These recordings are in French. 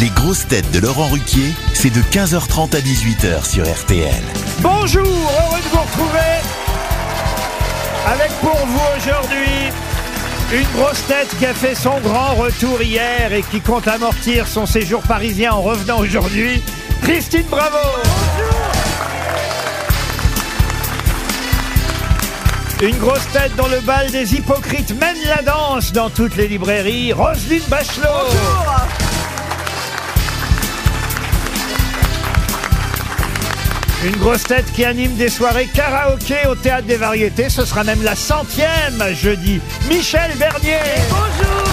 Les grosses têtes de Laurent Ruquier, c'est de 15h30 à 18h sur RTL. Bonjour, heureux de vous retrouver avec pour vous aujourd'hui une grosse tête qui a fait son grand retour hier et qui compte amortir son séjour parisien en revenant aujourd'hui, Christine Bravo. Une grosse tête dans le bal des hypocrites mène la danse dans toutes les librairies, Roselyne Bachelot. Une grosse tête qui anime des soirées karaoké au Théâtre des Variétés. Ce sera même la centième jeudi. Michel Bernier. bonjour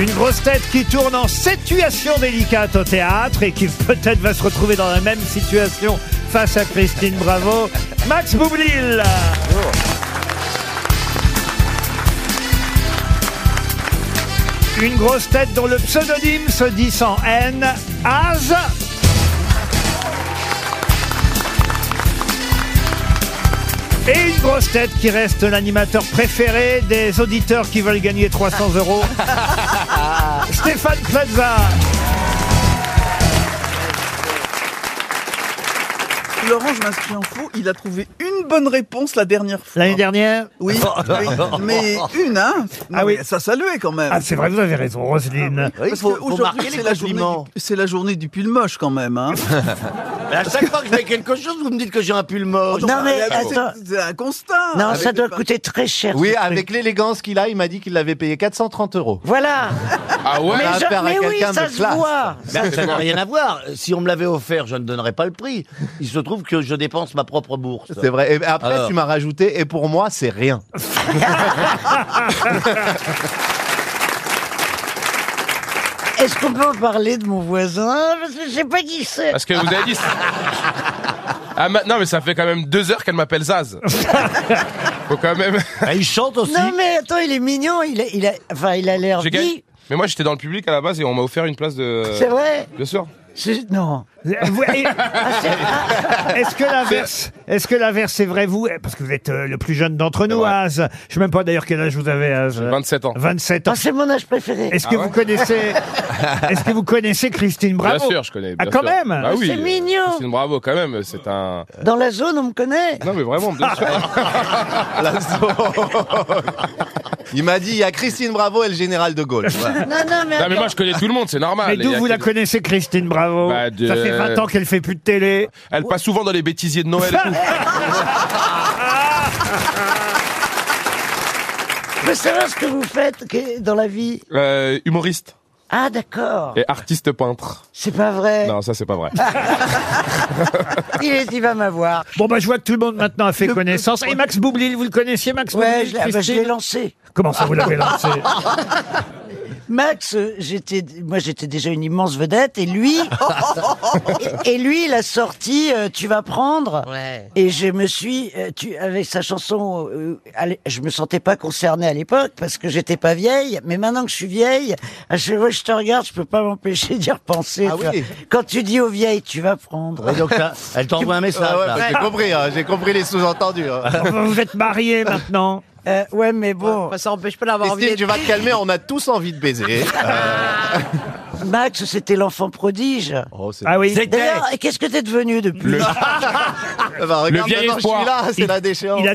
Une grosse tête qui tourne en situation délicate au théâtre et qui peut-être va se retrouver dans la même situation face à Christine Bravo. Max Boublil. Une grosse tête dont le pseudonyme se dit sans haine, Az. Et une grosse tête qui reste l'animateur préféré des auditeurs qui veulent gagner 300 euros, Stéphane Plaza. Ah, Laurent, je m'inscris en faux. Il a trouvé une bonne réponse la dernière fois. L'année dernière Oui, oui, mais une, hein Ah Ah oui. oui, ça saluait quand même. Ah, c'est vrai, vous avez raison, Roselyne. Parce faut- que faut aujourd'hui, marquer les c'est la journée compliments. du- C'est la journée du pull moche quand même. Hein. Mais à chaque fois que je fais quelque chose, vous me dites que j'ai un pull moche. Non, mais Ah, c'est- attends. C'est un constat. Non, Ah, Avec ça le doit pain- coûter très cher. Oui, ce truc. avec l'élégance qu'il a, il m'a dit qu'il l'avait payé 430 euros. Voilà. Ah ouais Mais, a je- affaire à mais oui, quelqu'un de ça se classe. voit. Mais Ben, ça n'a rien à voir. Si on me l'avait offert, je ne donnerais pas le prix. Il se trouve que je dépense ma propre bourse. C'est vrai. Et après, Alors. tu m'as rajouté, et pour moi, c'est rien. Est-ce qu'on peut en parler de mon voisin Parce que je sais pas qui c'est. Parce que vous avez dit. Ah, ma- non, mais ça fait quand même deux heures qu'elle m'appelle Zaz. Faut quand même. Ah, il chante aussi. Non, mais attends, il est mignon. Il a, il a, enfin, il a l'air J'ai gagné. dit. Mais moi, j'étais dans le public à la base et on m'a offert une place de. C'est vrai Bien sûr. C'est- Non. Vous- et- ah, Est-ce que l'inverse est-ce que l'inverse est vrai, vous Parce que vous êtes euh, le plus jeune d'entre nous, vrai. Az. Je sais même pas d'ailleurs quel âge vous avez, Az. 27 ans. Ah 27 ans. Ah, c'est mon âge préféré. Est-ce que vous connaissez Est-ce que vous connaissez Christine Bravo Bien sûr, je connais. Ah, bien quand sûr. même Bah oui. C'est mignon. C'est une bravo, quand même. C'est un. Dans la zone, on me connaît. Non, mais vraiment, bien sûr. La zone. Il m'a dit, il y a Christine Bravo et le général de Gaulle. Non, non, mais, Non, mais attends. moi, je connais tout le monde, c'est normal. Mais Il d'où y a vous la quelques- connaissez, Christine Bravo Bah, de- Ça fait 20 ans qu'elle fait plus de télé. Elle passe souvent dans les bêtisiers de Noël et tout. je veux savoir ce que vous faites que- dans la vie. Euh, humoriste Ah, d'accord. Euh. Ah. et artiste peintre. C'est pas vrai. Non, ça, c'est pas vrai. Il, est, il va m'avoir. Bon, bah, je vois que tout le monde maintenant a fait connaissance. Et Max Boublil, vous le connaissiez, Max Ouais, Boublil je l'ai ah, bah, je Christine l'ai lancé. Comment ça, vous l'avez lancé Max, euh, j'étais, moi j'étais déjà une immense vedette et lui, et, et lui il a sorti euh, Tu vas prendre. Et je me suis, euh, tu, avec sa chanson, euh, allez, je me sentais pas concernée à l'époque parce que j'étais pas vieille, mais maintenant que je suis vieille, à chaque fois que je te regarde, je peux pas m'empêcher d'y repenser. Ah tu vois. oui. Quand tu dis aux vieilles Tu vas prendre. Ouais, donc, ça- elle t'envoie un message. Ah ouais, là. bah, J'ai compris, hein, j'ai compris les sous-entendus. hein. Vous êtes mariés maintenant Euh, ouais, mais bon, Enfin, ça empêche pas d'avoir envie Christine, d'être tu vas te riche. calmer, on a tous envie de baiser. Euh. Max, c'était l'enfant prodige. Oh, c'est- Ah oui D'ailleurs, qu'est-ce que t'es devenu depuis Ah bah, Le regarde, vieil maintenant, espoir. Je suis là, c'est Il- la déchéance. Il a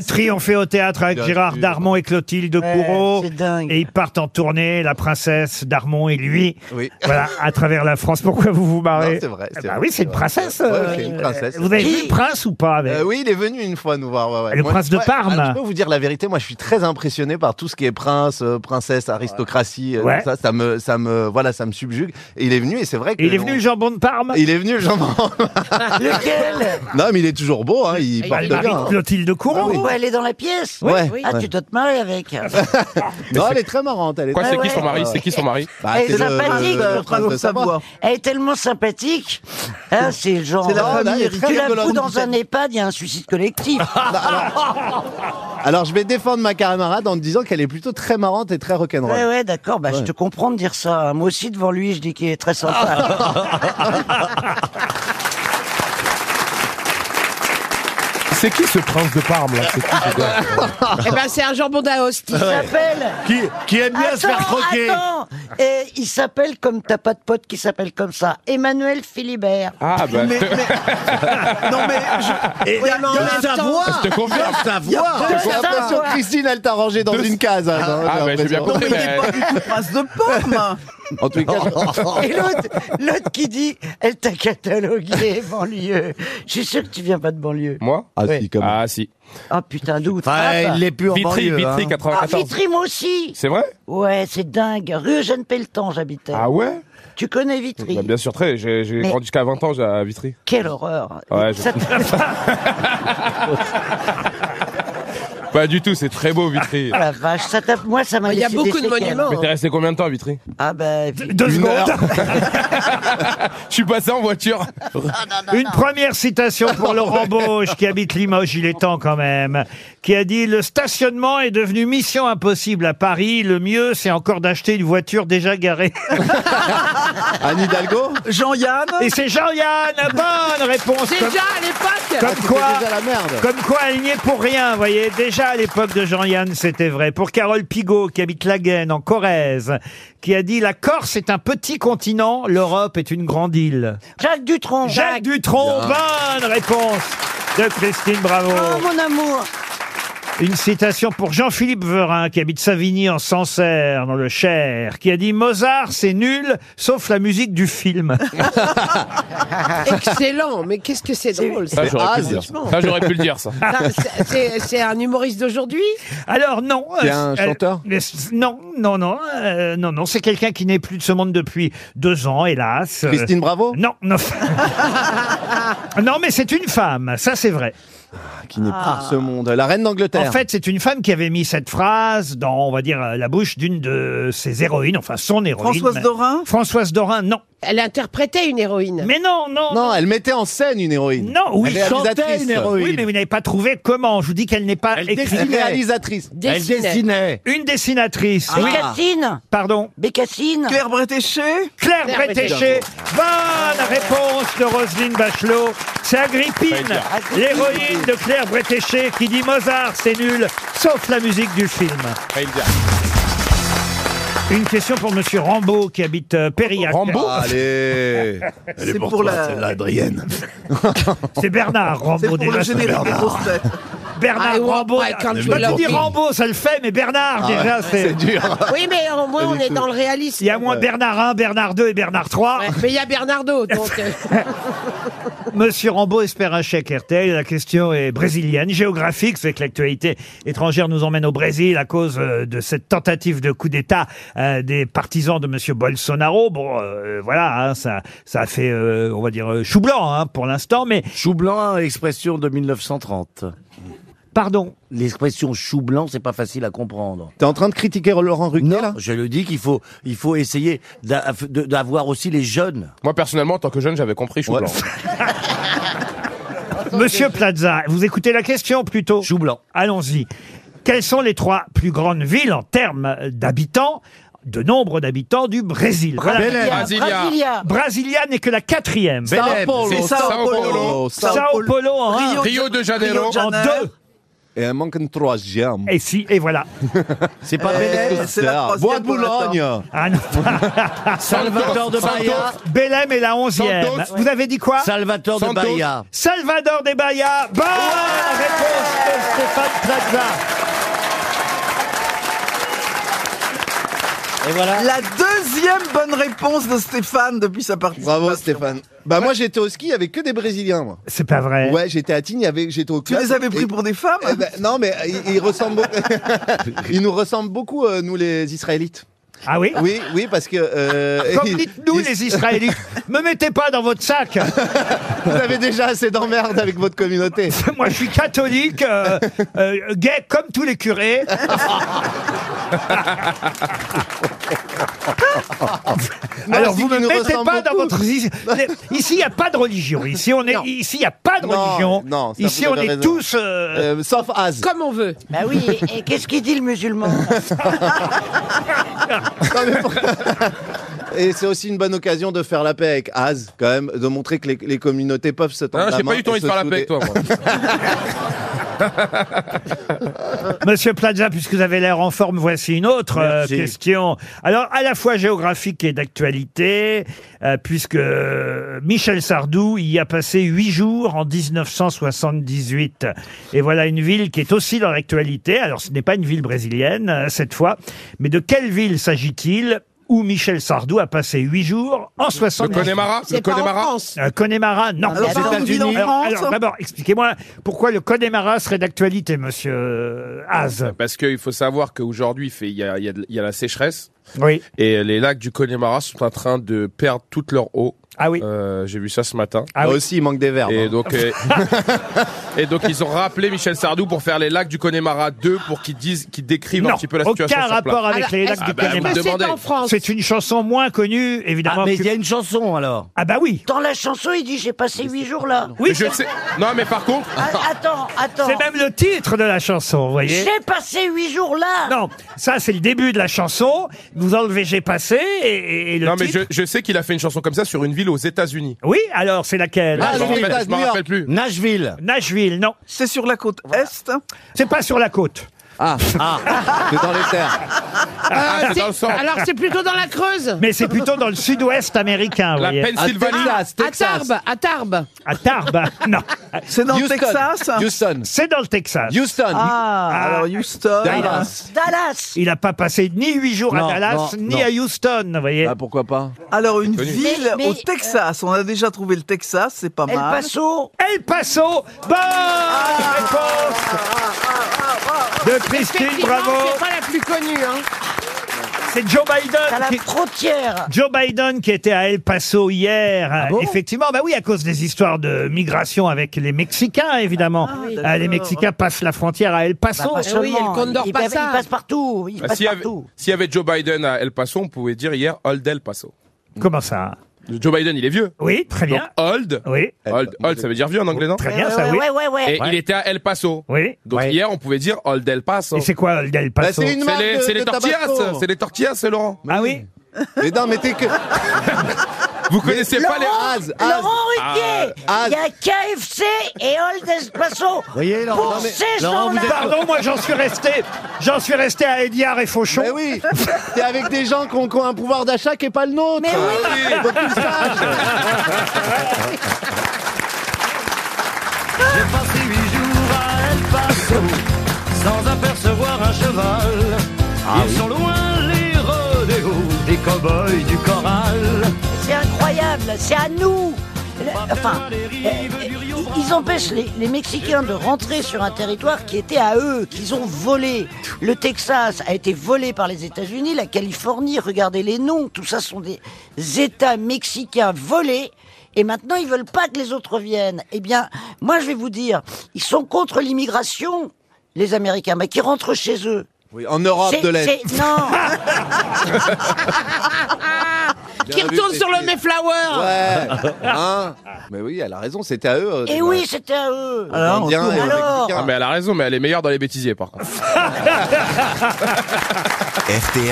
triomphé au théâtre avec Bien Gérard sûr. Darmon et Clotilde Ouais, Bourreau. c'est dingue. Et ils partent en tournée, la princesse, Darmon et lui. Oui. Voilà, à travers la France. Pourquoi vous vous marrez Non, c'est vrai, c'est Bah vrai, oui, c'est c'est une vrai. princesse. Ouais, euh, c'est une princesse. Vous avez Qui vu le prince ou pas avec- Euh, oui, il est venu une fois nous voir. ouais, ouais. Le Moi, prince de ouais, Parme. alors, je peux vous dire la vérité, moi je suis très impressionné par tout ce qui est prince, euh, princesse, aristocratie. euh, Ouais. tout Ça, ça me, ça me, voilà, ça me subjugue. Et il est venu et c'est vrai que. Et il est on- venu le jambon de Parme Il est venu, Jean. Lequel non, mais il est toujours beau, hein, il il porte est bien. hein. Marie-Clotilde Couron. Oh, elle est dans la pièce Ouais. Ah, ouais. tu dois te marier avec. Non, elle est très marrante. Elle est c'est très... qui son mari C'est qui son mari Bah, Elle est c'est le- sympathique. euh, le- le prince de Savoie. Elle est tellement sympathique. Hein, c'est le genre. C'est la euh, famille tu la héritière de Ah, la fous dans un Roumanie. EHPAD, il y a un suicide collectif. Alors, je vais défendre ma camarade en me disant qu'elle est plutôt très marrante et très rock'n'roll. ouais, ouais, d'accord. Bah, je te comprends de dire ça. Moi aussi, devant lui, je dis qu'il est très Ah, sympa. C'est C'est qui ce prince de Parme là C'est qui ce gars Eh ben, c'est un jambon d'Aoste. Il s'appelle. Qui, qui aime bien se faire Attends, croquer. attends. Et il s'appelle comme t'as pas de pote qui s'appelle comme ça. Emmanuel Philibert. Ah, bah. Mais, je te- mais- non mais je- Et Oui, mais en même sa temps- voix. Je te confirme. sa voix. Deux Savoies. Christine, elle t'a rangé dans une case. hein, j'ai Ah, bah, j'ai bien l'impression. non, mais compris. il est mais- pas du tout prince de Ah. Parme. En tout cas, Et l'autre, l'autre qui dit, elle t'a catalogué, banlieue. Je suis sûr que tu viens pas de banlieue. Moi ah, Ouais. si, quand même. Ah, si. Ah putain, d'où Ah, Trappe il l'est plus en Vitry, banlieue, Vitry, hein. Ah, 94. Vitry, moi aussi C'est vrai Ouais, c'est dingue. Rue Eugène Pelletan, j'habitais. Ah ouais Tu connais Vitry Bah, Bien sûr, très. J'ai j'ai Mais- grandi jusqu'à 20 ans j'ai- à Vitry. Quelle horreur Ouais, Ah, je- euh, Ça te- Pas du tout, c'est très beau, Vitry. Oh la vache, ça tape. Moi, ça m'a Il y a laissé des beaucoup de séquelles. monuments. Mais t'es resté combien de temps à Vitry Ah bah, Deux secondes. Je suis passé en voiture. Une première citation pour Laurent Bauche, qui habite Limoges, il est temps quand même, qui a dit « Le stationnement est devenu mission impossible à Paris. Le mieux, c'est encore d'acheter une voiture déjà garée. Anne Hidalgo Jean-Yann. » Et c'est Jean-Yann Bonne réponse Comme- Déjà à l'époque, Comme C'était quoi Ah, déjà la merde. Comme quoi, elle n'y est pour rien, vous voyez. Déjà à l'époque de Jean-Yann, c'était vrai. Pour Carole Pigot, qui habite Laguenne, en Corrèze, qui a dit « La Corse est un petit continent, l'Europe est une grande île. Jacques Dutronc. » Jacques Dutronc, bonne réponse de Christine Bravo. Oh mon amour Une citation pour Jean-Philippe Verin, qui habite Savigny en Sancerre, dans le Cher, qui a dit Mozart, c'est nul, sauf la musique du film. excellent. Mais qu'est-ce que c'est drôle. Ah. Ça, ça. j'aurais pu le dire. Franchement. Ça, j'aurais pu le dire, ça. Ça, c'est- C'est c'est un humoriste d'aujourd'hui Alors non. C'est euh, un euh, chanteur euh, Non, non, non, euh, non, non. C'est quelqu'un qui n'est plus de ce monde depuis deux ans, hélas. Euh, Christine Bravo Non, non. non, mais c'est une femme, ça c'est vrai. Ah, Qui n'est plus de ce monde. La reine d'Angleterre. En fait, c'est une femme qui avait mis cette phrase dans, on va dire, euh, la bouche d'une de ses héroïnes, enfin son héroïne. Françoise mais- Dorin Françoise Dorin, non. Elle interprétait une héroïne. Mais non, non, non, elle mettait en scène une héroïne. Non, oui, Elle Chantait réalisatrice. une héroïne. Oui, mais vous n'avez pas trouvé comment. Je vous dis qu'elle n'est pas Elle écrite. Elle réalisatrice. Elle Dessinait. dessinait. Ah. Une dessinatrice. Oui. Bécassine Pardon. Bécassine Claire Bretéché. Claire Claire Bretéché. Bonne réponse de Roselyne Bachelot. C'est Agrippine, l'héroïne de Claire Bretéché, qui dit Mozart, c'est nul, sauf la musique du film. Fallait le dire. Une question pour Monsieur Rambaud, qui habite euh, Périac. Rambo Ah, Allez. Elle C'est pour la- Adrienne. C'est Bernard C'est Rambaud pour déjà. le générique des grosses têtes. Bernard I want Rambaud. my country Quand tu loving. dis Rambaud, ça le fait, mais Ah Bernard déjà, c'est. Oui, mais au moins, on est dans le réalisme. Il y a moins Bernard 1, Bernard 2 et Bernard 3. Ouais, Mais il y a Bernardo, donc. euh, Monsieur Rambaud espère un chèque RTL. La question est brésilienne, géographique. C'est que l'actualité étrangère nous emmène au Brésil à cause euh, de cette tentative de coup d'État euh, des partisans de Monsieur Bolsonaro. Bon, euh, voilà, hein, ça, ça a fait, euh, on va dire, euh, chou blanc hein, pour l'instant. Mais Chou blanc, expression de 1930. pardon, L'expression chou blanc, c'est pas facile à comprendre. T'es en train de critiquer Laurent Ruquier là Je le dis qu'il faut, il faut essayer d'a- de- d'avoir aussi les jeunes. Moi, personnellement, en tant que jeune, j'avais compris chou Ouais. blanc. Monsieur Plaza, vous écoutez la question plutôt. Chou blanc. Allons-y. Quelles sont les trois plus grandes villes en termes d'habitants, de nombre d'habitants du Brésil Voilà. Brasilia. Brasilia Brasilia n'est que la quatrième. Bel Air. Paulo, C'est Sao Sao Paulo. Paulo. Sao Paulo en un. Rio de Janeiro. Rio de en Janeiro. deux. Et elle manque une troisième. Et si, et voilà. C'est pas Euh, Belém. c'est la troisième Bois de pour l'instant. Boulogne. Ah non. Salvador de Bahia. Belém est la onzième. Santos. Vous avez dit quoi Salvador de Santos. Bahia. Salvador de Bahia. Bonne réponse de Stéphane Plaza. Et voilà. La deuxième bonne réponse de Stéphane depuis sa partie. Bravo Stéphane. Bah moi j'étais au ski avec que des Brésiliens moi. C'est pas vrai. Ouais, j'étais à Tignes avec j'étais au Tu club. les avais pris Et- pour des femmes Eh ben, non mais euh, ils, ils ressemblent beaucoup. ils nous ressemblent beaucoup euh, nous les Israélites. Ah oui Oui, oui parce que euh, Comme ils- dites-nous ils- les Israélites, me mettez pas dans votre sac. vous avez déjà assez d'emmerdes avec votre communauté. Moi, je suis catholique, euh, euh, gay comme tous les curés. Non, Alors, je dis vous ne qu'ils me nous mettez ressemblent pas dans beaucoup. votre... Ici, il n'y a pas de religion. Ici, on est... Ici, il n'y a pas de Non, religion. non, ça, Ici, vous on avez est raison. tous... euh, Euh, sauf Az. Comme on veut. Bah oui, et, et qu'est-ce qu'il dit le musulman Non, mais pour- Et c'est aussi une bonne occasion de faire la paix avec Az, quand même, de montrer que les, les communautés peuvent se tendre Non, la j'ai main pas eu ton et envie de se faire la paix souder. avec toi, moi. Monsieur Plaza, puisque vous avez l'air en forme, voici une autre euh, Merci. question. Alors, à la fois géographique et d'actualité, euh, puisque euh, Michel Sardou y a passé huit jours en 1978. Et voilà une ville qui est aussi dans l'actualité. Alors, ce n'est pas une ville brésilienne, euh, cette fois. Mais de quelle ville s'agit-il où Michel Sardou a passé huit jours en 78 Connemara Le C'est pas en Connemara France. Ah, Euh, Connemara, non. Alors, c'est pas une ville en Alors- France alors, d'abord, expliquez-moi pourquoi le Connemara serait d'actualité, monsieur euh, Haas. Parce qu'il faut savoir qu'aujourd'hui, il fait- il y a, il y a de- il y a la sécheresse. Oui. Et les lacs du Connemara sont en train de perdre toute leur eau. Euh, Ah oui. J'ai vu ça ce matin. Ah Moi oui. aussi, il manque des verbes. Et donc, euh, et donc, ils ont rappelé Michel Sardou pour faire les lacs du Connemara 2 pour qu'ils disent, qu'ils décrivent un Non, petit peu la situation. aucun sur place. rapport avec les lacs du Ah bah, vous Connemara. me demandez. C'est une chanson moins connue, évidemment. Ah, mais il y a une chanson alors. Ah bah oui. Dans la chanson, il dit j'ai passé huit jours là. Oui, je sais. Non, mais par contre. Ah, attends, attends. C'est même le titre de la chanson, vous voyez. J'ai passé huit jours là. Non, ça c'est le début de la chanson. Vous enlevez j'ai passé et, et- et le non, mais titre. je, je sais qu'il a fait une chanson comme ça sur une ville aux États-Unis. Oui, alors c'est laquelle Ah, je m'en Nashville, rappelle- je m'en New York. rappelle plus. Nashville. Nashville, non. C'est sur la côte est. C'est pas sur la côte. Ah, Ah, c'est dans les terres. Ah, Euh, c'est c'est- dans le sang. alors c'est plutôt dans la Creuse. Mais c'est plutôt dans le sud-ouest américain. vous La voyez. Pennsylvanie. Ah, à Tarbes, à Tarbes. À Tarbes, non. C'est dans le Houston. Texas Houston. C'est dans le Texas. Houston. Ah, alors Houston. Dallas. Dallas. Il n'a pas passé ni huit jours Non, à Dallas, non, ni non. à Houston, vous voyez. pourquoi pas Alors une connu. ville Mais- mais, au Texas. On a déjà trouvé le Texas, c'est pas El mal. Paso. El Paso, bonne Ah. réponse de Christine, Effectivement, bravo. C'est pas la plus connue. Hein. C'est Joe T'as Biden la qui... frontière. Joe Biden qui était à El Paso hier, Ah effectivement, bah oui, à cause des histoires de migration avec les Mexicains, évidemment. oui. Euh, les Mexicains passent la frontière à El Ah, Bah, Paso. pas seulement. Eh oui, il y a le Condor il, Passage. il passe partout. Il Bah, passe S'il y, avait- partout. s'il y avait Joe Biden à El Paso, on pouvait dire hier Old El Paso. Comment ça Joe Biden, il est vieux. Oui, très bien. Donc old, Oui, old, old, ça veut dire vieux en anglais, non très Ouais, bien, ouais, ça, ouais, oui. ouais, ouais, ouais. Et il était à El Paso. Oui. Donc hier, on pouvait dire Old El Paso. Et c'est quoi le El Paso Bah, c'est une C'est marque les, de- c'est les de tortillas, Tabasco. c'est les tortillas, c'est Laurent. Ah oui Mais non, mais t'es que. Vous connaissez pas les Laurent Az, Az. Laurent Ruquier, Ah, il y a KFC et Old Espacio. voyez, Laurent, Pour non, mais- ces Laurent, vous gens-là. Pardon, moi j'en suis resté. J'en suis resté à Ediard et Fauchon. Mais oui, t'es avec des gens qui ont, qui ont un pouvoir d'achat qui est pas le nôtre. Mais oui, faut que tu le saches. J'ai passé huit jours à El Paso sans apercevoir un cheval. Ils sont loin les rodéos des cow-boys du corral. C'est incroyable, c'est à nous. Le- Enfin, Les euh, rives du Rio ils- Bravo. ils empêchent les, les Mexicains de rentrer sur un territoire qui était à eux, qu'ils ont volé. Le Texas a été volé par les États-Unis, la Californie, regardez les noms, tout ça sont des États mexicains volés. Et maintenant, ils veulent pas que les autres viennent. Eh bien, moi, je vais vous dire, ils sont contre l'immigration, les Américains, mais qui rentrent chez eux. Oui, en Europe C'est- de l'Est. c'est- Non, Qui vu, retourne c'est sur le qui Mayflower. Ah Ouais. Hein Mais oui, elle a raison, c'était à eux. euh, et de- Eh oui, c'était à eux. les Indiens et les Alors Mexicains. Ah, mais elle a raison, mais elle est meilleure dans les bêtisiers, par contre. RTL,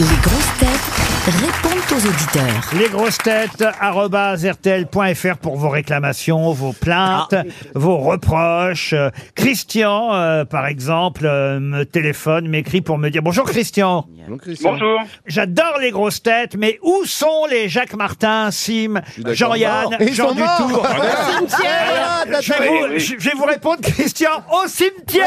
Les grosses têtes répondent aux auditeurs. Les grosses têtes, rtl.fr pour vos réclamations, vos plaintes, vos reproches. Euh, Christian, euh, par exemple, euh, me téléphone, m'écrit pour me dire Bonjour Christian, Donc, Christian, Bonjour. j'adore les grosses têtes, mais où sont les Jacques Martin, Sim, d'accord. Ah, Jean-Yann, Ils Jean sont morts. Dutour Voilà. Ah, Voilà, t'as je, vais trouvé. vous, je vais vous répondre, Christian, au cimetière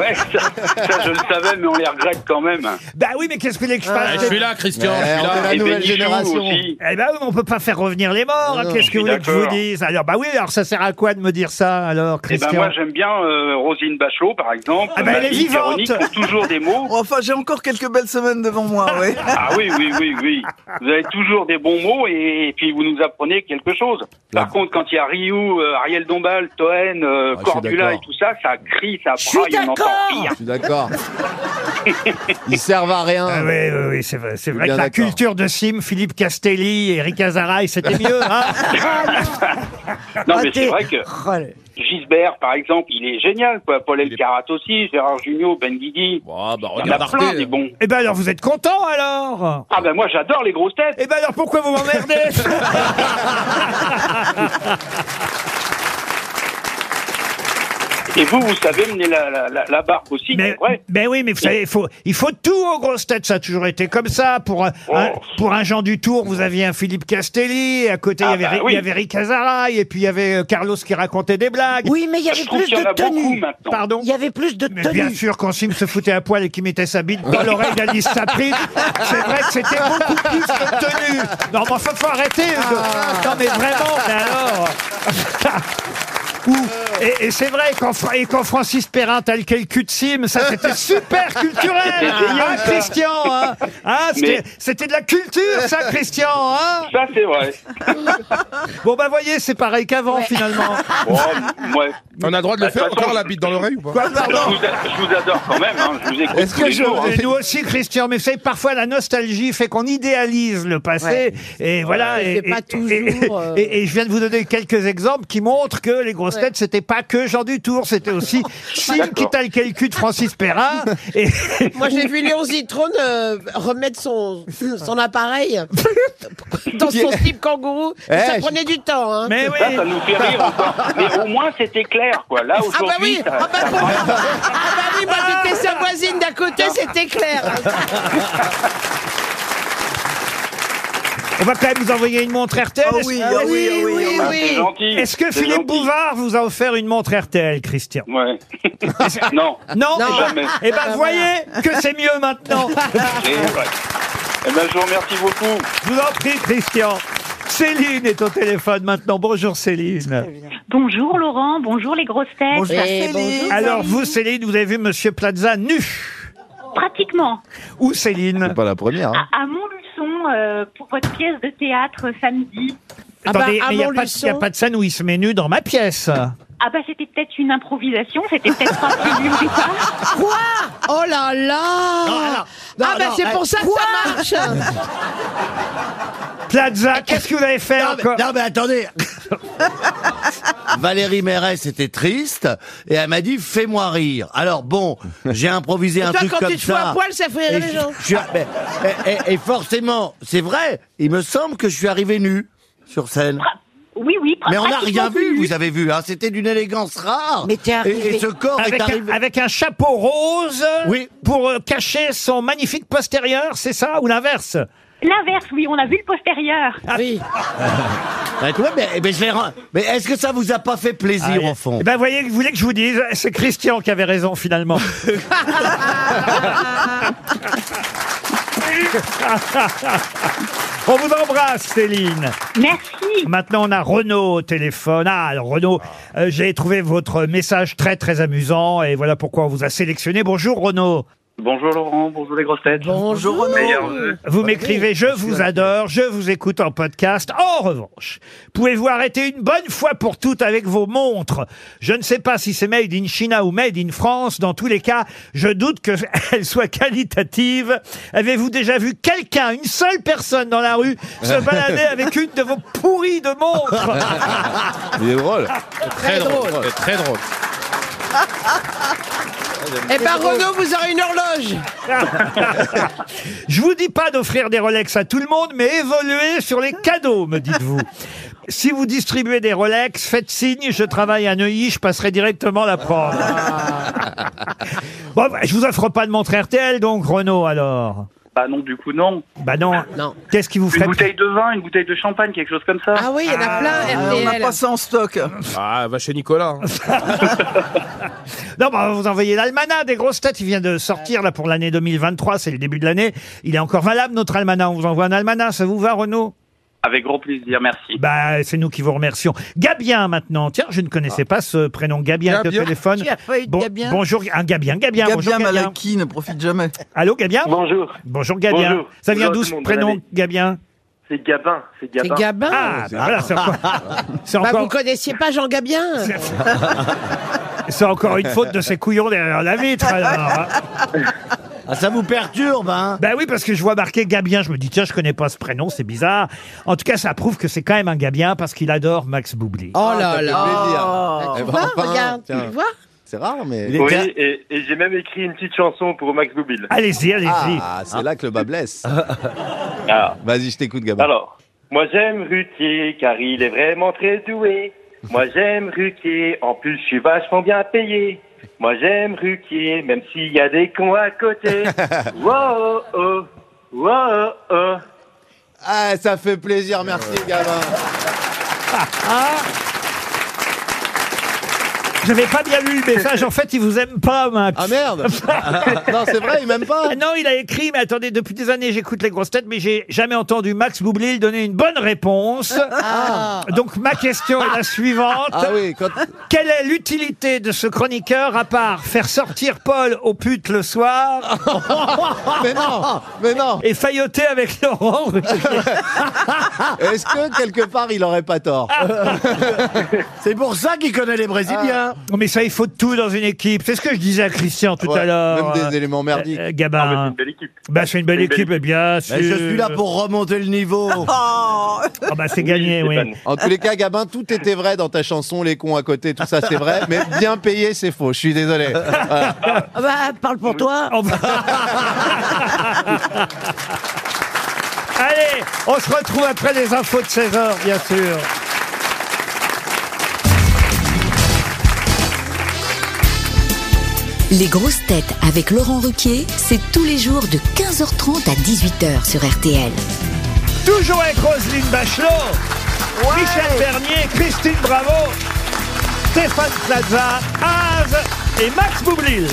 Ouais, ça, ça, je le savais, mais on les regrette quand même. Eh ben, Bah oui, mais qu'est-ce que vous voulez que je Eh, fasse je suis là, Christian, Ouais, je suis on est là. là. La Et nouvelle Bénichou génération. aussi. Eh ben, on peut pas faire revenir les morts. hein. Qu'est-ce que Je vous suis voulez que je vous d'accord. dise Alors, bah oui, alors ça sert à quoi de me dire ça, alors, Et Christian ben moi j'aime bien euh, Rosine Bachelot par exemple. Ah ben, Ma elle est fille vivante. Véronique ont toujours des mots. Oh, Enfin, j'ai encore quelques belles semaines devant moi, oui. Ah oui oui oui oui. Vous avez toujours des bons mots et, et puis vous nous apprenez quelque chose. Par contre quand il y a Ryu, euh, Ariel Dombal, Toen, euh, Ah, je suis Cordula et d'accord. tout ça, ça crie, ça Je suis braille, on n'entend d'accord. rien. Je suis d'accord. Ils servent à rien. Ah oui, oui, oui, c'est vrai, c'est vrai que bien la d'accord. culture de Sim, Philippe Castelli et Rick Azaraï, c'était mieux. Hein Non Ah, mais t'es- c'est vrai que Oh, le- Gisbert par exemple, il est génial quoi. Paul Il est- Elkarat aussi, Gérard Jugnot, Ben Guigui. Bon, bah, Il y en regarde a plein Arte. des bons. Eh ben alors, vous êtes content alors Ah ben moi j'adore les grosses têtes. Eh ben alors, pourquoi vous m'emmerdez Et vous, vous savez mener la, la, la, la barque aussi, Mais, c'est vrai. ben oui, mais vous savez, il faut, il faut tout aux grosses têtes. Ça a toujours été comme ça. Pour un, Oh. un- pour un Jean du Tour, vous aviez un Philippe Castelli. À côté, il y Ah avait, bah Ri- il oui. y avait Rick Azaray. Et puis, il y avait euh, Carlos qui racontait des blagues. Oui, mais il y avait plus de tenues. Pardon Il y avait plus de Mais bien tenues. sûr, quand Sim se foutait à poil et qu'il mettait sa bite dans l'oreille d'Alice Saprid, c'est vrai que c'était beaucoup plus de tenues. Non, mais enfin, faut arrêter. de- Non, mais vraiment, mais alors. Ou- Et, et c'est vrai qu'en Fra- et quand Francis Perrin t'as le cul de Sim, ça c'était super culturel, C'était génial, hein, ça. Christian. hein Hein, c'était- Mais- c'était de la culture, ça, Christian. Hein Ça, c'est vrai. bon bah voyez, c'est pareil qu'avant finalement. Oh, ouais. On a le droit de le Bah, de faire toute façon, encore la bite dans l'oreille ou pas Quoi, pardon je, vous, a- je vous adore quand même, hein. je vous écoute Est-ce tous que les je- jours, hein. Et nous aussi, Christian, mais vous savez, parfois la nostalgie fait qu'on idéalise le passé. Et voilà. Ouais, et, c'est pas et- toujours, et- euh. et- et je viens de vous donner quelques exemples qui montrent que les grosses têtes, c'était pas que Jean Dutour, c'était aussi Sim qui t'a le calcul de Francis Perrin. Et Moi, j'ai vu Léon Zitrone euh, remettre son, son appareil dans son slip kangourou. Eh, ça je- prenait du temps. Hein. Ça, Ah, ça nous fait rire encore. Mais au moins, c'était clair, quoi. Là, Ah bah aujourd'hui, oui, ça- ah bah ça pour- marche. ah bah oui, moi j'étais sa voisine d'à côté, c'était Ah, clair. on va quand même vous envoyer une montre RTL. Ah Oh est-ce- oui, ah oui, ah oui, bah, ah oui. C'est gentil, Est-ce que c'est Philippe gentil. Bouvard vous a offert une montre RTL, Christian Ouais. non. Non, Jamais. Eh ben, voyez que c'est mieux maintenant. Et, ouais. Eh ben, je vous remercie beaucoup. Je vous en prie, Christian. Céline est au téléphone maintenant. Bonjour Céline. Bonjour Laurent, bonjour les grosses têtes. Eh, Alors vous, Céline, vous avez vu Monsieur Plaza nu Pratiquement. Où Céline Ah, C'est pas la première. hein. À, à Montluçon euh, pour votre pièce de théâtre euh, samedi. Ah bah, Attendez, mais il n'y a, pas de- y a pas de scène où il se met nu dans ma pièce. Ah bah c'était peut-être une improvisation, c'était peut-être pas prévu au départ. Quoi Oh là là non, Ah bah non, c'est eh, pour ça quoi que ça marche Plaza, qu'est-ce que vous avez fait non, mais, non, mais attendez Valérie Mérès était triste et elle m'a dit fais-moi rire. Alors bon, j'ai improvisé Et un toi, truc quand comme tu te fous ça. à poil, ça fait rire Et les je- gens. je suis- mais- et, et- et forcément, c'est vrai, il me semble que je suis arrivé nu sur scène. Oui, oui. Mais on n'a pratiquement rien vu, nu. vous avez vu. Hein. C'était d'une élégance rare. et, et ce corps avec est un, arrivé. avec un chapeau rose pour euh, cacher son magnifique postérieur, c'est ça Ou l'inverse L'inverse, oui, on a vu le postérieur. Ah. oui. Ouais, tu vois, mais, mais je l'ai ren- mais est-ce que ça vous a pas fait plaisir au fond Eh ben, voyez, vous voulez que je vous dise, c'est Christian qui avait raison finalement. On vous embrasse, Céline. Merci. Maintenant, on a Renaud au téléphone. Ah, alors, Renaud, euh, j'ai trouvé votre message très, très amusant et voilà pourquoi on vous a sélectionné. Bonjour, Renaud. Bonjour Laurent, bonjour les grosses têtes. euh, Bonjour Renaud. Vous m'écrivez, je vous adore, je vous écoute en podcast. En revanche, pouvez-vous arrêter une bonne fois pour toutes avec vos montres Je ne sais pas si c'est made in China ou made in France. Dans tous les cas, je doute qu'elles soient qualitatives. Avez-vous déjà vu quelqu'un, une seule personne dans la rue, se balader avec une de vos pourries de montres Il est drôle. Très drôle. Très drôle. Eh ben Renaud, vous aurez une horloge Je vous dis pas d'offrir des Rolex à tout le monde, mais évoluez sur les cadeaux, me dites-vous. Si vous distribuez des Rolex, faites signe, je travaille à Neuilly, je passerai directement la prendre. bon, bah, je vous offre pas de montre RTL, donc, Renaud, alors. Bah non, du coup non. Bah non. Qu'est-ce qui vous Une ferait bouteille de vin, une bouteille de champagne, quelque chose comme ça. Ah oui, il y en a plein, on n'a RTL. pas ça en stock. Ah, va chez Nicolas. Non, bah, on va vous envoyer l'almanach des grosses têtes. Il vient de sortir, là, pour l'année 2023. C'est le début de l'année. Il est encore valable, notre almanach. On vous envoie un almanach. Ça vous va, Renaud? Avec grand plaisir, merci. Bah, c'est nous qui vous remercions. Gabien maintenant. Tiens, je ne connaissais pas ce prénom Ah. Gabien, qui est Gabien. au téléphone. Qui a pas eu de Bon- Gabien Bonjour, un Gabien, Gabien. Gabien bonjour, Gabien. Malaki ne profite jamais. Allô, Gabien Bonjour. Bonjour, Gabien. Bonjour. Ça vient Bonjour d'où tout le ce monde, prénom, madame. Gabien C'est Gabin, c'est Gabin. C'est Gabin Ah, bah voilà, c'est encore, c'est Bah, encore- vous connaissiez pas Jean Gabien c'est encore une faute de ces couillons derrière la vitre, alors. Ah, ça vous perturbe, hein Ben oui, parce que je vois marqué Gabien, je me dis, tiens, je connais pas ce prénom, c'est bizarre. En tout cas, ça prouve que c'est quand même un Gabien parce qu'il adore Max Boublil. Ah, Oh Ah, là là. Tu Eh ben, vois, enfin, regarde, tu tiens. vois C'est rare, mais. Il est Oui, bien. et, et j'ai même écrit une petite chanson pour Max Boublil. Allez-y, allez-y. Ah, c'est là que le bas blesse. Ah. Vas-y, je t'écoute, Gabin. Alors, moi j'aime Rutier car il est vraiment très doué. Moi j'aime Ruquier, en plus je suis vachement bien payé. Moi j'aime Ruquier, même s'il y a des cons à côté. Wow, oh, oh, wow, oh, oh. Ah, ça fait plaisir, merci gamin. Ah. J'avais pas bien lu le message. En fait, il vous aime pas, Max. Ah merde Non, c'est vrai, il m'aime pas. Non, il a écrit, mais attendez, depuis des années, j'écoute les grosses têtes, mais j'ai jamais entendu Max Boublil donner une bonne réponse. Ah. Donc, ma question est la suivante. Ah oui, Quelle est l'utilité de ce chroniqueur à part faire sortir Paul au pute le soir Mais non, mais non. Et failloter avec Laurent. Est-ce que quelque part il aurait pas tort C'est pour ça qu'il connaît les Brésiliens. Ah. Mais ça, il faut de tout dans une équipe. C'est ce que je disais à Christian tout Ouais, à l'heure. même des éléments merdiques. euh, Gabin. Ah, mais c'est une belle équipe. Bah, c'est une belle équipe, eh bien sûr. Mais je suis là pour remonter le niveau. Euh. Oh. Ah bah c'est gagné, oui. En tous les cas, Gabin, tout était vrai dans ta chanson, les cons à côté, tout ça c'est vrai, mais bien payé c'est faux, je suis désolé. Voilà. Ah bah, parle pour toi. Oh, Allez, on se retrouve après les infos de 16h, bien sûr. Les grosses têtes avec Laurent Ruquier, c'est tous les jours de 15h30 à 18h sur RTL. Toujours avec Roselyne Bachelot, Michel Bernier, Christine Bravo, Stéphane Plaza, Az et Max Boublil.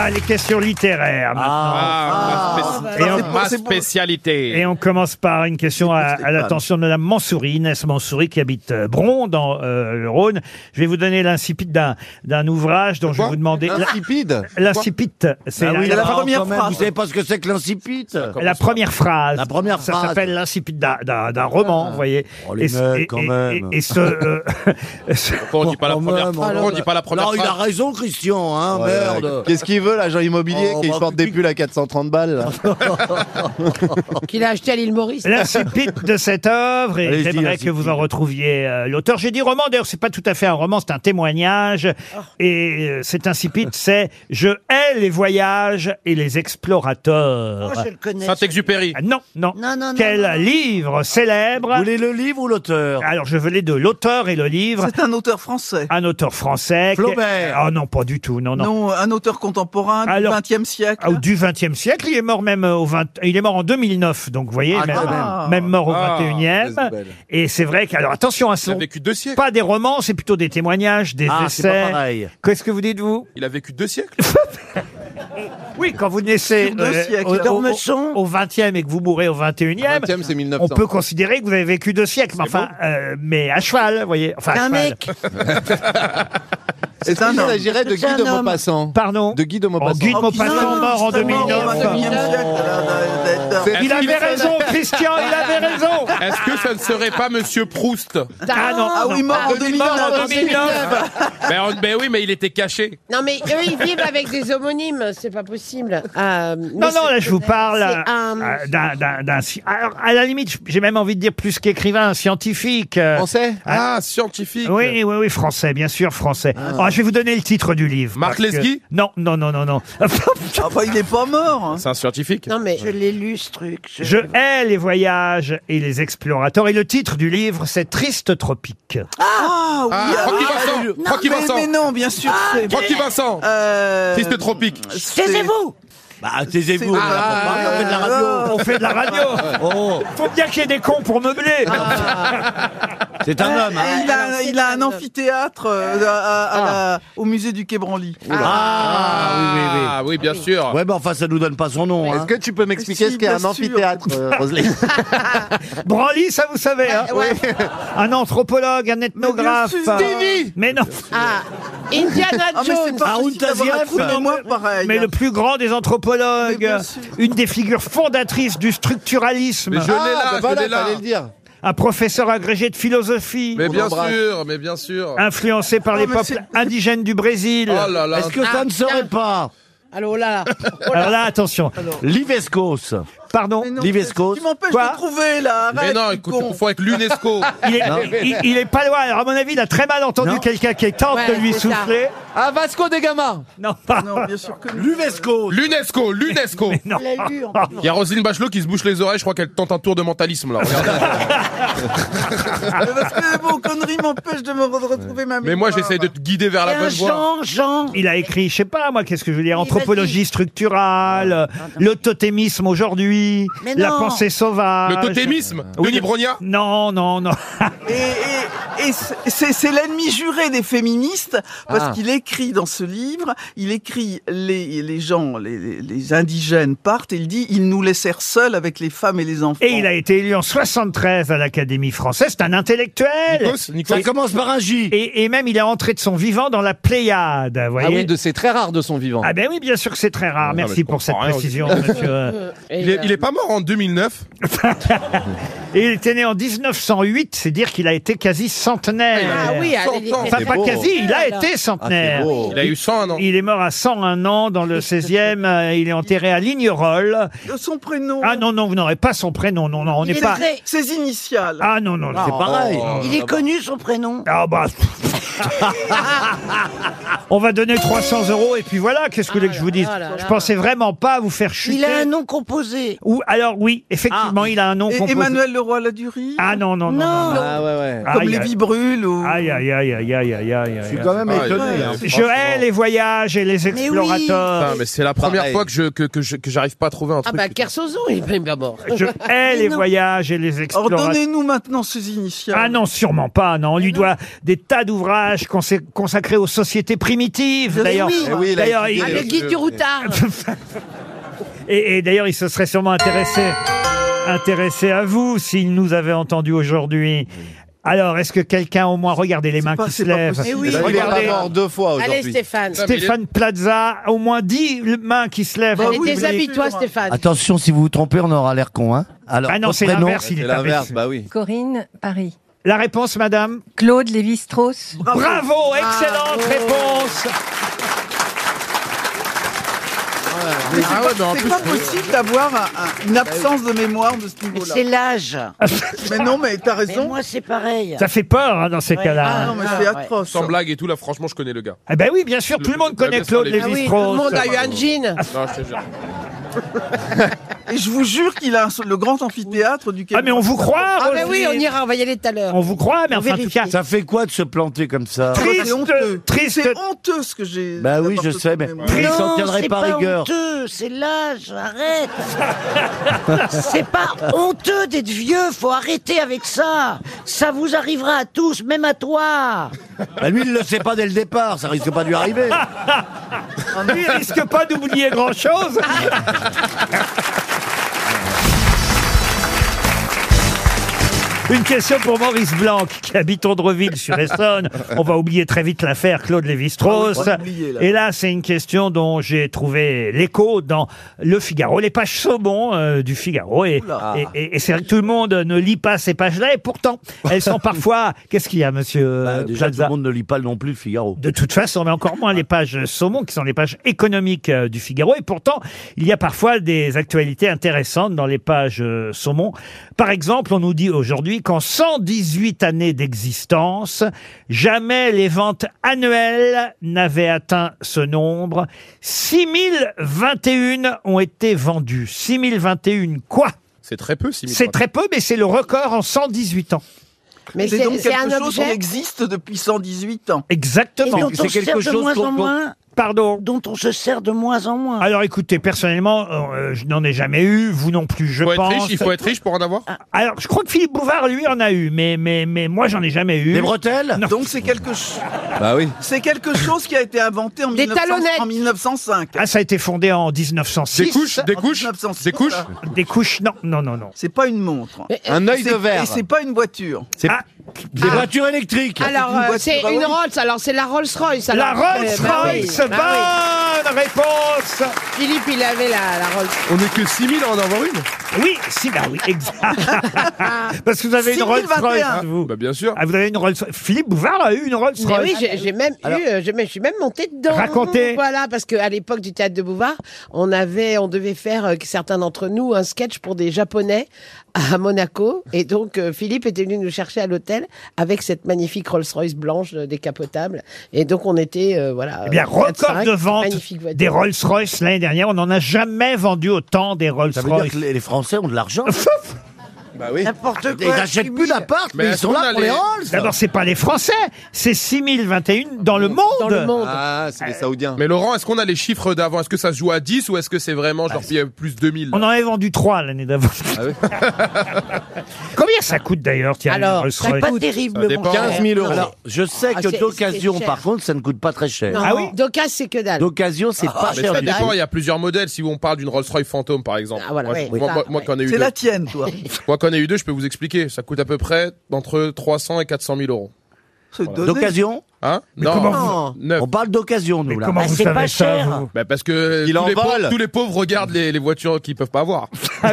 Ah, les questions littéraires. Ah, ma, spéc- Et on- ma spécialité. Et on commence par une question à, à l'attention de Madame Mansouri, Inès Mansouri, qui habite euh, Bron, dans euh, le Rhône. Je vais vous donner l'insipide d'un, d'un ouvrage dont je vais vous demander... la- L'insipide L'insipide, c'est Ah oui, la, non, première quand même, phrase. Vous savez pas ce que c'est que l'insipide La première phrase. La première Ça phrase. s'appelle l'insipide d'un, d'un- d'un roman, vous voyez. Oh, les mecs, quand même. Oh, Et, et ce, euh, ce- Pourquoi on dit pas la première phrase Pourquoi on dit pas la première Non, il a phrase raison, Christian, hein, Ouais, ouais. merde. Qu'est-ce qu'il veut l'agent immobilier Oh, qu'il bah, sorte des pulls à 430 balles là Qu'il a acheté à l'île Maurice. L'insipide de cette œuvre, et Allez-y, j'aimerais que l'insipide. vous en retrouviez euh, l'auteur. J'ai dit roman, d'ailleurs, c'est pas tout à fait un roman, c'est un témoignage. Ah. Et euh, cet insipide, c'est Je hais les voyages et les explorateurs. Oh, je le connais. Saint-Exupéry. Ah, non, non. Non, non, non, Quel non, non. livre célèbre Vous voulez le livre ou l'auteur Alors, je voulais de l'auteur et le livre. C'est un auteur français. Un auteur français. qui- Flaubert. Ah non, pas du tout, non, non. Non, un auteur contemporain du Alors- XXe siècle. Ah, du XXe siècle, il est mort même au 20... Il est mort en 2009, donc vous voyez, Ah, même, quand même, même. mort au Ah, 21e. c'est belle. Et c'est vrai que, alors attention à Il ça, a vécu deux siècles. pas des romans, c'est plutôt des témoignages, des Ah, c'est essais. pas pareil. Qu'est-ce que vous dites vous Il a vécu deux siècles. Oui, quand vous naissez euh, Sur deux siècles. au, au, Dormeçon. au 20e et que vous mourrez au 21e, 20e, c'est 1900. on peut considérer que vous avez vécu deux siècles, mais enfin, euh, mais à cheval, vous voyez. Enfin, à Un cheval. mec. Est-ce qu'il homme. s'agirait de C'est Guy un de homme. Maupassant Pardon. De Guy de Oh, Maupassant Guy de Maupassant non, mort en justement, au 2009. 21e siècle, là, là, là, là. C'est- Il avait raison, Christian, il avait raison. Est-ce que ça ne serait pas Monsieur Proust Ah non, Ah oui, non. mort en 2009. en 2009. ben, on- ben oui, mais il était caché. Non, mais eux, ils vivent avec des homonymes, c'est pas possible. Euh, Non, mais non, c'est- là je vous parle c'est euh, un- euh, d'un- d'un... d'un sci- alors, à la limite, j'ai même envie de dire plus qu'écrivain, un scientifique. euh, Français Ah, scientifique. Oui, oui, oui, français, bien sûr, français. Oh, je vais vous donner le titre du livre. Marc parce que- Lesguy Non, non, non, non, non. Enfin, il n'est pas mort. C'est un scientifique. Non, mais Je l'ai lu ce truc. je hais les voyages et les explorateurs. Et le titre du livre, c'est Triste Tropique. Ah oui. Ah, Francky ah, Vincent, je- Francky mais, Vincent. mais non, bien sûr. c'est- Francky Vincent. Euh, Triste tropique. c'est- Taisez-vous Bah, taisez-vous. on C'est- Ah, va pas parler, Ah, on fait de la radio. On fait de la radio. Oh, Ah. Faut bien qu'il y ait des cons pour meubler. c'est un homme. hein. Et Ah, Il Ah, a, il a un amphithéâtre euh, à- à- à la- au musée du Quai Branly. Ah, oui, bien sûr. Ouais, bah enfin, ça nous donne pas son nom. Est-ce Hein. que tu peux m'expliquer Si, ce qu'est un bien sûr. amphithéâtre, euh, Roselyne Branly, ça vous savez. hein. Un anthropologue, un ethnographe. Ah, Mais bien sûr. euh, Mais non. Ah, Indiana Ah, mais c'est Jones. pas Haroun possible d'avoir un Tazieff. trou de mémoire pareil. hein. Mais le plus grand des Mais anthropologues, bien sûr. une des figures fondatrices du structuralisme, Mais je l'ai Ah, là, bah je l'ai voilà, là. fallait le dire. un professeur agrégé de philosophie, Mais On bien l'embrasse. sûr, mais bien sûr. influencé par Oh, les mais peuples c'est- indigènes du Brésil. Oh là là. Ah, Est-ce que ça ne serait pas Allô, oh là, là. Alors là, attention. Livescos Pardon L'Ivesco. Tu m'empêches Quoi de trouver là. Mais arrête, non, tu écoute, con. on fout avec l'UNESCO. Il est, il- il est pas loin. Alors, à mon avis, il a très mal entendu quelqu'un qui tente Ouais, de lui c'est ça. souffler. Ah, Vasco des gamins Non, non, bien sûr que non. L'UNESCO L'UNESCO L'UNESCO non. Il y a Roselyne Bachelot qui se bouche les oreilles, je crois qu'elle tente un tour de mentalisme là. Regardez. Mais Euh, Parce que vos conneries m'empêchent de me re- retrouver ma Mais moi mémoire. j'essaie de te guider vers la bonne voie. Il a écrit, je sais pas moi, qu'est-ce que je veux dire, anthropologie structurale, euh, le totémisme aujourd'hui, Ah, Mais la non. pensée sauvage. Le totémisme Denis Brogna Non, non, non. Et, et- et c'est- c'est c'est l'ennemi juré des féministes parce Ah. qu'il écrit dans ce livre, il écrit les, les gens, les, les- les indigènes partent et il dit ils nous laissèrent seuls avec les femmes et les enfants. Et il a été élu en 73 à l'Académie française. C'est un intellectuel. Nikos, Nikos. Ça commence par un J. Et, et même, il est entré de son vivant dans la Pléiade. vous Ah voyez oui, de c'est très rare de son vivant. Ah ben oui, bien sûr que c'est très Ah, rare. mais Merci je pour cette comprends rien au précision, discours. monsieur. Il est, il est pas mort en 2009 Et il était né en 1908, c'est dire qu'il a été quasi centenaire. Ah oui, ah, il était enfin pas beau. quasi, il a Ah, été c'est centenaire. beau. Il a eu 101 ans. Il est mort à 101 ans dans le 16e, euh, il est enterré à Lignerolles. Son prénom. Ah non, non, vous n'aurez pas son prénom, non, non, on n'est pas... Ses initiales. Ah non, non, non. C'est pareil. oh, Il est connu son prénom. Ah bah... On va donner 300 euros et puis voilà, qu'est-ce que vous voulez que je vous dise Ah là là. Je pensais vraiment pas vous faire chuter. Il a un nom composé. Ou alors oui, effectivement, il a un nom Et- composé. Emmanuel Leroy Ladurie. Ah non, non, non. non, non. Ah ouais, ouais. Aïe, Comme les aïe. vibrules ou. Aïe, aïe, aïe, aïe, aïe, aïe, aïe. Je suis quand même étonné, hein, Je franchement. hais les voyages et les explorateurs. Putain, mais c'est la première Pareil. fois que je que, que je- que j'arrive pas à trouver un Ah truc. bah Kersozon, il est pas mort. Je hais les voyages et les Alors explorateurs. donnez-nous maintenant ses initiales. Ah non, sûrement pas. Non, on lui doit des tas d'ouvrages consé- consacrés aux sociétés primitives. Mais D'ailleurs, hein. oui. Eh oui, il a d'ailleurs, étudié Ah, le les- Guide du Routard. et et d'ailleurs, il se serait sûrement intéressé, intéressé à vous s'il nous avait entendu aujourd'hui. Alors, est-ce que quelqu'un au moins regardez les mains qui se lèvent Eh possible. Mais Eh oui. Il est pas mort deux fois Allez, aujourd'hui. Stéphane. Stéphane Plaza, au moins dix le- mains qui se lèvent. Allez, déshabille-toi, Stéphane. Attention, si vous vous trompez, on aura l'air con. Hein Alors, Ah non, votre c'est prénom- l'inverse, il est C'est l'inverse, imbécile. bah oui. Corinne, Paris. La réponse, madame Claude Lévi-Strauss. Bravo, excellente réponse Mais c'est Ah ouais, mais en pas, c'est plus, pas oui. possible d'avoir un- un- une absence de mémoire de ce niveau-là. C'est l'âge. Mais non, mais t'as raison. moi, c'est pareil. Ça fait peur hein, dans ces Ouais. cas-là. Ah, hein. non, mais c'est atroce. Sans blague et tout, là, franchement, je connais le gars. Eh ben oui, bien sûr, tout le monde connaît Claude Lévi-Strauss. jean. Non, je te jure. Et je vous jure qu'il a un- le grand amphithéâtre du Québec. Ah, mais on vous croit, Ah bah oui, on ira, on va y aller tout à l'heure. On vous croit, mais On enfin, en tout vérifie. cas, Ça fait quoi de se planter comme Ah, ça C'est honteux. triste- C'est honteux ce que j'ai. Bah oui, je sais, mais il s'en tiendrait c'est pas pas rigueur. honteux, c'est l'âge, arrête. c'est pas honteux d'être vieux, faut arrêter avec ça. Ça vous arrivera à tous, même à toi. Bah, lui, il le sait pas dès le départ, ça risque pas de lui arriver. lui, il risque pas d'oublier grand-chose. Une question pour Maurice Blanc, qui habite Ondreville sur Essonne. On va oublier très vite l'affaire Claude Ah oui, on Lévi-Strauss. va l'oublier, là. Et là, c'est une question dont j'ai trouvé l'écho dans Le Figaro, les pages saumon euh, du Figaro. Et, et, et- et c'est vrai que tout le monde ne lit pas ces pages-là, et pourtant, elles sont parfois... Qu'est-ce qu'il y a, monsieur euh, Bah, Déjà, tout Plaza le monde ne lit pas non plus le Figaro. de toute façon, mais encore moins les pages saumon, qui sont les pages économiques euh, du Figaro. Et pourtant, il y a parfois des actualités intéressantes dans les pages euh, saumon. Par exemple, on nous dit aujourd'hui qu'en 118 années d'existence, jamais les ventes annuelles n'avaient atteint ce nombre. 6021 ont été vendues. 6021 quoi C'est très peu, 6021. C'est très peu, mais c'est le record en 118 ans. Mais c'est c'est- donc c'est quelque un chose objet qui existe depuis 118 ans. Et Exactement. dont on se sert de moins en moins. Pardon Dont on se sert de moins en moins. Alors écoutez, personnellement, euh, je n'en ai jamais eu, vous non plus, je Faut être pense. Ah, riche, il faut être riche pour en avoir Alors, je crois que Philippe Bouvard, lui, en a eu, mais, mais, mais moi, j'en ai jamais eu. Des bretelles Non. Donc c'est quelque chose. Bah oui. C'est quelque chose qui a été inventé en, Des 1900 talonnettes. en 1905. Ah, ça a été fondé en 1906. Des couches, des En couches, 1906, des couches. ça. Des couches, non, non, non, non. C'est pas une montre. euh, Un œil C'est- de verre. Et c'est pas une voiture. C'est Ah, des voitures électriques. Alors, une euh, voiture c'est à une Rolls. Rolls. Alors, c'est la Rolls Royce. La alors. Rolls Eh, bah oui, Royce, bah oui. Bonne réponse Philippe, il avait la, la Rolls. On n'est que 6000 à en avoir une Oui, si, bah oui, exact. Parce que vous avez une Rolls 6021. Royce, vous. Bah bien sûr. Ah, vous avez une Rolls Royce. Philippe Bouvard a eu une Rolls Mais Royce. oui, j'ai- j'ai même Alors- eu, euh, je, me- je suis même montée dedans. Racontez. Voilà, parce qu'à l'époque du théâtre de Bouvard, on avait, on devait faire, euh, certains d'entre nous, un sketch pour des Japonais à Monaco. Et donc, euh, Philippe était venu nous chercher à l'hôtel avec cette magnifique Rolls-Royce blanche euh, décapotable. Et donc, on était, euh, voilà. Eh bien, euh, quatre, record cinq, de vente magnifique voiture. des Rolls Royce l'année dernière. On n'en a jamais vendu autant des Rolls Royce. Ça veut dire que les les Français ont de l'argent. bah oui. N'importe Ils n'achètent plus d'appart, mais, ils sont là pour les Halls. D'abord, c'est pas les Français, c'est 6021 dans le monde. Ah, c'est les Saoudiens. Mais Laurent, est-ce qu'on a les chiffres d'avant Est-ce que ça se joue à 10 ou est-ce que c'est vraiment genre il y a plus 2000 On en avait vendu 3 l'année d'avant. Ah Combien ça coûte d'ailleurs, tiens, Alors, une Rolls ça Royce coûte terriblement Ça dépend. cher. 15 000 euros. Alors, je sais que c'est- c'est d'occasion, cher. par contre, ça ne coûte pas très cher. Non, Ah oui D'occasion, c'est que dalle. D'occasion, c'est pas Ah, mais cher ça du dépend, tout. il y a plusieurs modèles. Si on parle d'une Rolls-Royce Phantom, par exemple. Ah, voilà, moi, oui, moi- ça, moi- moi, ouais. quand on a eu C'est deux- la tienne, toi. Moi, quand on a eu deux, je peux vous expliquer. Ça coûte à peu près entre 300 et 400 000 euros. donné. D'occasion Hein Mais comment vous- On parle d'occasion, nous, là. comment Bah, vous c'est savez pas ça, cher. vous Bah, Parce que Il tous, en les pauvres, vole. tous les pauvres regardent les, les voitures qu'ils peuvent pas avoir. Et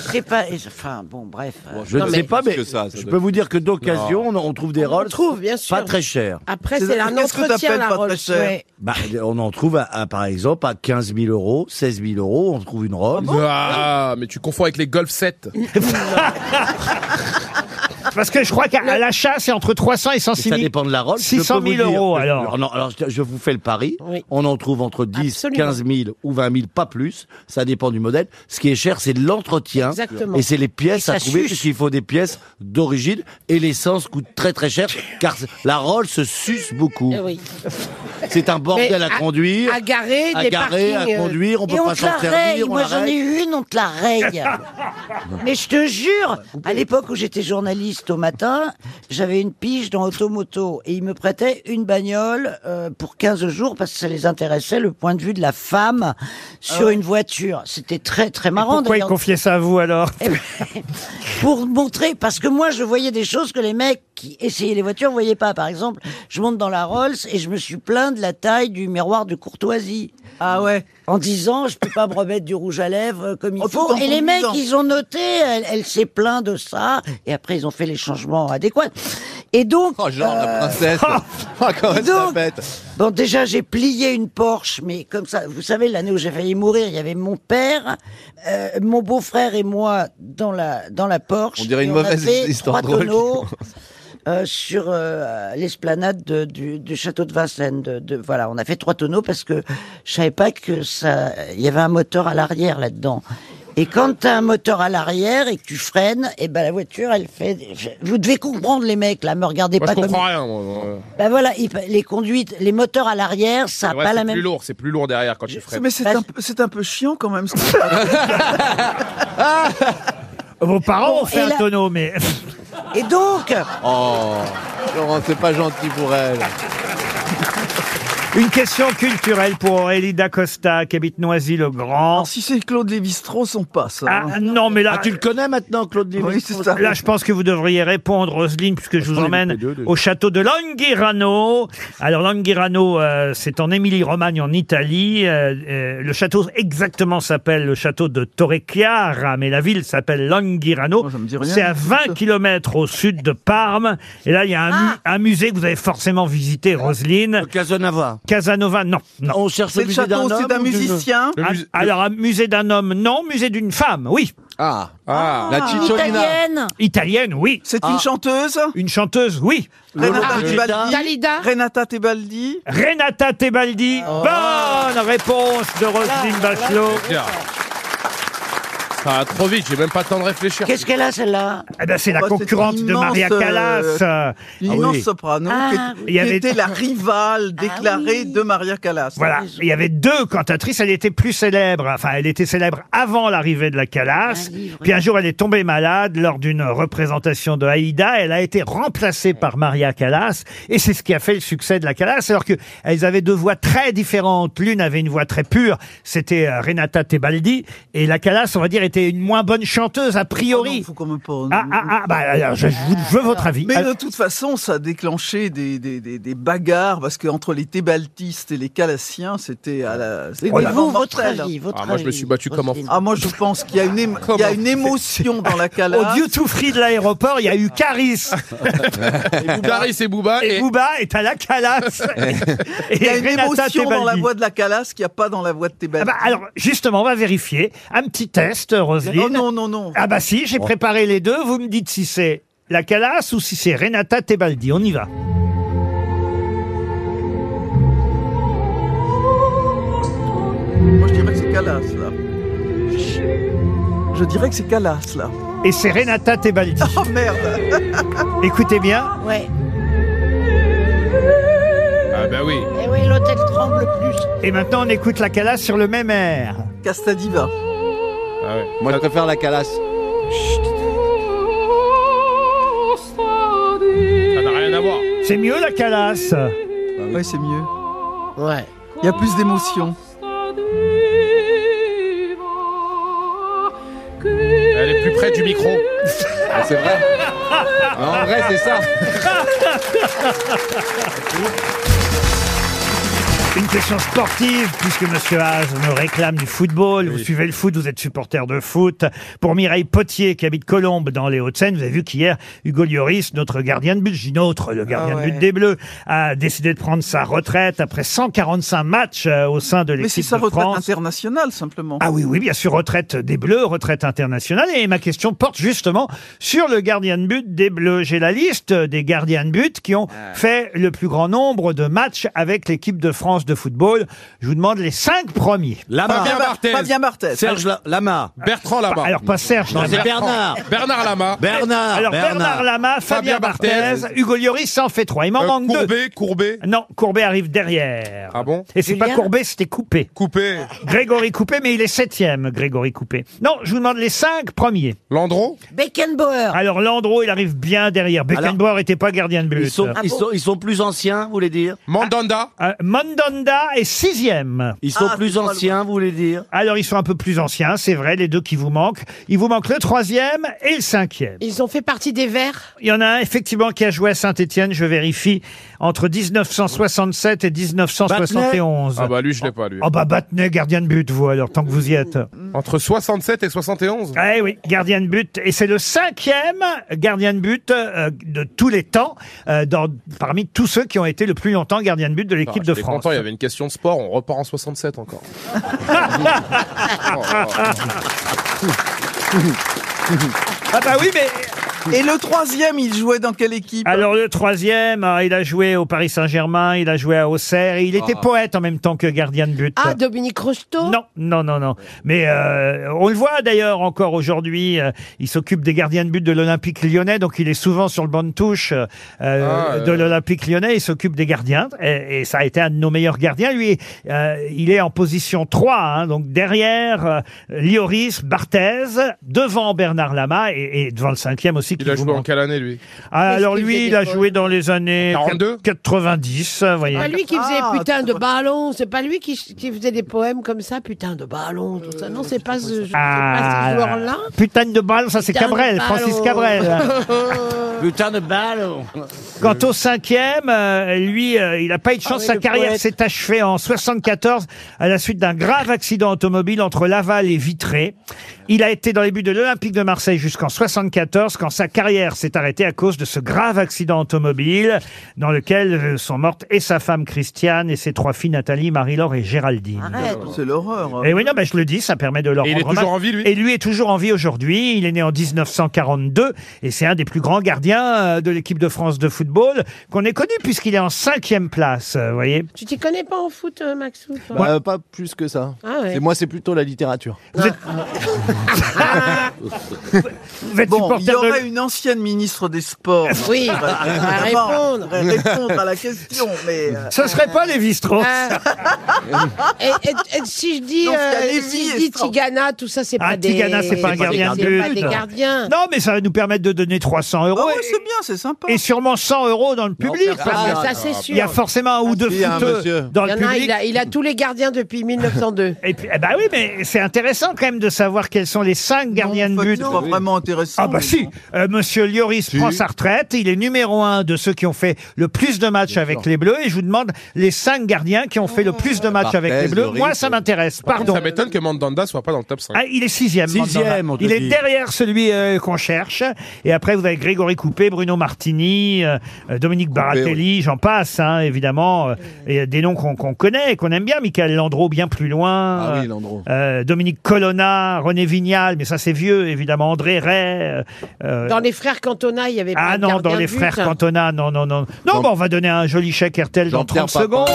c'est pas. et- enfin, bon, bref. euh, Je non, ne sais pas, Ah mais je peux vous dire que d'occasion, Non. on on trouve des Rolls. trouve, bien sûr. Pas très cher. Après, c'est un entretien, la Rolls. Ouais. Bah, on en trouve, à- à, par exemple, à 15 000 euros, 16 000 euros, on trouve une Rolls. Ah, mais tu confonds avec les Golf 7. Parce que je crois qu'à à l'achat, c'est entre 300 et 106 Ça 000. dépend de la Rolls. je peux 600 vous 000 dire- euros, alors. Non, alors, je, je vous fais le pari. On en trouve entre 10, 15 000 ou 20 000, pas plus. Ça dépend du modèle. Ce qui est cher, c'est l'entretien. Exactement. Et c'est les pièces Et à ça trouver, suce. puisqu'il faut des pièces d'origine. Et l'essence coûte très très cher, car la Rolls se suce beaucoup. Eh oui. C'est un bordel Mais à, conduire. À garer, à des garer, parkings, à euh, conduire, on et peut pas te la s'en raye. servir. on Moi, la j'en ai raye. eu une, on te la raye. Mais je te jure, à l'époque où j'étais journaliste au matin, j'avais une pige dans Automoto et ils me prêtaient une bagnole euh, pour 15 jours parce que ça les intéressait le point de vue de la femme Ah sur une voiture. C'était très très marrant. Pourquoi il d'ailleurs. Eh ben, confiait ça à vous alors pour montrer, parce que moi je voyais des choses que les mecs qui essayaient les voitures voyaient pas. Par exemple, je monte dans la Rolls et je me suis plaint de la taille du miroir de courtoisie. Ah ouais. En disant, je peux pas me remettre du rouge à lèvres euh, comme il faut. en Et les mecs, ils conduisant. ont noté, elle, elle s'est plaint de ça. Et après, ils ont fait les changements adéquats. Et donc. Oh, genre, la princesse. Ah, quand même, ça pète. Bon, déjà, j'ai plié une Porsche, mais comme ça, vous savez, l'année où j'ai failli mourir, il y avait mon père, euh, mon beau-frère et moi dans la, dans la Porsche. On dirait Et une on mauvaise avait histoire trois drôle. tonneaux, euh, sur euh, l'esplanade de- du, du château de Vincennes. De, de- voilà, on a fait trois tonneaux parce que je savais pas que ça, il y avait un moteur à l'arrière là-dedans. Et quand t'as un moteur à l'arrière et que tu freines, et ben la voiture, elle fait. Vous devez comprendre les mecs là, me regardez Moi, pas je comme. comprends rien. moi, moi. Ben voilà, il- les conduites, les moteurs à l'arrière, ça C'est n'a vrai, pas c'est la plus même. lourd, c'est plus lourd derrière quand tu freines. Mais c'est un, peu- c'est un peu chiant quand même. ce que tu fais. Vos parents Bon, ont fait et un la- tonneau, mais. Et donc, Oh, Laurent, c'est pas gentil pour elle. Une question culturelle pour Aurélie Dacosta, qui habite Noisy-le-Grand. Ah, Si c'est Claude Lévi-Strauss, on passe. Ah, non, mais là. tu le connais maintenant, Claude Lévi-Strauss Là, je pense que vous devriez répondre, Roselyne, puisque je vous emmène au château de Langhirano. Alors, Langhirano, euh, c'est en Émilie-Romagne, en Italie. Euh, euh, le château exactement s'appelle le château de Torrecchiara, mais la ville s'appelle Langhirano. rien. C'est à 20 km au sud de Parme. Et là, il y a un, Ah. mu- un musée que vous avez forcément visité, Roselyne. Casanova. Casanova, non. non. On cherche C'est le le musée château, d'un c'est homme d'un ou d'une- musicien Le Ah, musée- Alors, un musée d'un homme, non. Musée d'une femme, oui. Ah, La Cicciolina. Italienne. Italienne, oui. Ah. C'est une chanteuse Une chanteuse, oui. Renata Ah, Tebaldi. Renata Tebaldi. Ah. Renata Tebaldi. Bonne réponse de Roselyne Bachelot. Tiens. Ça va trop vite, j'ai même pas le temps de réfléchir. Qu'est-ce qu'elle a celle-là Eh ben, c'est la Bah, c'est concurrente une de immense, Maria euh, Callas. euh, Une immense soprano Ah, qui, oui. était, Il y qui avait- était la rivale Ah déclarée de Maria Callas. Voilà, il y avait deux cantatrices. Elle était plus célèbre, enfin, elle était célèbre avant l'arrivée de la Calas. Puis un jour, elle est tombée malade lors d'une représentation de Haïda. Elle a été remplacée par Maria Callas. Et c'est ce qui a fait le succès de la Calas. Alors que elles avaient deux voix très différentes. L'une avait une voix très pure. C'était euh, Renata Tebaldi. Et la Calas, on va dire, était une moins bonne chanteuse, a priori. Oh, faut qu'on me Ah, ah, ah, bah, alors, je, je vous- je veux votre avis. Euh, Mais Alors- de toute façon, ça a déclenché des, des, des, des bagarres parce qu'entre les Tébaltistes et les Calassiens, c'était à la. Oh, c'était oui, à la vous, mortelle. votre avis, votre Ah, moi, je me avis, suis battu comme Roselyne. Ah, moi, je pense qu'il y a une, émo- il y a une émotion dans la Calasse. Au Duty Free de l'aéroport, il y a eu Caris. Caris et Booba. Et Booba est à la Calasse. Il y a une Renata émotion dans la Tebaldi. voix de la Calasse qu'il n'y a pas dans la voix de Tébaldi. Ah bah, alors, justement, on va vérifier. Un petit test, Roselyne. Non, Oh non, non, non. Ah bah si, j'ai Oh. préparé les deux. Vous me dites si c'est la Calas ou si c'est Renata Tebaldi. On y va. Moi, je dirais que c'est Calas, là. Je dirais que c'est Calas, là. Et c'est Renata Tebaldi. Oh merde Écoutez bien. Ouais. Ah bah oui. Et oui, Eh l'hôtel tremble plus. Et maintenant, on écoute la Calas sur le même air. Castadiva. Ah Moi, je préfère la calasse. Ça n'a rien à voir. C'est mieux la Calas. Bah Ouais, c'est mieux. Ouais. Il y a plus d'émotion. Elle est plus près du micro. Ah, c'est vrai. en vrai, c'est ça. Une question sportive, puisque Monsieur Haas me réclame du football. Vous suivez le foot, vous êtes supporter de foot. Pour Mireille Potier, qui habite Colombes, dans les Hauts-de-Seine, vous avez vu qu'hier, Hugo Lloris, notre gardien de but, je dis notre, le gardien Ah de ouais. but des Bleus, a décidé de prendre sa retraite après 145 matchs euh, au sein de l'équipe Mais de c'est sa retraite France. internationale, simplement. Ah oui, oui, bien sûr, retraite des Bleus, retraite internationale. Et ma question porte justement sur le gardien de but des Bleus. J'ai la liste des gardiens de but qui ont Ah fait le plus grand nombre de matchs avec l'équipe de France de football. Je vous demande les cinq premiers. Lamar. Fabien Barthez. Fabien Barthez. Ah, Serge La- Lama. Bertrand Lama. Alors pas Serge Non, Lama. c'est Bernard. Bernard Lama. Bernard. Alors Bernard, Lama, Fabien, Barthez, Hugo Lloris ça en fait trois. Il m'en Euh, manque deux. Courbet, Courbet. Non, Courbet arrive derrière. Ah bon Et c'est pas Courbet, c'était Coupé. Coupé. Grégory Coupé, mais il est septième, Grégory Coupé. Non, je vous demande les cinq premiers. Landreau. Beckenbauer. Alors Landreau, il arrive bien derrière. Beckenbauer n'était pas gardien de but. Ils sont, Ah, ils, sont, ils sont plus anciens, vous voulez dire Mandanda. euh, Mandanda est sixième. Ils sont plus anciens, vous voulez dire Alors ils sont un peu plus anciens, c'est vrai, les deux qui vous manquent. Il vous manque le troisième et le cinquième. Ils ont fait partie des Verts. Il y en a un effectivement qui a joué à Saint-Étienne, je vérifie, entre 1967 et 1971. Ah bah lui, je l'ai pas, lui. Oh bah Battenay, gardien de but, vous alors, tant que vous y êtes. Entre 67 et 71. Ah oui, gardien de but. Et c'est le cinquième gardien de but euh, de tous les temps, euh, dans, parmi tous ceux qui ont été le plus longtemps gardien de but de l'équipe de J'étais France. content, il y avait une question de sport, on repart en 67 encore. Ah bah oui, mais... Et le troisième, il jouait dans quelle équipe Alors le troisième, ah, il a joué au Paris Saint-Germain, il a joué à Auxerre, et il était Ah. poète en même temps que gardien de but. Ah, Dominique Rocheteau. Non, non, non, non. Mais euh, on le voit d'ailleurs encore aujourd'hui. euh, il s'occupe des gardiens de but de l'Olympique lyonnais, donc il est souvent sur le banc de touche euh, Ah, de euh. l'Olympique lyonnais. Il s'occupe des gardiens et, et ça a été un de nos meilleurs gardiens. Lui, euh, il est en position 3, hein, donc derrière euh, Lioris, Barthez, devant Bernard Lama et, et devant le cinquième aussi. qui Il a vous joué en manque. quelle année, lui Ah, Ah, alors Qu'est-ce qu'il lui, faisait il a des joué dans les années 42? 90, vous voyez. Pas lui qui faisait Ah, putain de tu- ballon, c'est pas lui qui, qui faisait des poèmes comme ça, putain de ballon, tout ça. Euh, Non, c'est pas ce, c'est pas Ah, ce joueur-là. putain de balle, ça c'est Putain de Cabrel, ballon. Francis Cabrel. Putain de balle Quant au cinquième, euh, lui, euh, il n'a pas eu de chance. Ah oui, Sa le carrière poète. s'est achevée en 74 à la suite d'un grave accident automobile entre Laval et Vitré. Il a été dans les buts de l'Olympique de Marseille jusqu'en 74 quand sa carrière s'est arrêtée à cause de ce grave accident automobile dans lequel euh, sont mortes et sa femme Christiane et ses trois filles Nathalie, Marie-Laure et Géraldine. C'est l'horreur. hein. Et oui, non, ben, je le dis, ça permet de leur Et il est rendre hommage. toujours en vie, lui Et lui est toujours en vie aujourd'hui. Il est né en 1942 et c'est un des plus grands gardiens euh, de l'équipe de France de football qu'on ait connu puisqu'il est en cinquième place, euh, vous voyez. Tu t'y connais pas en foot, euh, Maxou toi Bah, euh, pas plus que ça. Ah ouais. C'est- Moi, c'est plutôt la littérature. Vous êtes Bon, il supporter y de- aurait une ancienne ministre des Sports. Oui, Ah, bah, Vraiment, on va répondre. on devrait répondre à la question, mais... euh, Ce serait pas Lévi Strauss. Ah. Et, et- et si je dis, Non, parce qu'il y a euh, Lévi si je et dis Strauss. Tigana, tout ça, c'est Ah, pas des. Tigana, c'est pas un des- gardien de c'est pas but. des gardiens. Non, mais ça va nous permettre de donner 300 euros Ah ouais, et- c'est bien, c'est sympa. et, sûrement 100 euros dans le public. Ah, parce que ça, c'est sûr. il y a forcément un ou deux il y a un footeux monsieur. dans Il y le en a un, public. il a, il a tous les gardiens depuis 1902. Et puis, eh ben oui, mais c'est intéressant quand même de savoir quels sont les cinq gardiens de but. pas vraiment intéressant. Ah bah si, Euh, Monsieur Lloris prend sa retraite, il est numéro un de ceux qui ont fait le plus de matchs avec les Bleus, et je vous demande les cinq gardiens qui ont fait le plus de matchs avec les Barthez, Bleus. Lloris, Moi, ça m'intéresse. Par contre, Pardon. Ça m'étonne que Mandanda soit pas dans le top 5. Ah, il est sixième. Sixième, Mandanda. on te Il est dit. derrière celui euh, qu'on cherche. Et après, vous avez Grégory Coupé, Bruno Martini, euh, euh, Dominique Baratelli, j'en passe, hein, évidemment. Euh, Et des noms qu'on qu'on connaît, et qu'on aime bien. Michael Landreau, bien plus loin. Ah oui, Euh, Landreau. euh, Dominique Colonna, René Vignal, mais ça c'est vieux, évidemment. André Ray. euh, euh, Dans les frères Cantona, il y avait pas ah de non, dans gardien les de but, frères hein. Cantona, non, non, non. Non, bah, on va donner un joli chèque RTL dans 30 secondes.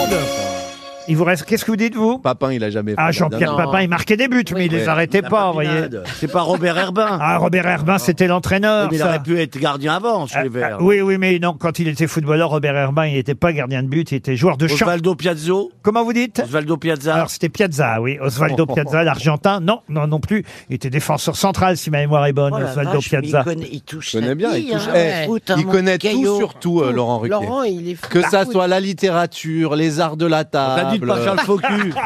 Il vous reste, qu'est-ce que vous dites, vous Papin, il a jamais fait. Ah, Jean-Pierre Papin, il marquait des buts, mais il les Ouais. arrêtait La pas, vous voyez. papinade. C'est pas Robert Herbin. Ah, Robert Herbin, c'était l'entraîneur. Mais il Euh, ça. aurait pu être gardien avant chez les Ah, Verts. oui, oui, mais non, quand il était footballeur, Robert Herbin, il n'était pas gardien de but, il était joueur de champ. Osvaldo Piazzo. Comment vous dites Osvaldo Piazza. Alors, c'était Piazza, oui. Osvaldo Piazza, l'Argentin. Non, non, non plus. Il était défenseur central, si ma mémoire est bonne, Oh la Osvaldo vache, mais il Piazza. connaît- il touche la Il connaît bien, il bille, touche- hein. eh, Ouais. Foot, hein, il mon connaît petit tout caillot. sur tout, euh, Laurent Ruquier. Laurent, il est fou. Que Bah, ça oui. soit la littérature, les arts de la table. Bah, dit de pas Charles Faucu. Il va,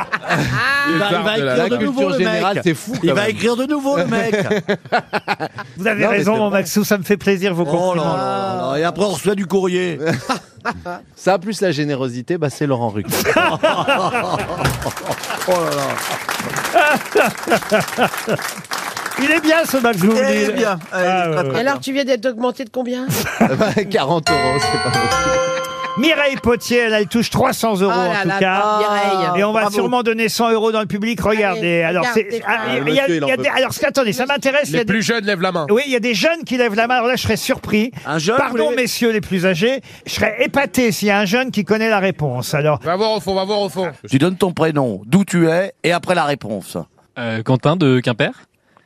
il va de la- écrire la de Eh, nouveau culture le générale, mec. c'est fou, Il quand va même. écrire de nouveau le mec. Vous avez Non, mais raison, c'est mon vrai. Maxou, ça me fait plaisir, vos Oh là compliments. là là. Et après, on reçoit du courrier. Ça, plus la générosité, bah, c'est Laurent Ruquier. Oh là là. Il est bien ce Max vous Il me est dites. bien. Ah, ouais, Et ouais. alors, tu viens d'être augmenté de combien 40 euros, c'est pas Mireille Potier, elle, elle touche 300 euros Oh Ah en là tout là, cas. Mireille. Et on va Bravo. sûrement donner 100 euros dans le public. Regardez. Allez, alors, regarde, c'est. c'est ah, pas- il y a- Le monsieur, il en il y a peut des- plus. alors, attendez, ça m'intéresse. il y Les a des- plus jeunes lèvent la main. Oui, il y a des jeunes qui lèvent la main. Alors là, je serais surpris. Pardon, messieurs les plus âgés. Je serais épaté s'il y a un jeune qui connaît la réponse. Alors, Va voir au fond, va voir au fond. Tu donnes ton prénom, d'où tu es, et après la réponse. Euh, Quentin de Quimper.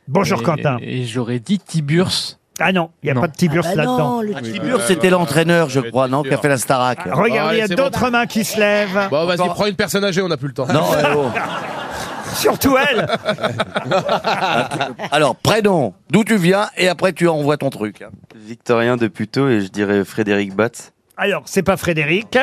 Bonjour, Et- Quentin. Et j'aurais dit Tiburce. Ah Ah non, il n'y a pas de Tiburce Ah bah là-dedans. bah, Tiburce, c'était l'entraîneur, je crois, non, qui a fait la Starac. Ah, Regardez, il y a Allez, c'est d'autres mains qui se lèvent. Bon, vas-y, prends une personne âgée, on n'a plus le temps. Non, eh oh. Surtout elle. Alors, prénom, d'où tu viens, et après tu envoies ton truc. hein Victorien de Puteaux et je dirais Frédéric Batz. Alors, c'est pas Frédéric.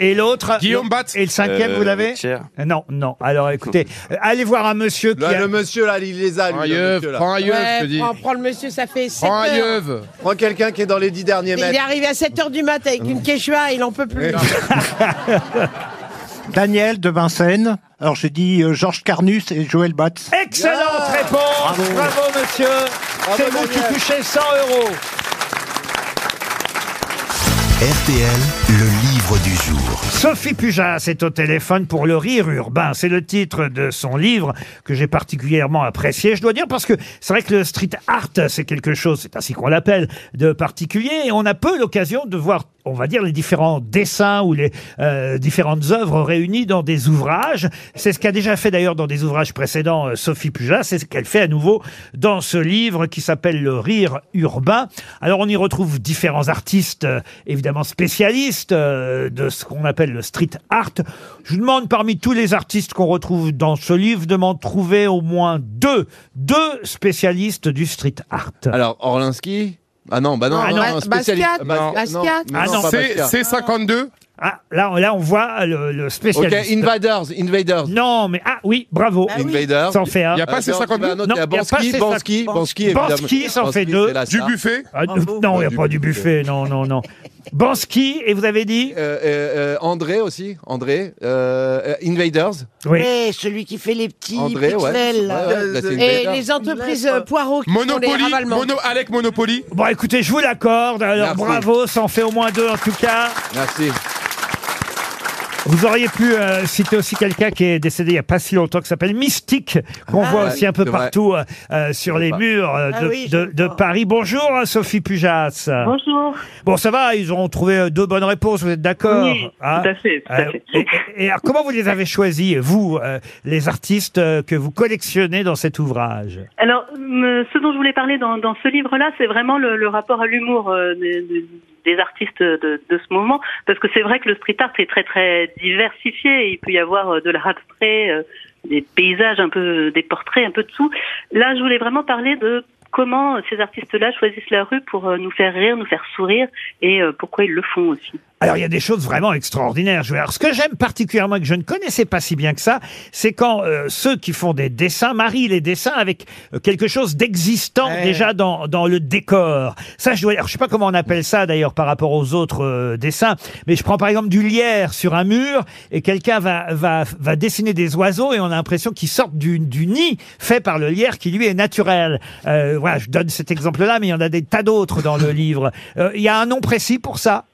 Et l'autre. Guillaume Batz. Et le cinquième, Euh, vous l'avez Richter. Non, non. Alors, écoutez, euh, allez voir un monsieur qui. a- Le monsieur, là, il les a, lui. Prends un le yeuf, monsieur, là. prends un yeuf, je te Ouais, dis. prends, prends le monsieur, ça fait 7 Prends un heures. yeuf. Prends quelqu'un qui est dans les 10 derniers Il est mètres. arrivé à 7h du mat avec une quechua, il en peut plus. Daniel de Vincennes. Alors j'ai dit euh, Georges Carnus et Joël Batz. Excellente réponse. Bravo, monsieur. C'est vous qui touchez 100 euros. RTL, le livre du jour. Sophie Pujas est au téléphone pour le rire urbain. C'est le titre de son livre que j'ai particulièrement apprécié. Je dois dire parce que c'est vrai que le street art, c'est quelque chose, c'est ainsi qu'on l'appelle, de particulier. Et on a peu l'occasion de voir, on va dire, les différents dessins ou les euh, différentes œuvres réunies dans des ouvrages. C'est ce qu'a déjà fait d'ailleurs dans des ouvrages précédents euh, Sophie Pujas. C'est ce qu'elle fait à nouveau dans ce livre qui s'appelle Le rire urbain. Alors on y retrouve différents artistes, euh, évidemment spécialistes euh, de ce qu'on appelle le street art. Je vous demande parmi tous les artistes qu'on retrouve dans ce livre de m'en trouver au moins deux, deux spécialistes du street art. Alors, Orlinski Ah non, bah non, Ah non, non, non, spécialiste. Basquiat, Basquiat, Basquiat. non, Ah non, pas c'est- Basquiat. c'est 52 Ah, là, on- là, on voit le, le spécialiste. Ok, Invaders, Invaders. Non, mais ah oui, bravo. hein. Invaders. Ça en fait un. Hein Il y a pas ces 52? Non, Non, il y a il y a pas Bansky, ces Bansky, 50. Bansky, évidemment. Bansky, ça en fait Bansky, deux. c'est la star. Du buffet Ah, euh, Non, il n'y a pas du buffet, non, non, non. Bansky, et vous avez dit Euh, euh, euh, André aussi, André. euh, euh, Invaders. Eh, celui qui fait les petits André, ouais. pixels. Ouais, ouais, là, c'est une Et belle les entreprises euh, poireaux qui font les Monopoly, ravalements. mono, Alec Monopoly. Bon, écoutez, je vous l'accorde. Alors, Merci. bravo, ça en fait au moins deux en tout cas. Merci. Vous auriez pu euh, citer aussi quelqu'un qui est décédé il n'y a pas si longtemps, qui s'appelle Mystique, qu'on Ah. voit Ouais, aussi un peu c'est vrai. partout euh, euh, sur les murs euh, de, Ah oui, de- de Paris. Bonjour, hein, Sophie Pujas. Bonjour. Bon, ça va, ils ont trouvé euh, deux bonnes réponses, vous êtes d'accord Oui, hein tout à fait, tout à Euh, fait. et, et alors, comment vous les avez choisis, vous, euh, les artistes euh, que vous collectionnez dans cet ouvrage Alors, me- ce dont je voulais parler dans, dans ce livre-là, c'est vraiment le, le rapport à l'humour euh, des, des- des artistes de, de ce mouvement, parce que c'est vrai que le street art est très très diversifié. Il peut y avoir euh, de l'art abstrait, euh, des paysages, un peu des portraits, un peu de tout. Là, je voulais vraiment parler de comment ces artistes-là choisissent la rue pour euh, nous faire rire, nous faire sourire, et euh, pourquoi ils le font aussi. Alors, il y a des choses vraiment extraordinaires. Je veux dire, Alors, ce que j'aime particulièrement et que je ne connaissais pas si bien que ça, c'est quand euh, ceux qui font des dessins marient les dessins avec euh, quelque chose d'existant déjà dans, dans le décor. Ça, je dois. Alors, je sais pas comment on appelle ça d'ailleurs par rapport aux autres euh, dessins, mais je prends par exemple du lierre sur un mur et quelqu'un va, va, va dessiner des oiseaux et on a l'impression qu'ils sortent du, du nid fait par le lierre qui lui est naturel. Euh, voilà, je donne cet exemple-là, mais il y en a des tas d'autres dans le livre. Euh, Il y a un nom précis pour ça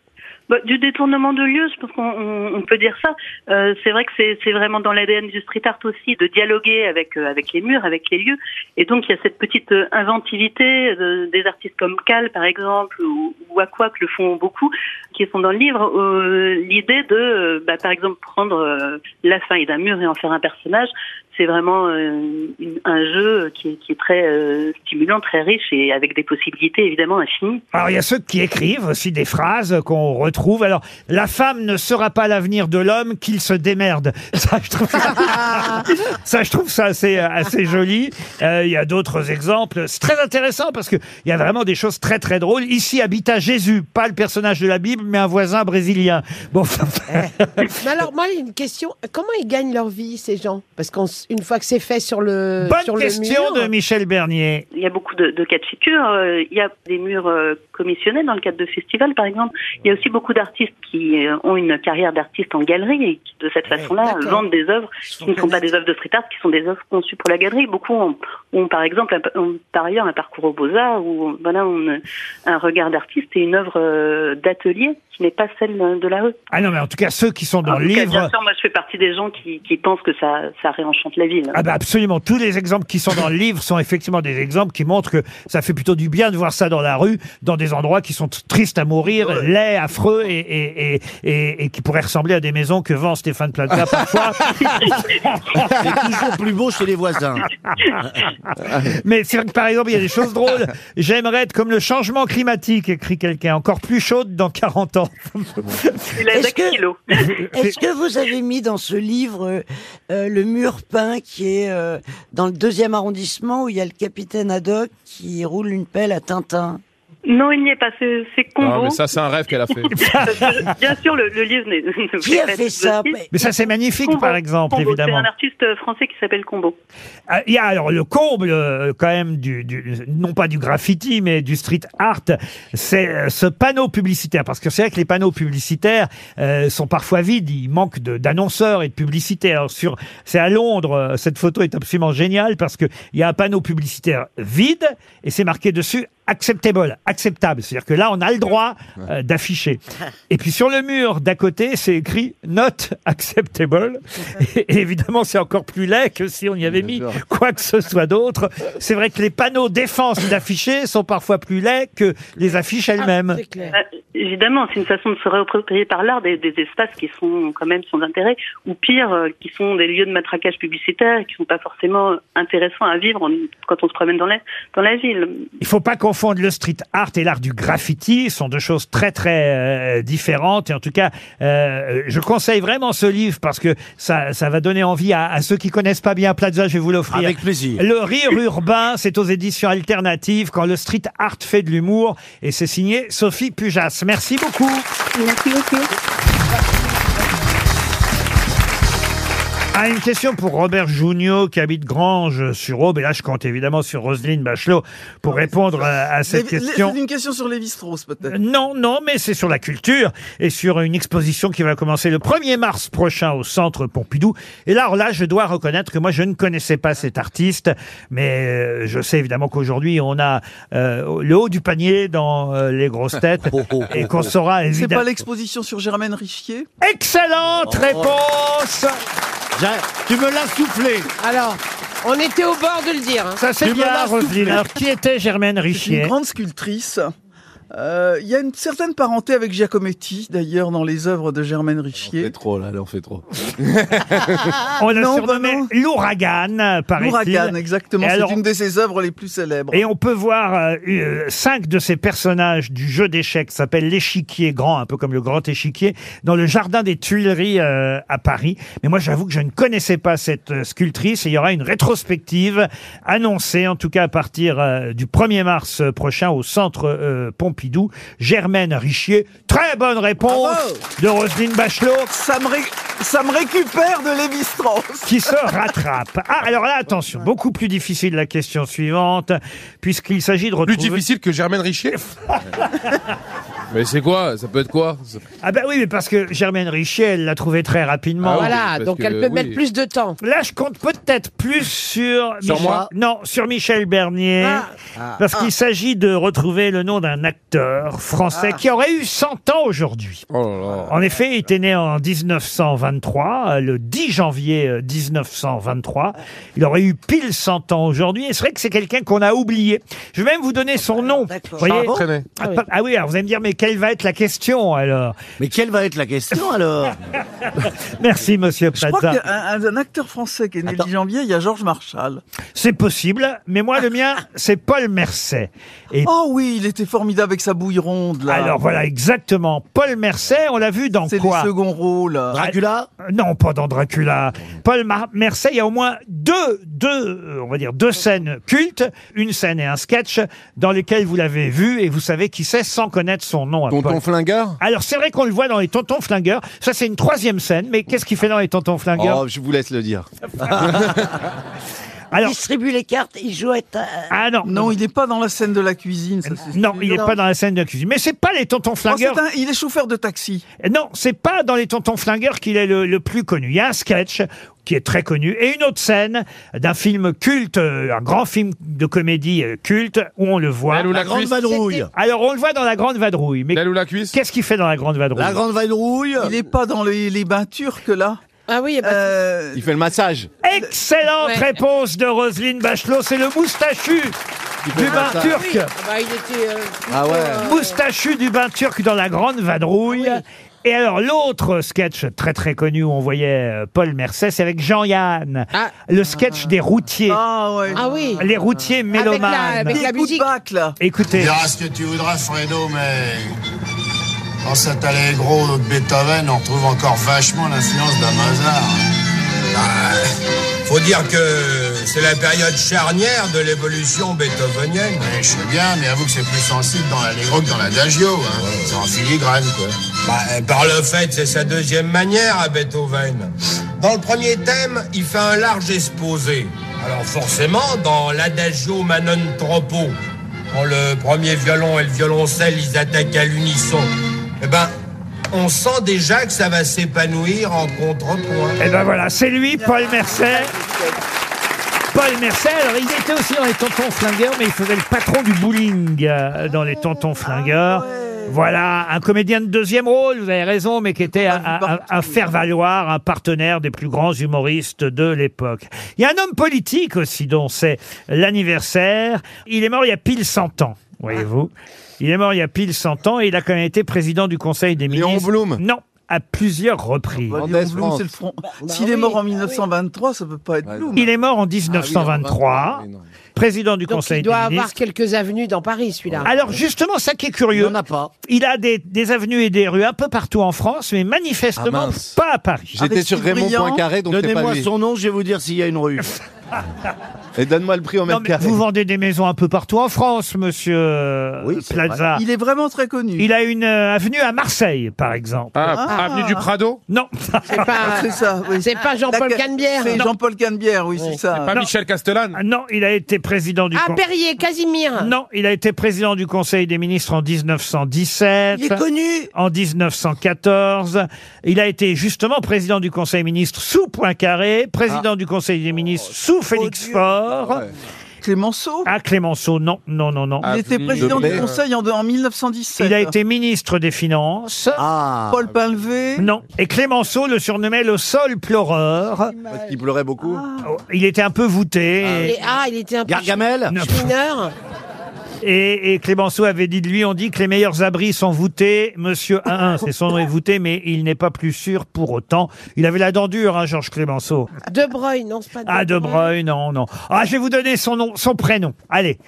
Bah, du détournement de lieu, je pense qu'on on- on peut dire ça. Euh, c'est vrai que c'est c'est vraiment dans l'ADN du street art aussi de dialoguer avec euh, avec les murs, avec les lieux. Et donc il y a cette petite euh, inventivité de- des artistes comme Cal par exemple ou, ou Aqua que le font beaucoup, qui sont dans le livre. euh, L'idée de, euh, bah, par exemple, prendre euh, la faille d'un mur et en faire un personnage, c'est vraiment euh, une- un jeu qui est, qui est très euh, stimulant, très riche et avec des possibilités évidemment infinies. Alors, il y a ceux qui écrivent aussi des phrases qu'on retrouve. Alors, la femme ne sera pas l'avenir de l'homme, qu'il se démerde. Ça, je trouve ça, je trouve ça assez, euh, assez joli. Euh, Il y a d'autres exemples. C'est très intéressant parce qu'il y a vraiment des choses très, très drôles. Ici habita Jésus, pas le personnage de la Bible, mais un voisin brésilien. Bon, Mais alors, moi, j'ai une question. Comment ils gagnent leur vie, ces gens Parce qu'une fois que c'est fait sur le. sur bonne le question mur- de Michel Bernier. Il y a beaucoup de, de cas de figure. Euh, Il y a des murs euh, commissionnés dans le cadre de festivals, par exemple. Il y a aussi beaucoup d'artistes qui euh, ont une carrière d'artiste en galerie et qui, de cette façon-là, d'accord. vendent des œuvres qui ne sont pas des œuvres de street art, qui sont des œuvres conçues pour la galerie. Beaucoup ont, ont, par exemple, un- ont, par ailleurs, un parcours aux beaux-arts ou voilà, ont une- un regard d'artiste et une œuvre euh, d'atelier qui n'est pas celle de la rue. Ah non, mais en tout cas, ceux qui sont dans En le tout cas, livre. Bien sûr, moi, je fais partie des gens qui, qui pensent que ça, ça réenchante la ville. Ah bah absolument, tous les exemples qui sont dans le livre sont effectivement des exemples qui montrent que ça fait plutôt du bien de voir ça dans la rue, dans des endroits qui sont t- tristes à mourir, laids, affreux et, et, et, et, et qui pourraient ressembler à des maisons que vend Stéphane Plaza parfois. C'est toujours plus beau chez les voisins. Mais c'est vrai que par exemple, il y a des choses drôles. J'aimerais être comme le changement climatique, écrit quelqu'un, encore plus chaude dans 40 ans. Est-ce que, est-ce que vous avez mis dans ce livre euh, euh, le mur peint qui est euh, dans le deuxième arrondissement où il y a le capitaine Haddock qui roule une pelle à Tintin Non, il n'y est pas. C'est c'est Non, Combo. mais ça, c'est un rêve qu'elle a fait. Parce que, bien sûr, le, le livre n'est- ne Qui a pas fait être ça exhaustif. Mais ça, c'est magnifique, Combo. par exemple, Combo, évidemment. C'est un artiste euh, français qui s'appelle Combo. Ah, Il y a alors le comble euh, quand même du, du- non pas du graffiti mais du street art, c'est euh, ce panneau publicitaire parce que c'est vrai que les panneaux publicitaires euh, sont parfois vides, il manque de- d'annonceurs et de publicité. Alors sur, c'est à Londres, euh, cette photo est absolument géniale parce que il y a un panneau publicitaire vide et c'est marqué dessus acceptable, acceptable, c'est-à-dire que là on a le droit euh, d'afficher. Et puis sur le mur d'à côté, c'est écrit not acceptable. Et évidemment, c'est encore plus laid que si on y avait mis quoi que ce soit d'autre. C'est vrai que les panneaux défense d'afficher sont parfois plus laids que les affiches elles-mêmes. Euh, évidemment, c'est une façon de se réapproprier par l'art des, des espaces qui sont quand même sans intérêt, ou pire, euh, qui sont des lieux de matraquage publicitaire et qui sont pas forcément intéressants à vivre en- quand on se promène dans la, dans la ville. Il faut pas confondre le street art et l'art du graffiti, ce sont deux choses très très euh, différentes. Et en tout cas, euh, je conseille vraiment ce livre parce que ça, ça va donner envie à, à ceux qui connaissent pas bien Plaza, je vais vous l'offrir. Avec plaisir. Le rire urbain, c'est aux éditions alternatives quand le street art fait de l'humour et c'est signé Sophie Pujas. Merci beaucoup. Merci beaucoup. Ah, une question pour Robert Jugnot qui habite Grange sur Aube. Et là, je compte évidemment sur Roselyne Bachelot pour répondre à, à cette Lévi- Lé- question. Euh, C'est une question sur Lévi-Strauss, peut-être. Non, non, mais c'est sur la culture et sur une exposition qui va commencer le 1er mars prochain au Centre Pompidou. Et là, alors là, je dois reconnaître que moi, je ne connaissais pas cet artiste, mais euh, je sais évidemment qu'aujourd'hui, on a euh, le haut du panier dans euh, les grosses têtes Oh, et qu'on saura C'est évidemment. pas l'exposition sur Germaine Richier Oh. Excellente réponse Tu me l'as soufflé Alors, on était au bord de le dire. hein. Ça, c'est bien, Roselyne. Alors, Ah, qui était Germaine C'est Richier une grande sculptrice. Euh, Il y a une certaine parenté avec Giacometti, d'ailleurs, dans les œuvres de Germaine Richier. On fait trop, là, on fait trop. On a surnommé l'ouragan, paraît-il. L'ouragan, bah exactement. Et C'est alors- une de ses œuvres les plus célèbres. Et on peut voir euh, euh, cinq de ces personnages du jeu d'échecs, ça s'appelle l'échiquier grand, un peu comme le grand échiquier, dans le jardin des Tuileries euh, à Paris. Mais moi, j'avoue que je ne connaissais pas cette euh, sculptrice et il y aura une rétrospective annoncée, en tout cas à partir euh, du 1er mars prochain au centre euh, Pompidou. Pompidou, Germaine Richier. Très bonne réponse de Roselyne Bachelot. Ah Ça me, récupère de Lévi-Strauss. Qui se rattrape. Ah, alors là, attention, beaucoup plus difficile la question suivante, puisqu'il s'agit de retrouver... Plus difficile que Germaine Richier Mais c'est quoi Ça peut être quoi Ça- Ah ben oui, mais parce que Germaine Richier, elle l'a trouvé très rapidement. Ah oui, Voilà, parce donc que, elle peut oui. mettre plus de temps. Là, je compte peut-être plus sur... Sur Michel- moi Non, sur Michel Bernier. Ah. Parce Ah. qu'il s'agit de retrouver le nom d'un acteur français Ah. qui aurait eu 100 ans aujourd'hui. En effet, il était né en 1923, euh, le 10 janvier euh, 1923. Il aurait eu pile 100 ans aujourd'hui. Et c'est vrai que c'est quelqu'un qu'on a oublié. Je vais même vous donner son nom. Vous voyez Ah bon Traîner. Ah, pa- ah oui, alors vous allez me dire, mais quelle va être la question alors Mais quelle va être la question alors Merci, monsieur Je crois Plaza. qu'il y a un, un acteur français qui est né le 10 janvier, il y a Georges Marshall. C'est possible, mais moi, le mien, c'est Paul Mercet. Oh oui, il était formidable avec sa bouille ronde, là. Alors voilà, exactement. Paul Mercet, on l'a vu dans quoi les seconds rôle. Dracula Non, pas dans Dracula. Paul Mar- Mercet, il y a au moins deux, deux, euh, on va dire, deux scènes cultes, une scène et un sketch dans lesquels vous l'avez vu et vous savez qui c'est sans connaître son nom. Tonton Flingueur Alors c'est vrai qu'on le voit dans les Tontons Flingueurs. Ça, c'est une troisième scène, mais qu'est-ce qu'il fait dans les Tontons Flingueurs Oh, je vous laisse le dire. Ah. Alors, Il distribue les cartes, il joue à... euh, Ah non. Non, il n'est pas dans la scène de la cuisine. Non, il n'est pas dans la scène de la cuisine. Mais c'est pas les tontons flingueurs. Oh, il est chauffeur de taxi. Non, c'est pas dans les tontons flingueurs qu'il est le, le plus connu. Il y a un sketch qui est très connu et une autre scène d'un film culte, euh, un grand film de comédie euh, culte où on le voit. Elle ou la La Grande cuisse. Vadrouille. Alors on le voit dans la grande vadrouille. Mais Qu'est-ce qu'il fait dans la grande vadrouille vadrouille. Il n'est pas dans les, les bains turcs, là. Euh, Ah oui, Il fait le massage. Excellente réponse de Roselyne Bachelot. C'est le moustachu du bain Ah, turc. oui. Ah bah, il était. euh, Ah ouais. Moustachu du bain turc dans la grande vadrouille. Ah Et alors l'autre sketch très très connu où on voyait euh, Paul Mercet, c'est avec Jean-Yann. Le sketch des routiers. Ah oui. Les routiers mélomanes. avec la musique. Écoutez. Diras ce que tu voudras, Fredo, mais. Dans cet allégro de Beethoven, on retrouve encore vachement l'influence d'un Mozart. Bah, Faut dire que Euh, c'est la période charnière de l'évolution Beethovenienne. je sais bien, mais avoue que c'est plus sensible dans l'allégro que dans l'adagio. Hein. C'est en filigrane, quoi. Bah, euh, par le fait, c'est sa deuxième manière à Beethoven. Dans le premier thème, il fait un large exposé. Alors forcément, dans l'adagio manon troppo, quand le premier violon et le violoncelle, ils attaquent à l'unisson, eh ben, on sent déjà que ça va s'épanouir en contrepoint. Eh Et ben voilà, c'est lui, Paul Mercet. Paul Mercet, alors il était aussi dans les tontons flingueurs, mais il faisait le patron du bowling euh, dans les tontons flingueurs. Voilà, un comédien de deuxième rôle, vous avez raison, mais qui était un, un- un faire-valoir, un partenaire des plus grands humoristes de l'époque. Il y a un homme politique aussi dont c'est l'anniversaire. Il est mort il y a pile 100 ans, voyez-vous. Il est mort il y a pile 100 ans et il a quand même été président du Conseil des ministres. Léon Blum Non, à plusieurs reprises. Léon Blum, c'est le front. Bah, S'il est mort en 1923, ça peut pas être Blum. Il est mort en Ah 1923, président du Donc Conseil il doit des avoir ministres. quelques avenues dans Paris, celui-là. Alors justement, ça qui est curieux. Il a pas. Il a des, des avenues et des rues un peu partout en France, mais manifestement Ah mince. pas à Paris. J'étais sur Raymond Poincaré, donc c'est pas Donnez-moi lui. son nom, je vais vous dire s'il y a une rue. Et donne-moi le prix au Non, mètre mais carré. vous vendez des maisons un peu partout en France, monsieur euh, Plaza. Il est vraiment très connu. Il a une euh, avenue à Marseille, par exemple. Ah, Ah. avenue du Prado Non. C'est pas, C'est ça, oui. Ah, c'est pas Jean-Paul La- Canebière. C'est Non. Jean-Paul Canebière, oui, c'est ça. Non. Ah, Non, il a été président du Ah, con- Perrier, Casimir. Non, il a été président du Conseil des ministres en 1917. Il est connu. En 1914. Il a été justement président du Conseil des ministres sous Poincaré, président du Conseil des ministres sous Félix Faure. Clémenceau Ah, Clémenceau, non, non, non, non. Il était président du Conseil en, en 1917. Il a été ministre des Finances. Ah, Paul Pinlevé. Non. Et Clémenceau le surnommait le sol pleureur. Ah. Oh, Parce qu'il pleurait beaucoup. Il était un peu voûté. Et- ah, il était un peu Gargamel mineur. Et, et Clémenceau avait dit de lui, on dit que les meilleurs abris sont voûtés. Monsieur 1, c'est son nom est voûté, mais il n'est pas plus sûr pour autant. Il avait la dent dure, hein, Georges Clémenceau. De Bruyne, non, c'est pas De Ah, De Bruyne, non, non. Ah, je vais vous donner son nom, son prénom. Allez.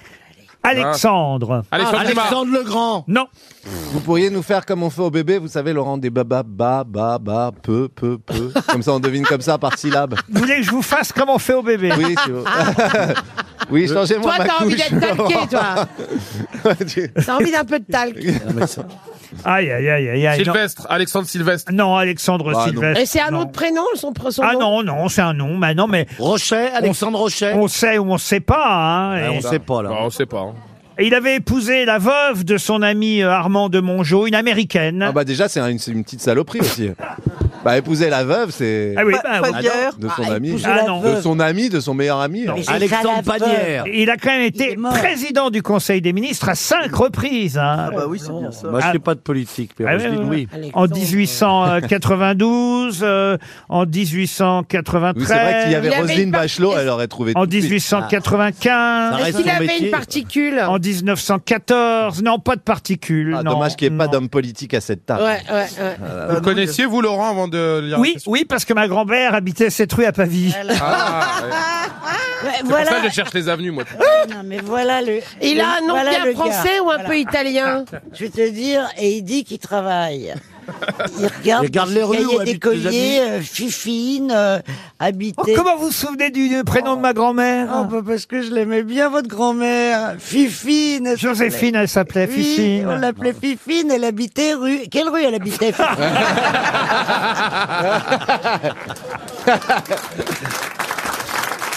Alexandre. Ah. Alexandre Dumas. Alexandre le Grand. Non. Vous pourriez nous faire comme on fait au bébé, vous savez, Laurent, des baba, ba, ba, ba, peu, peu, peu. Comme ça, on devine comme ça par syllabe. Vous voulez que je vous fasse comme on fait au bébé Oui, c'est vous. Oui, changez-moi Toi, ma couche. t'as envie d'être talqué, toi. T'as envie d'un peu de talc. Aïe, aïe, aïe, aïe, aïe. non. Sylvestre, Alexandre Sylvestre. Non, Alexandre Sylvestre. Et c'est un non. autre prénom, son, pr- son Ah nom non, non, c'est un nom maintenant, mais. Rochet, Alexandre Rochet. On sait ou on sait pas. hein, et- pas là. on sait pas. hein. Et il avait épousé la veuve de son ami euh, Armand de Mongeau, une américaine. Ah bah déjà, c'est un- une, c'est une petite saloperie aussi. bah épouser la veuve, c'est... Ah oui, bah, oui. De son Ah, ami. épouser la Ah non. de veuve. son ami, de son meilleur ami. Non. Il a quand même été président du Conseil des ministres à cinq reprises. hein. bah oui, c'est bien ça. euh. Moi, je Ah. sais pas de politique, mais Ah je ouais, dis ouais, oui. ouais. En 1892, euh, en 1893. Oui, c'est vrai qu'il y avait Roselyne Bachelot, elle aurait trouvé En tout de suite. 1895. Ça reste Est-ce qu'il son avait une métier. particule En 1914. Non, pas de particule. Ah, dommage qu'il n'y ait pas d'homme politique à cette table. Ah, Euh, Vous connaissiez, vous, Laurent, avant de lire la Oui, question oui, parce que ma grand-mère habitait cette rue à Pavie. Ah, ouais. Ouais, C'est voilà. pour ça que je cherche les avenues, moi. Ah, Non, mais voilà le. Il a un nom voilà bien le français gars. ou un Voilà. peu italien Je vais te dire, et il dit qu'il travaille. Il regarde, Il regarde les rues Il y où a des habitent les amis. colliers, euh, fifines, euh, habitées. Oh, comment vous vous souvenez du prénom de ma grand-mère Oh, bah, Parce que je l'aimais bien, votre grand-mère. Fifine. elle s'appelait. Joséphine, elle s'appelait Oui, Fifine. On l'appelait Fifine, elle habitait rue. Quelle rue elle habitait Fifine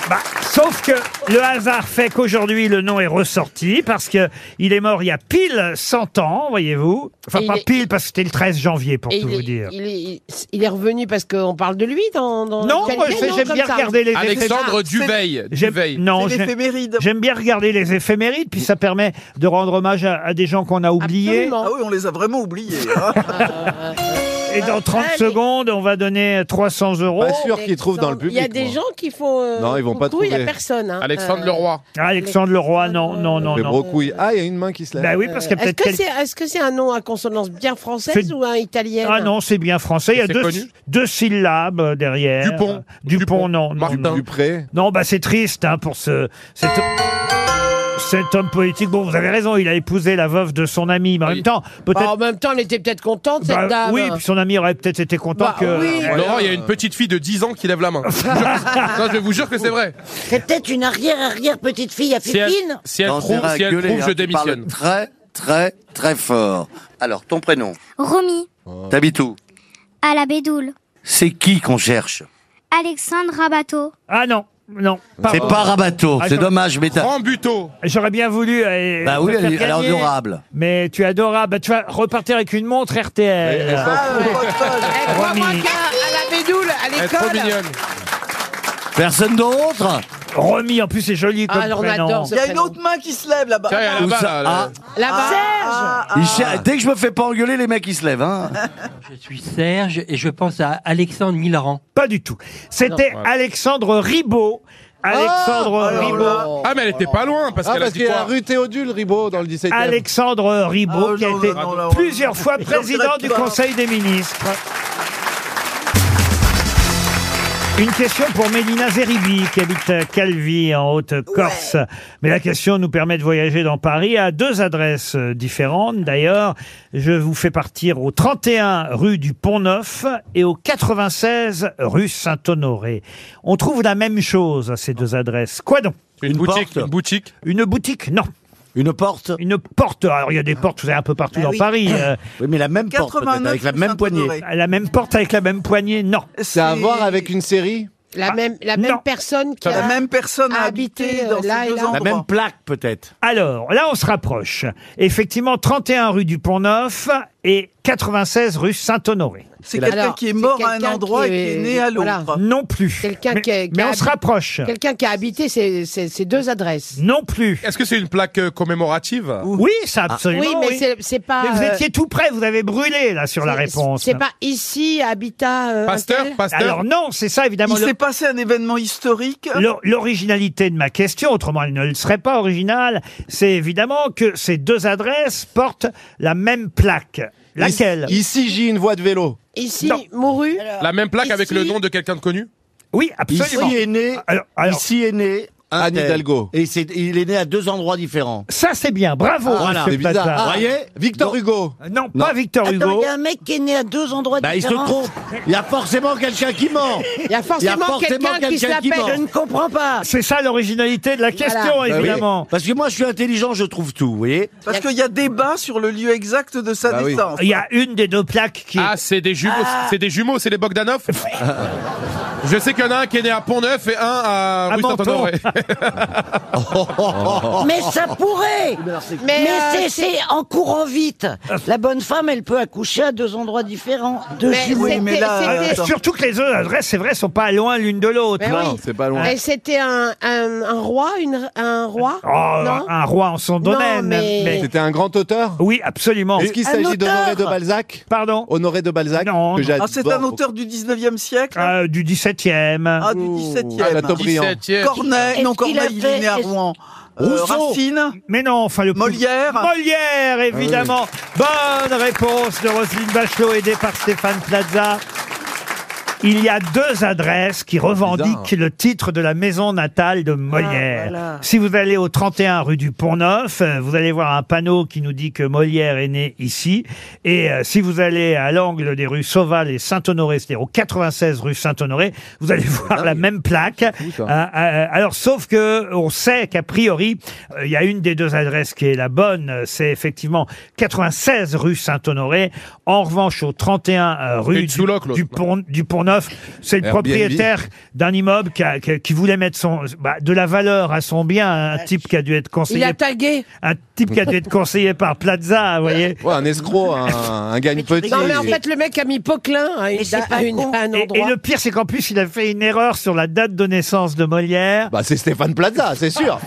Bah, sauf que le hasard fait qu'aujourd'hui le nom est ressorti parce que il est mort il y a pile 100 ans, voyez-vous. Enfin Et il pas est- pile parce que c'était le 13 janvier pour Et tout il, vous est, dire. il, est, il est revenu parce qu'on parle de lui dans. dans Non, l'actualité, moi, je fais- non, j'aime comme bien ça regarder les Alexandre éphémérides. Duveil. J'aime- Duveil. Non, j'aime- J'aime bien regarder les éphémérides puis ça permet de rendre hommage à, à des gens qu'on a oubliés. Ah oui, on les a vraiment oubliés. hein. Et dans 30 Allez. secondes, on va donner 300 euros. Pas sûr qu'ils trouvent dans le Il y a des gens qui font. euh, Non, ils vont pas coucou, Il n'y a trouver. personne. hein. Euh, Ah, Alexandre Leroy, non, non, non. Les non. brocouilles. Ah, il y a une main qui se lève. Bah oui, parce qu'il y a euh, Est-ce peut-être que quelqu'un. c'est est-ce que c'est un nom à consonance bien française C'est- ou un italien Ah non, c'est bien français. Il y a C'est deux, connu deux syllabes euh, derrière. Dupont. Euh, Dupont, non. non, non. Dupré. Non, bah c'est triste hein, pour ce, cet, cet homme politique. Bon, vous avez raison, il a épousé la veuve de son ami, mais en même temps, Bah, en peut-être. même temps, elle était peut-être contente, cette bah, dame. oui, puis son ami aurait peut-être été content Bah, que. oui. Voilà. Laurent, il y a une petite fille de 10 ans qui lève la main. Je vous jure que c'est- non, je vous jure que c'est vrai. C'est peut-être une arrière-arrière petite fille à Si elle, Fifine. si elle Non, trouve, t'as si elle gueulé, trouve, hein, je tu démissionne. parles Très, très, très fort. Alors, ton prénom Romy, T'habites où à la Bédoule. C'est qui qu'on cherche Alexandre Rabateau. Ah non, non. C'est pas Ah, Rabateau, c'est dommage, mais t'as- Grand buto. J'aurais bien voulu. euh, Bah te oui, elle faire est- elle est gagner, adorable. Mais tu es adorable. Bah, tu vas repartir avec une montre RTL. Ah Eh, Crois-moi qu'à à la Bédoule, à l'école. Personne d'autre Remis, en plus, c'est joli Ah, Ah, comme prénom. Il y a une autre main qui se lève là-bas. Ah, Tiens, elle est Où là-bas, là, ça là. Ah. Là-bas. Ah, Ils cher- Dès que je me fais pas engueuler, les mecs ils se lèvent. Hein. Je suis Serge et je pense à Alexandre Milaran. Pas du tout. C'était Non. Alexandre Ah, Ribaud. Alexandre alors Oh, là. Ribaud. Ah, mais elle était pas loin, ah, parce qu'il y a la rue Théodule Ribaud dans le 17e. Alexandre Ribaud, Ah, qui a non, été non, non, non, plusieurs fois Je président regrette du pas. Conseil des ministres. Une question pour Mélina Zeribi, qui habite Calvi, en Haute-Corse. Mais la question nous permet de voyager dans Paris à deux adresses euh, différentes. D'ailleurs, je vous fais partir au 31 rue du Pont-Neuf et au 96 rue Saint-Honoré. On trouve la même chose à ces deux adresses. Quoi donc Une, boutique, une boutique Une boutique, non. Une porte Une porte. Alors, il y a des portes, vous avez un peu partout Ah dans oui. Paris. euh. Oui, mais la même porte, peut-être, avec la 89 même poignée. Saint-Honoré. La même porte avec la même poignée, non. C'est à voir avec une série Ah, La même, la même personne qui La a même personne a habité habité dans euh, ces là et deux là. endroits. plaque, peut-être. Alors, là, on se rapproche. Effectivement, 31 rue du Pont-Neuf et 96 rue Saint-Honoré. C'est quelqu'un Alors, qui est mort c'est à un quelqu'un endroit qui et qui est né est- à l'autre. voilà. Non plus. Quelqu'un qui a- qui mais a on se habité- rapproche. Quelqu'un qui a habité ces, ces- ces deux adresses. Non plus. Est-ce que c'est une plaque euh, commémorative Oui, ça, Ah. absolument. oui, mais c'est- c'est pas. Mais vous euh, étiez tout près, vous avez brûlé, là, sur la réponse. C'est pas ici, habitat. euh, Intel Alors non, c'est ça évidemment. Il s'est passé un événement historique. L'or- L'originalité de ma question, autrement elle ne le serait pas originale, c'est évidemment que ces deux adresses portent la même plaque. Laquelle Ici, j'ai une voie de vélo. Ici, mouru. La même plaque avec le nom de quelqu'un de connu Oui, absolument. Ici est né, Alors- alors- ici est né Anne Hidalgo. Et c'est- il est né à deux endroits différents. Ça, c'est bien. Bravo. Ah, voilà. monsieur C'est bizarre. Plaza. Ah, voyez Victor Hugo. Non, pas Victor Attends, Hugo. il y a un mec qui est né à deux endroits Bah, il se différents. trompe. Il y a forcément quelqu'un qui ment. Il y a forcément quelqu'un qui s'appelle. Je ne comprends pas. C'est ça l'originalité de la question, Bah oui. évidemment. Parce que moi, je suis intelligent, je trouve tout, vous voyez Parce qu'il y a débat sur le lieu exact de sa Bah oui. naissance. Il y a Ah, une des deux plaques qui. Ah, c'est des jumeaux, Ah. c'est des jumeaux, c'est les Bogdanov. Je sais qu'il y en a un qui est né à Pont-Neuf et un à, À rue Menton. Saint-Honoré. Oh. Mais ça Oh. pourrait Mais, euh, c'est- c'est- c'est en courant vite. La bonne femme, elle peut accoucher à deux endroits différents. Deux Mais jumeaux. c'était- Mais là, c'était- attends. Ah. Surtout que les deux adresses, c'est vrai, sont pas loin l'une de l'autre. Mais Non, Ben oui. c'est pas Et c'était un, un, un roi, une, un roi Oh, un roi en son Non, domaine. mais- C'était un grand auteur Oui, absolument. Est-ce qu'il s'agit d'Honoré de Balzac Pardon Honoré de Balzac Non, que non. j'adore. Ah, c'est un auteur du 19e siècle Euh, du 17e. Ah, du 17e. Ah, la Chateaubriand. 17e. Corneille, non, Est-ce qu'il a Corneille, il est fait- né à est-ce- Rouen. Euh, Rousseau. Racine Mais non, enfin le Molière. Molière, évidemment. Ah Bonne réponse de Roselyne Bachelot, aidée par Stéphane Plaza. Il y a deux adresses qui revendiquent le titre de la maison natale de Molière. Ah, voilà. Si vous allez au 31 rue du Pont-Neuf, euh, vous allez voir un panneau qui nous dit que Molière est né ici. Et euh, si vous allez à l'angle des rues Sauval et Saint-Honoré, c'est-à-dire au 96 rue Saint-Honoré, vous allez voir la même plaque. Ah fou, ça. Euh, euh, alors, sauf que euh, on sait qu'a priori, euh, il y a une des deux adresses qui est la bonne. euh, C'est effectivement 96 rue Saint-Honoré. En revanche, au 31 euh, rue une du, sous loc, l'autre. du Pont du Pont Neuf, c'est le Airbnb. propriétaire d'un immeuble qui, a- qui- qui voulait mettre son bah, de la valeur à son bien. Un type qui a dû être Il conseillé, a tagué un type qui a dû être conseillé par Plaza, vous voyez. Ouais, un escroc, un, un gagne petit. Non, mais en fait, le mec a mis Poquelin à, une- Mais c'est à pas une- con. à un Et, et endroit. le pire, c'est qu'en plus, il a fait une erreur sur la date de naissance de Molière. Bah, c'est Stéphane Plaza, c'est sûr.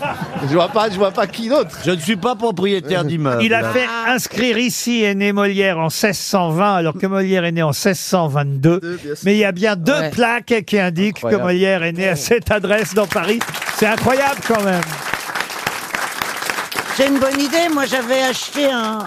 je vois pas, je vois pas Eh qui d'autre. Je ne suis pas propriétaire d'immeuble. Il Ah. a fait inscrire ici est né Molière en 1620, alors que Molière est né en 1622. Deux, bien sûr. Mais il y a bien deux Ouais. plaques qui indiquent Incroyable. que Molière est né à cette adresse dans Paris. C'est incroyable quand même. C'est une bonne idée. Moi, j'avais acheté un.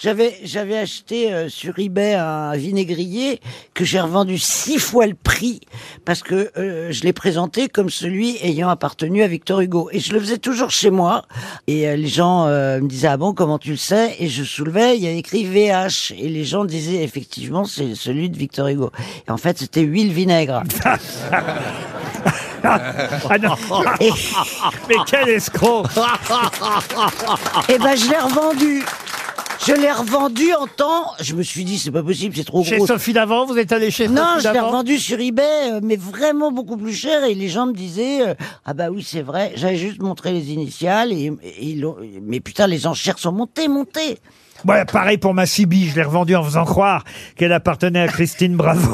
J'avais, j'avais acheté euh, sur eBay un vinaigrier que j'ai revendu six fois le prix parce que euh, je l'ai présenté comme celui ayant appartenu à Victor Hugo. Et je le faisais toujours chez moi. Et euh, les gens euh, me disaient, ah bon, comment tu le sais Et je soulevais, il y a écrit VH. Et les gens disaient, effectivement, c'est celui de Victor Hugo. Et en fait, c'était huile vinaigre. Ah non, et, Ah. mais quel escroc et ben, je l'ai revendu. Je l'ai revendu en temps. Je me suis dit, c'est pas possible, c'est trop Chez gros. Sophie d'avant, vous êtes allé chez Non, Sophie je l'ai d'avant revendu sur eBay, euh, mais vraiment beaucoup plus cher. Et les gens me disaient, euh, ah bah oui, c'est vrai. J'avais juste montré les initiales. Et, et ils l'ont- mais putain, les enchères sont montées, montées. Voilà, pareil pour ma Sibi, je l'ai revendue en faisant croire qu'elle appartenait à Christine Bravo.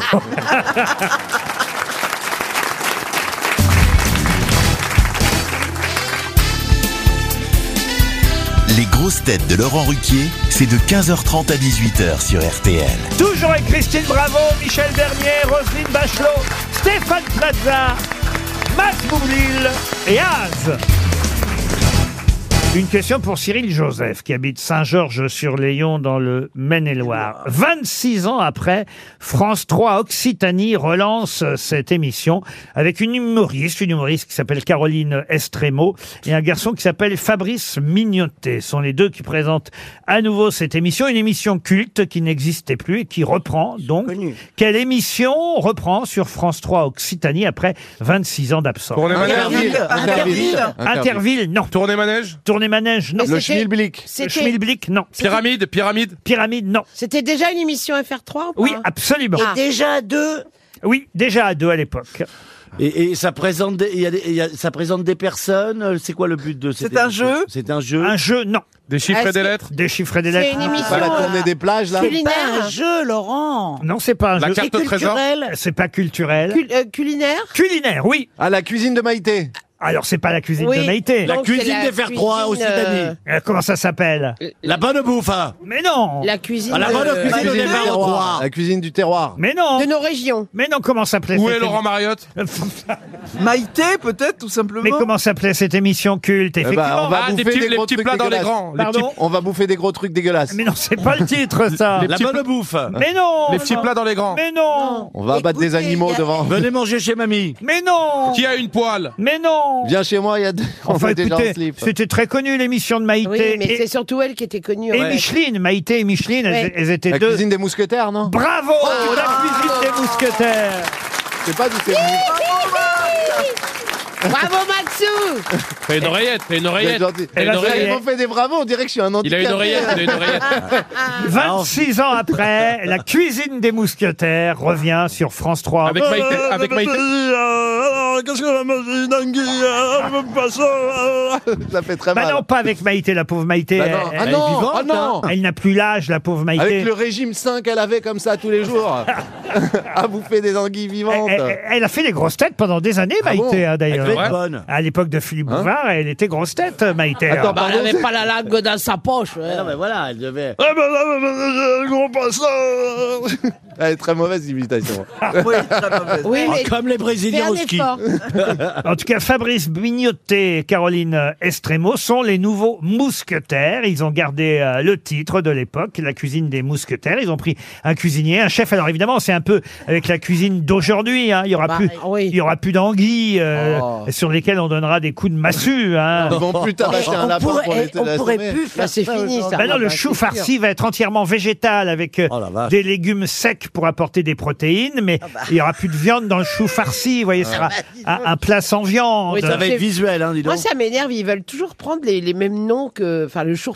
Les grosses têtes de Laurent Ruquier, c'est de 15h30 à 18h sur RTL. Toujours avec Christine Bravo, Michel Bernier, Roselyne Bachelot, Stéphane Plaza, Max Boublil et ah. Az. Une question pour Cyril Joseph, qui habite Saint-Georges-sur-Léon dans le Maine-et-Loire. 26 ans après, France 3 Occitanie relance euh, cette émission avec une humoriste, une humoriste qui s'appelle Caroline Estremo et un garçon qui s'appelle Fabrice Mignotet. Ce sont les deux qui présentent à nouveau cette émission, une émission culte qui n'existait plus et qui reprend donc. Connu. Quelle émission reprend sur France 3 Occitanie après 26 ans d'absence Tournez manège. Interville. Interville. Interville, non. Tournez manège. Tournée manège, non. Mais Le c'était- Schmilblick. Le C'était Schmilblick, non. Pyramide, pyramide. Pyramide, non. c'était déjà une émission FR3 ou pas Oui, absolument. Et déjà deux. Oui, déjà à deux à l'époque. Et, et ça présente, des, il y a des- il y a- ça présente des personnes. euh, C'est quoi le but de cette C'est un émission jeu C'est un jeu. Un jeu, non. Des chiffres Ah, et des c'est- lettres. Des chiffres et des C'est lettres. une émission Pas la euh, tournée des plages, là. C'est pas culinaire, un jeu, Laurent. Non, c'est pas un La jeu. carte au trésor. C'est pas culturel. cul- euh, culinaire. Culinaire, oui. À la cuisine de Maïté. Alors, c'est pas la cuisine Oui. de Maïté. La Donc, c'est cuisine la des fer 3 cuisine, euh, Occitanie. Euh, Comment ça s'appelle La bonne bouffe. hein. Mais non La cuisine Ah, la de- bonne euh, cuisine des fer terroir. 3 La cuisine du terroir. Mais non de nos régions. Mais non, comment s'appelait Où cette est Laurent émi- Mariotte Maïté, peut-être, tout simplement. Mais comment s'appelait cette émission culte bah, Effectivement. on va Ah, des bouffer petits, des les gros petits trucs plats dans les dégueulasses. grands. Les petits, Pardon On va bouffer des gros trucs dégueulasses. Mais non, c'est pas le titre, ça. La bonne bouffe. Mais non les petits non. plats dans les grands. Mais non On va abattre des Écoutez, animaux y a- devant. Venez manger chez mamie. Mais non Qui a une poêle Mais non non Viens chez moi, il y a deux. Enfin, on est déjà en écoutez, slip. c'était très connu l'émission de Oui, Maïté. mais et- c'est surtout elle qui était connue. Et ouais. Micheline, Maïté et Micheline, elles, Ouais. elles étaient La deux. cuisine des mousquetaires, non Bravo La cuisine des mousquetaires Je sais pas d'où c'est venu. Bravo Maxou T'as une oreillette, t'as une Vous êtes oreillette. gentil. Eh T'as une ben, Ils oreillette. m'ont fait des bravos, on dirait que je suis un Il a handicapé. une oreillette, il a une oreillette. Ah. 26 ans après, la cuisine des mousquetaires revient sur France 3. Avec Maïté, avec Maïté. Ah, Qu'est-ce que la magie Ça fait très Bah mal. non, pas avec Maïté, la pauvre Maïté. Bah non. Elle- Ah elle- non, ah non. Elle n'a plus l'âge, la pauvre Maïté. Avec le régime 5 qu'elle avait comme ça tous les jours, à bouffer des anguilles vivantes. Elle, elle- elle a fait des grosses têtes pendant des années, Ah Maïté, bon hein, d'ailleurs. Elle devait être bonne. À l'époque de Philippe Bouvard, elle était grosse tête, Maïté. Hein Attends, Bah, pardon, avait c'est- pas la langue dans sa poche. Non, mais voilà, elle devait. Eh ben, Ah bah là, bah là, j'ai le gros passant. Elle est très mauvaise imitation. Ah, Oui, mais Comme les fais Brésiliens un au ski. effort. En tout cas, Fabrice Bignotet et Caroline Estremo sont les nouveaux mousquetaires. Ils ont gardé euh, le titre de l'époque, la cuisine des mousquetaires. Ils ont pris un cuisinier, un chef. Alors évidemment, c'est un peu avec la cuisine d'aujourd'hui. hein. Il y aura Bah, plus, oui. il y aura plus d'anguilles euh, Oh. sur lesquelles on donnera des coups de massue. hein. Ils vont plus tard acheter un lapin pourrait- eh, pour les on pourrait l'assommer. plus Là, faire c'est ça fini, ça. aujourd'hui. Bah non, le bah, chou c'est sûr. farci va être entièrement végétal avec euh, Oh la vache. Ah bah. des légumes secs pour apporter des protéines, mais il y aura plus de viande dans le chou farci. Vous voyez, ce sera un, un plat sans viande. Oui, Ça va C'est- être visuel, hein, dis Moi, donc. ça m'énerve. Ils veulent toujours prendre les, les mêmes noms que. Enfin, le jour.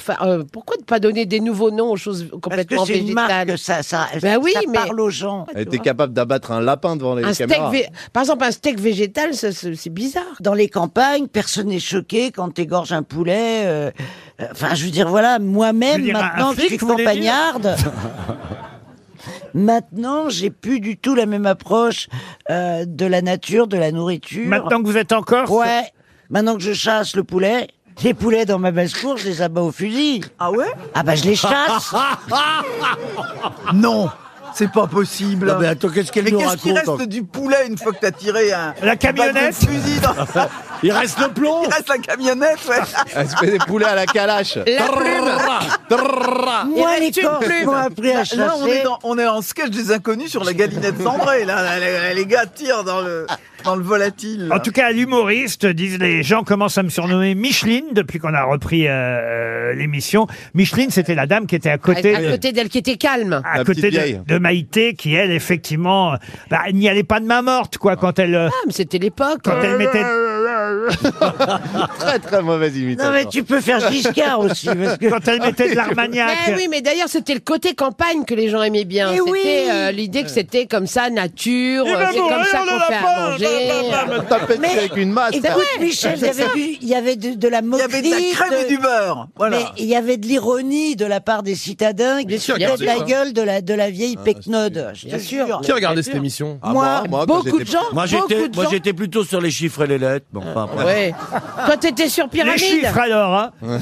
pourquoi ne pas donner des nouveaux noms aux choses Parce que complètement c'est une marque, végétales ça, ça, Bah oui, ça mais- parle aux gens. Elle était capable d'abattre un lapin devant les Un steak caméras. vé- Par exemple, un steak végétal, ça, c'est c'est bizarre. Dans les campagnes, personne n'est choqué quand t'égorges un poulet. euh, euh, Enfin, je veux dire, voilà, Je veux moi-même, dire, un- un maintenant que je suis flic, vous voulez dire campagnarde, maintenant, j'ai plus du tout la même approche euh, de la nature, de la nourriture. Maintenant que vous êtes en Corse, Ouais, maintenant que je chasse le poulet, les poulets dans ma basse-cour, je les abats au fusil. Ah ouais Ah bah, je les chasse Non, c'est pas possible. Non, Ah, mais attends, qu'est-ce qu'elle Mais nous qu'est-ce qui raconte reste du poulet une fois que t'as tiré un La un camionnette bac de fusil dans... Il reste le plomb Il reste la camionnette, ouais. Elle se fait des poulets à la calache. La plume Trrrra. Moi, les corps m'ont appris à Là, chasser. là, on, est dans- on est en sketch des inconnus sur la galinette cendrée. Là, Là, les, les gars tirent dans le, dans le volatile. En tout cas, à l'humoriste, disent les gens, commencent à me surnommer Micheline depuis qu'on a repris euh, l'émission. Micheline, c'était la dame qui était à côté. À côté d'elle qui était calme. à La côté petite de, vieille. de Maïté, qui elle, effectivement, euh, bah, elle n'y allait pas de main morte, quoi, quand elle, euh, Ah, mais c'était l'époque. quand elle mettait. Très très mauvaise imitation. Non, mais tu peux faire Giscard aussi, parce que... Quand elle mettait de l'armagnac. Eh oui, mais d'ailleurs, c'était le côté campagne que les gens aimaient bien. Mais C'était oui. euh, l'idée que c'était comme ça, nature, Il euh, va c'est mourir, comme ça le qu'on fait lapin, à manger. Tapez avec une masse. Écoute, Michel, il y avait, du- il y avait de, de la il y moquerie. avait de la crème de- et du beurre. Voilà. Mais il y avait de l'ironie de la part des citadins qui Bien sûr, se foutaient de la regardez ça. gueule de la, de la vieille pecnode. Je te Bien sûr. jure. Qui regardait cette émission Ah, moi, quand Beaucoup de j'étais- gens. Moi j'étais, beaucoup de moi gens- j'étais plutôt sur les chiffres et les lettres. Bon, enfin, après. Ouais. Toi, t'étais sur Les Pyramide. chiffres alors, hein.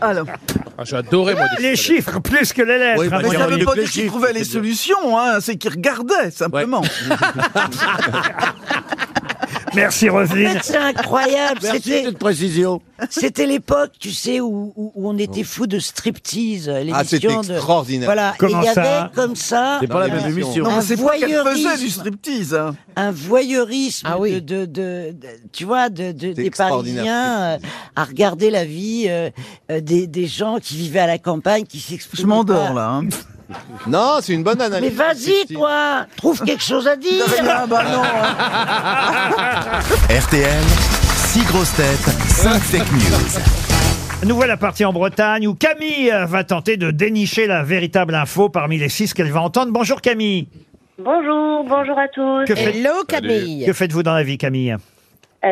Alors, Ah, J'ai adoré, moi. des- les chiffres plus que les lettres. Oui, hein. bah, mais ça Caroline veut pas Leclerc, dire qu'ils chiffre, trouvaient les c'est-à-dire- solutions, hein, c'est qu'ils regardaient simplement. Merci Roselyne. C'est incroyable. Merci de C'était, cette précision. c'était l'époque, tu sais, où, où, où on était fou de striptease. L'émission Ah, c'était de- extraordinaire. Voilà. Comment Et il y ça avait comme ça C'est pas la mais même attention. émission. Non, Un mais c'est pas qu'elle faisait voyeurisme. du striptease. hein. un voyeurisme Ah oui. de, de, de- de- tu vois, de, de- des extraordinaire, Parisiens euh, à regarder la vie euh, euh, des, des gens qui vivaient à la campagne, qui s'exprimaient. Je m'endors pas. là. hein. Non, c'est une bonne Mais analyse. vas-y, toi, trouve quelque chose à dire. Ah bah non. hein. RTL, 6 grosses têtes, 5 fake news. Nous voilà partis en Bretagne où Camille euh, va tenter de dénicher la véritable info parmi les six qu'elle va entendre. Bonjour Camille. Bonjour, bonjour à tous. Que, fait- Hello, Camille. que faites-vous dans la vie Camille Euh,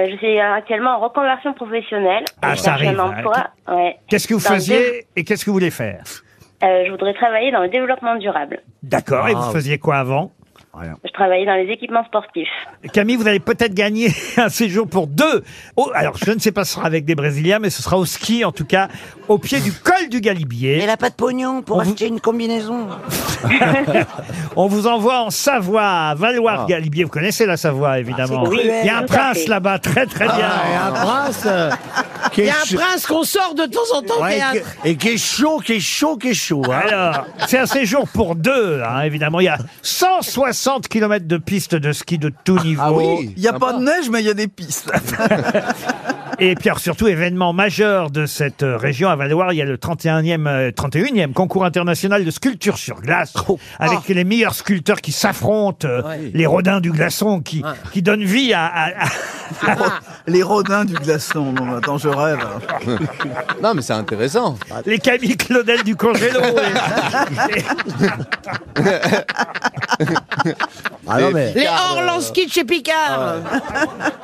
je suis euh, actuellement en reconversion professionnelle. Ah, Je ça cherche arrive, Un emploi. Ouais. Qu'est-ce que vous Dans le faisiez et qu'est-ce que vous voulez faire Euh, je voudrais travailler dans le développement durable. D'accord, et vous Ah. faisiez quoi avant Je travaillais dans les équipements sportifs. Camille, vous allez peut-être gagner un séjour pour deux. Oh, alors, je ne sais pas si ce sera avec des Brésiliens, mais ce sera au ski, en tout cas, au pied du col du Galibier. Elle a pas de pognon pour On vous- acheter une combinaison. On vous envoie en Savoie, à Ah. Valoir-Galibier. Vous connaissez la Savoie, évidemment. Ah, c'est Il y a un cruel, tout à prince fait. là-bas, très très bien. Ah, et un prince. euh, Il y a un prince qu'on sort de temps en temps au théâtre. et qui est chaud, qui est chaud, qui est chaud. hein. Alors, c'est un séjour pour deux, hein, évidemment. Il y a 160 km de pistes de ski de tout niveau. Ah Ah Il n'y a pas de neige, mais il y a des pistes. Et puis alors, surtout, événement majeur de cette euh, région à Val-de-Loire, il y a le 31e, euh, 31e concours international de sculpture sur glace, avec Ah. les meilleurs sculpteurs qui s'affrontent, euh, les rodins du glaçon qui, Ah. qui donnent vie à... les rodins du glaçon, non, attends, je rêve. non, mais c'est intéressant. Les Camille Claudel du congélo. Ah non, mais- Les Orlanski de chez Euh, Picard.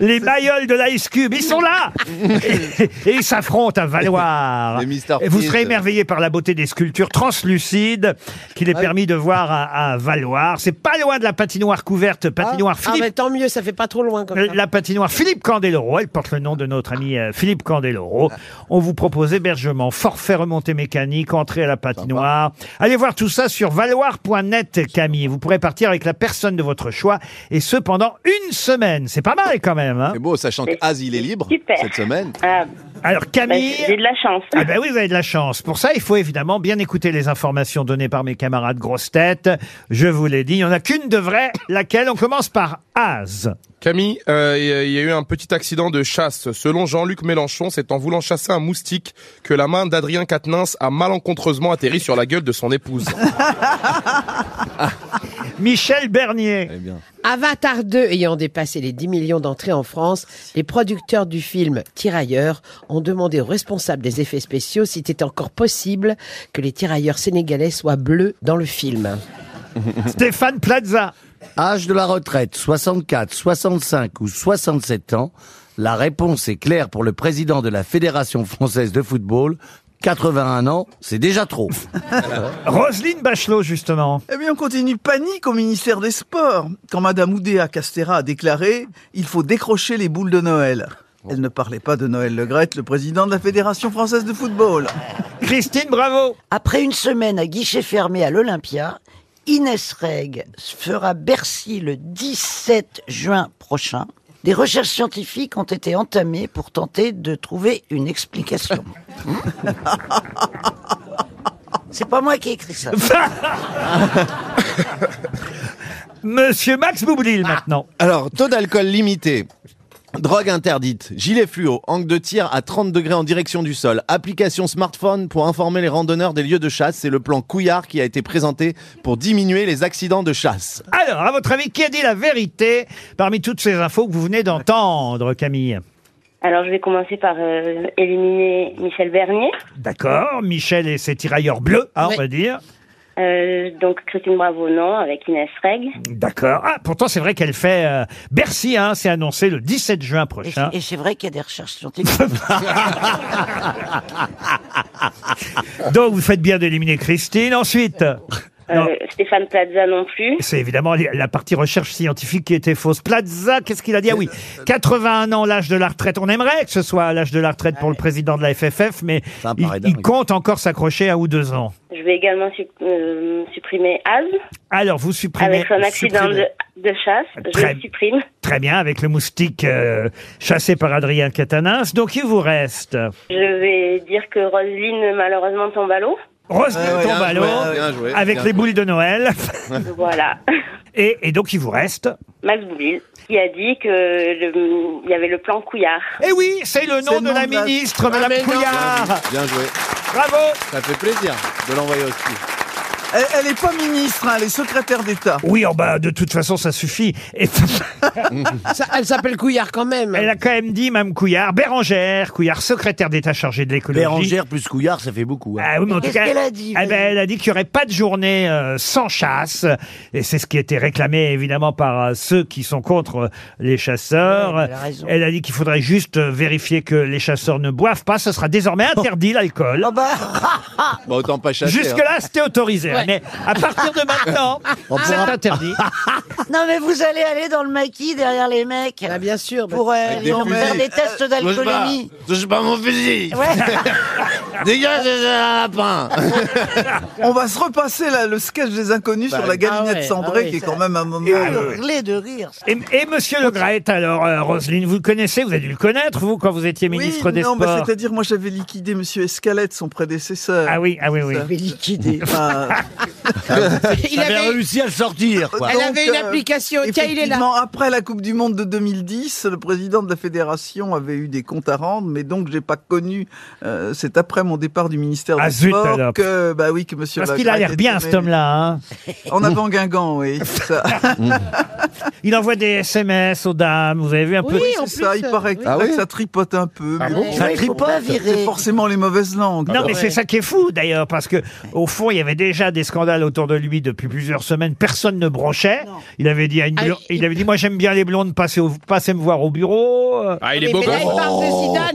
Les mailloles de l'Ice Cube, ils sont là Et et ils s'affrontent à Valoir. Et vous Freeze. serez émerveillé par la beauté des sculptures translucides qu'il est permis de voir à, à Valoir. C'est pas loin de la patinoire couverte, patinoire Ah, Philippe. mais tant mieux, ça fait pas trop loin comme Euh, ça. La patinoire Philippe Candeloro, elle porte le nom de notre ami euh, Philippe Candeloro. On vous propose hébergement, forfait remontée mécanique, entrée à la patinoire. Allez voir tout ça sur valoir.net, Camille. Vous pourrez partir avec la personne de votre choix et ce pendant une semaine. C'est pas mal quand même. hein. C'est beau, sachant que Az, il est libre cette semaine. Alors Camille, Euh, Bah, j'ai- j'ai de la chance. Ah ben oui, vous avez de la chance. Pour ça, il faut évidemment bien écouter les informations données par mes camarades grosses têtes. Je vous l'ai dit, il n'y en a qu'une de vraie, laquelle on commence par Az. Camille, euh, il y a- il y a eu un petit accident de chasse. Selon Jean-Luc Mélenchon, c'est en voulant chasser un moustique que la main d'Adrien Quatennens a malencontreusement atterri sur la gueule de son épouse. Michel Bernier. Avatar 2 ayant dépassé les 10 millions d'entrées en France, les producteurs du film Tirailleurs ont demandé aux responsables des effets spéciaux s'il était encore possible que les tirailleurs sénégalais soient bleus dans le film. Stéphane Plaza. Âge de la retraite, 64, 65 ou 67 ans. La réponse est claire pour le président de la Fédération française de football. 81 ans, c'est déjà trop. Roselyne Bachelot, justement. Eh bien, on continue panique au ministère des Sports. Quand Madame Oudéa Castera a déclaré « Il faut décrocher les boules de Noël ». Elle ne parlait pas de Noël Le Gret, le président de la Fédération française de football. Christine, bravo Après une semaine à guichet fermé à l'Olympia, Inès Reg fera Bercy le 17 juin prochain. Des recherches scientifiques ont été entamées pour tenter de trouver une explication. Hmm C'est pas moi qui ai écrit ça. Monsieur Max Boublil, maintenant. Alors, taux d'alcool limité. Drogue interdite, gilet fluo, angle de tir à 30 degrés en direction du sol, application smartphone pour informer les randonneurs des lieux de chasse, c'est le plan Couillard qui a été présenté pour diminuer les accidents de chasse. Alors, à votre avis, qui a dit la vérité parmi toutes ces infos que vous venez d'entendre, Camille Alors, je vais commencer par euh, éliminer Michel Bernier. D'accord, Michel et ses tirailleurs bleus, hein, on va dire. Euh, donc, Christine Bravo, non, avec Inès Reg. D'accord. Ah, pourtant, c'est vrai qu'elle fait euh, Bercy, hein, c'est annoncé le 17 juin Et prochain. c'est- Et c'est vrai qu'il y a des recherches scientifiques. Donc, vous faites bien d'éliminer Christine. Ensuite, Euh, non, Stéphane Plaza non plus. c'est évidemment les- la partie recherche scientifique qui était fausse. Plaza, qu'est-ce qu'il a dit Ah oui, 81 ans, l'âge de la retraite. On aimerait que ce soit l'âge de la retraite pour le président de la FFF, mais il, il compte encore s'accrocher à ou deux ans. Je vais également sup- euh, supprimer Az. Alors, vous supprimez... avec son accident supprimez. de, de chasse. Très- Je le supprime. Très bien, avec le moustique euh, chassé par Adrien Catanins. Donc, il vous reste... Je vais dire que Roselyne, malheureusement, tombe à l'eau. Roselyne Euh, Ah Ouais, ouais, bien tombe à joué, l'eau, bien joué, avec bien les joué. boules de Noël. voilà. et, et donc, il vous reste. Max Boublil, qui a dit que le- il y avait le plan Couillard. Eh oui, c'est le nom de la Ah, ministre, Madame Couillard. Bien joué. Bravo. Ça fait plaisir de l'envoyer au ski. Elle n'est pas ministre, hein, elle est secrétaire d'État. Oui, en bas, de toute façon, ça suffit. Et- Ça- elle s'appelle Couillard quand même. Elle a quand même dit, Mme Couillard, Bérangère, Couillard, secrétaire d'État chargée de l'écologie. Bérangère plus Couillard, ça fait beaucoup. hein. Ah oui, mais en tout Qu'est-ce cas, qu'elle a dit, eh ben, elle a dit qu'il n'y aurait pas de journée euh, sans chasse. Et c'est ce qui était réclamé évidemment par euh, ceux qui sont contre euh, les chasseurs. Ouais, elle a raison. elle a dit qu'il faudrait juste euh, vérifier que les chasseurs ne boivent pas. Ce sera désormais interdit l'alcool. Ah, Bah, autant pas chasser. hein. Jusque-là, c'était autorisé. faire. Mais à partir de maintenant, On c'est pourra- interdit. Non, mais vous allez aller dans le maquis derrière les mecs. bien sûr. Pour euh, Avec des leur faire fusils. des tests Touche pas, d'alcoolémie. touche pas mon fusil. Dégage, un lapin On va se repasser là, le sketch des inconnus Bah, sur la galinette ah ouais, cendrée, ah ouais, qui est ça- quand même un moment... euh, Ah ouais. de rire. Et, et Monsieur Le Graët, alors, euh, Roselyne, vous le connaissez, vous avez dû le connaître, vous, quand vous étiez ministre des non, bah, Sports. c'est-à-dire, moi, j'avais liquidé Monsieur Escalette, son prédécesseur. Ah oui, ah oui, oui. J'avais liquidé. Il avait réussi à le sortir. quoi. euh, euh, application. Tiens, il est là. Après la Coupe du Monde de 2010, le président de la fédération avait eu des comptes à rendre, mais donc j'ai pas connu. euh, c'est après mon départ du ministère Ah, des zut, Sports alors. que bah oui que Monsieur. Parce qu'il a l'air bien, cet homme-là. hein. En avant Guingamp, oui. c'est ça. Il envoie des SMS aux dames, vous avez vu un peu. Oui, c'est ça. Il paraît que, Ah oui que ça tripote un peu. Ah mais bon bon, Ça tripote. C'est forcément les mauvaises langues. Non, mais c'est ça qui est fou d'ailleurs, parce que au fond, il y avait déjà des scandales autour de lui depuis plusieurs semaines. Personne ne bronchait. Il avait dit à une Ah, blonde- il- il avait dit, moi j'aime bien les blondes, passez, au- passez me voir au bureau. Ah, il est beau gosse.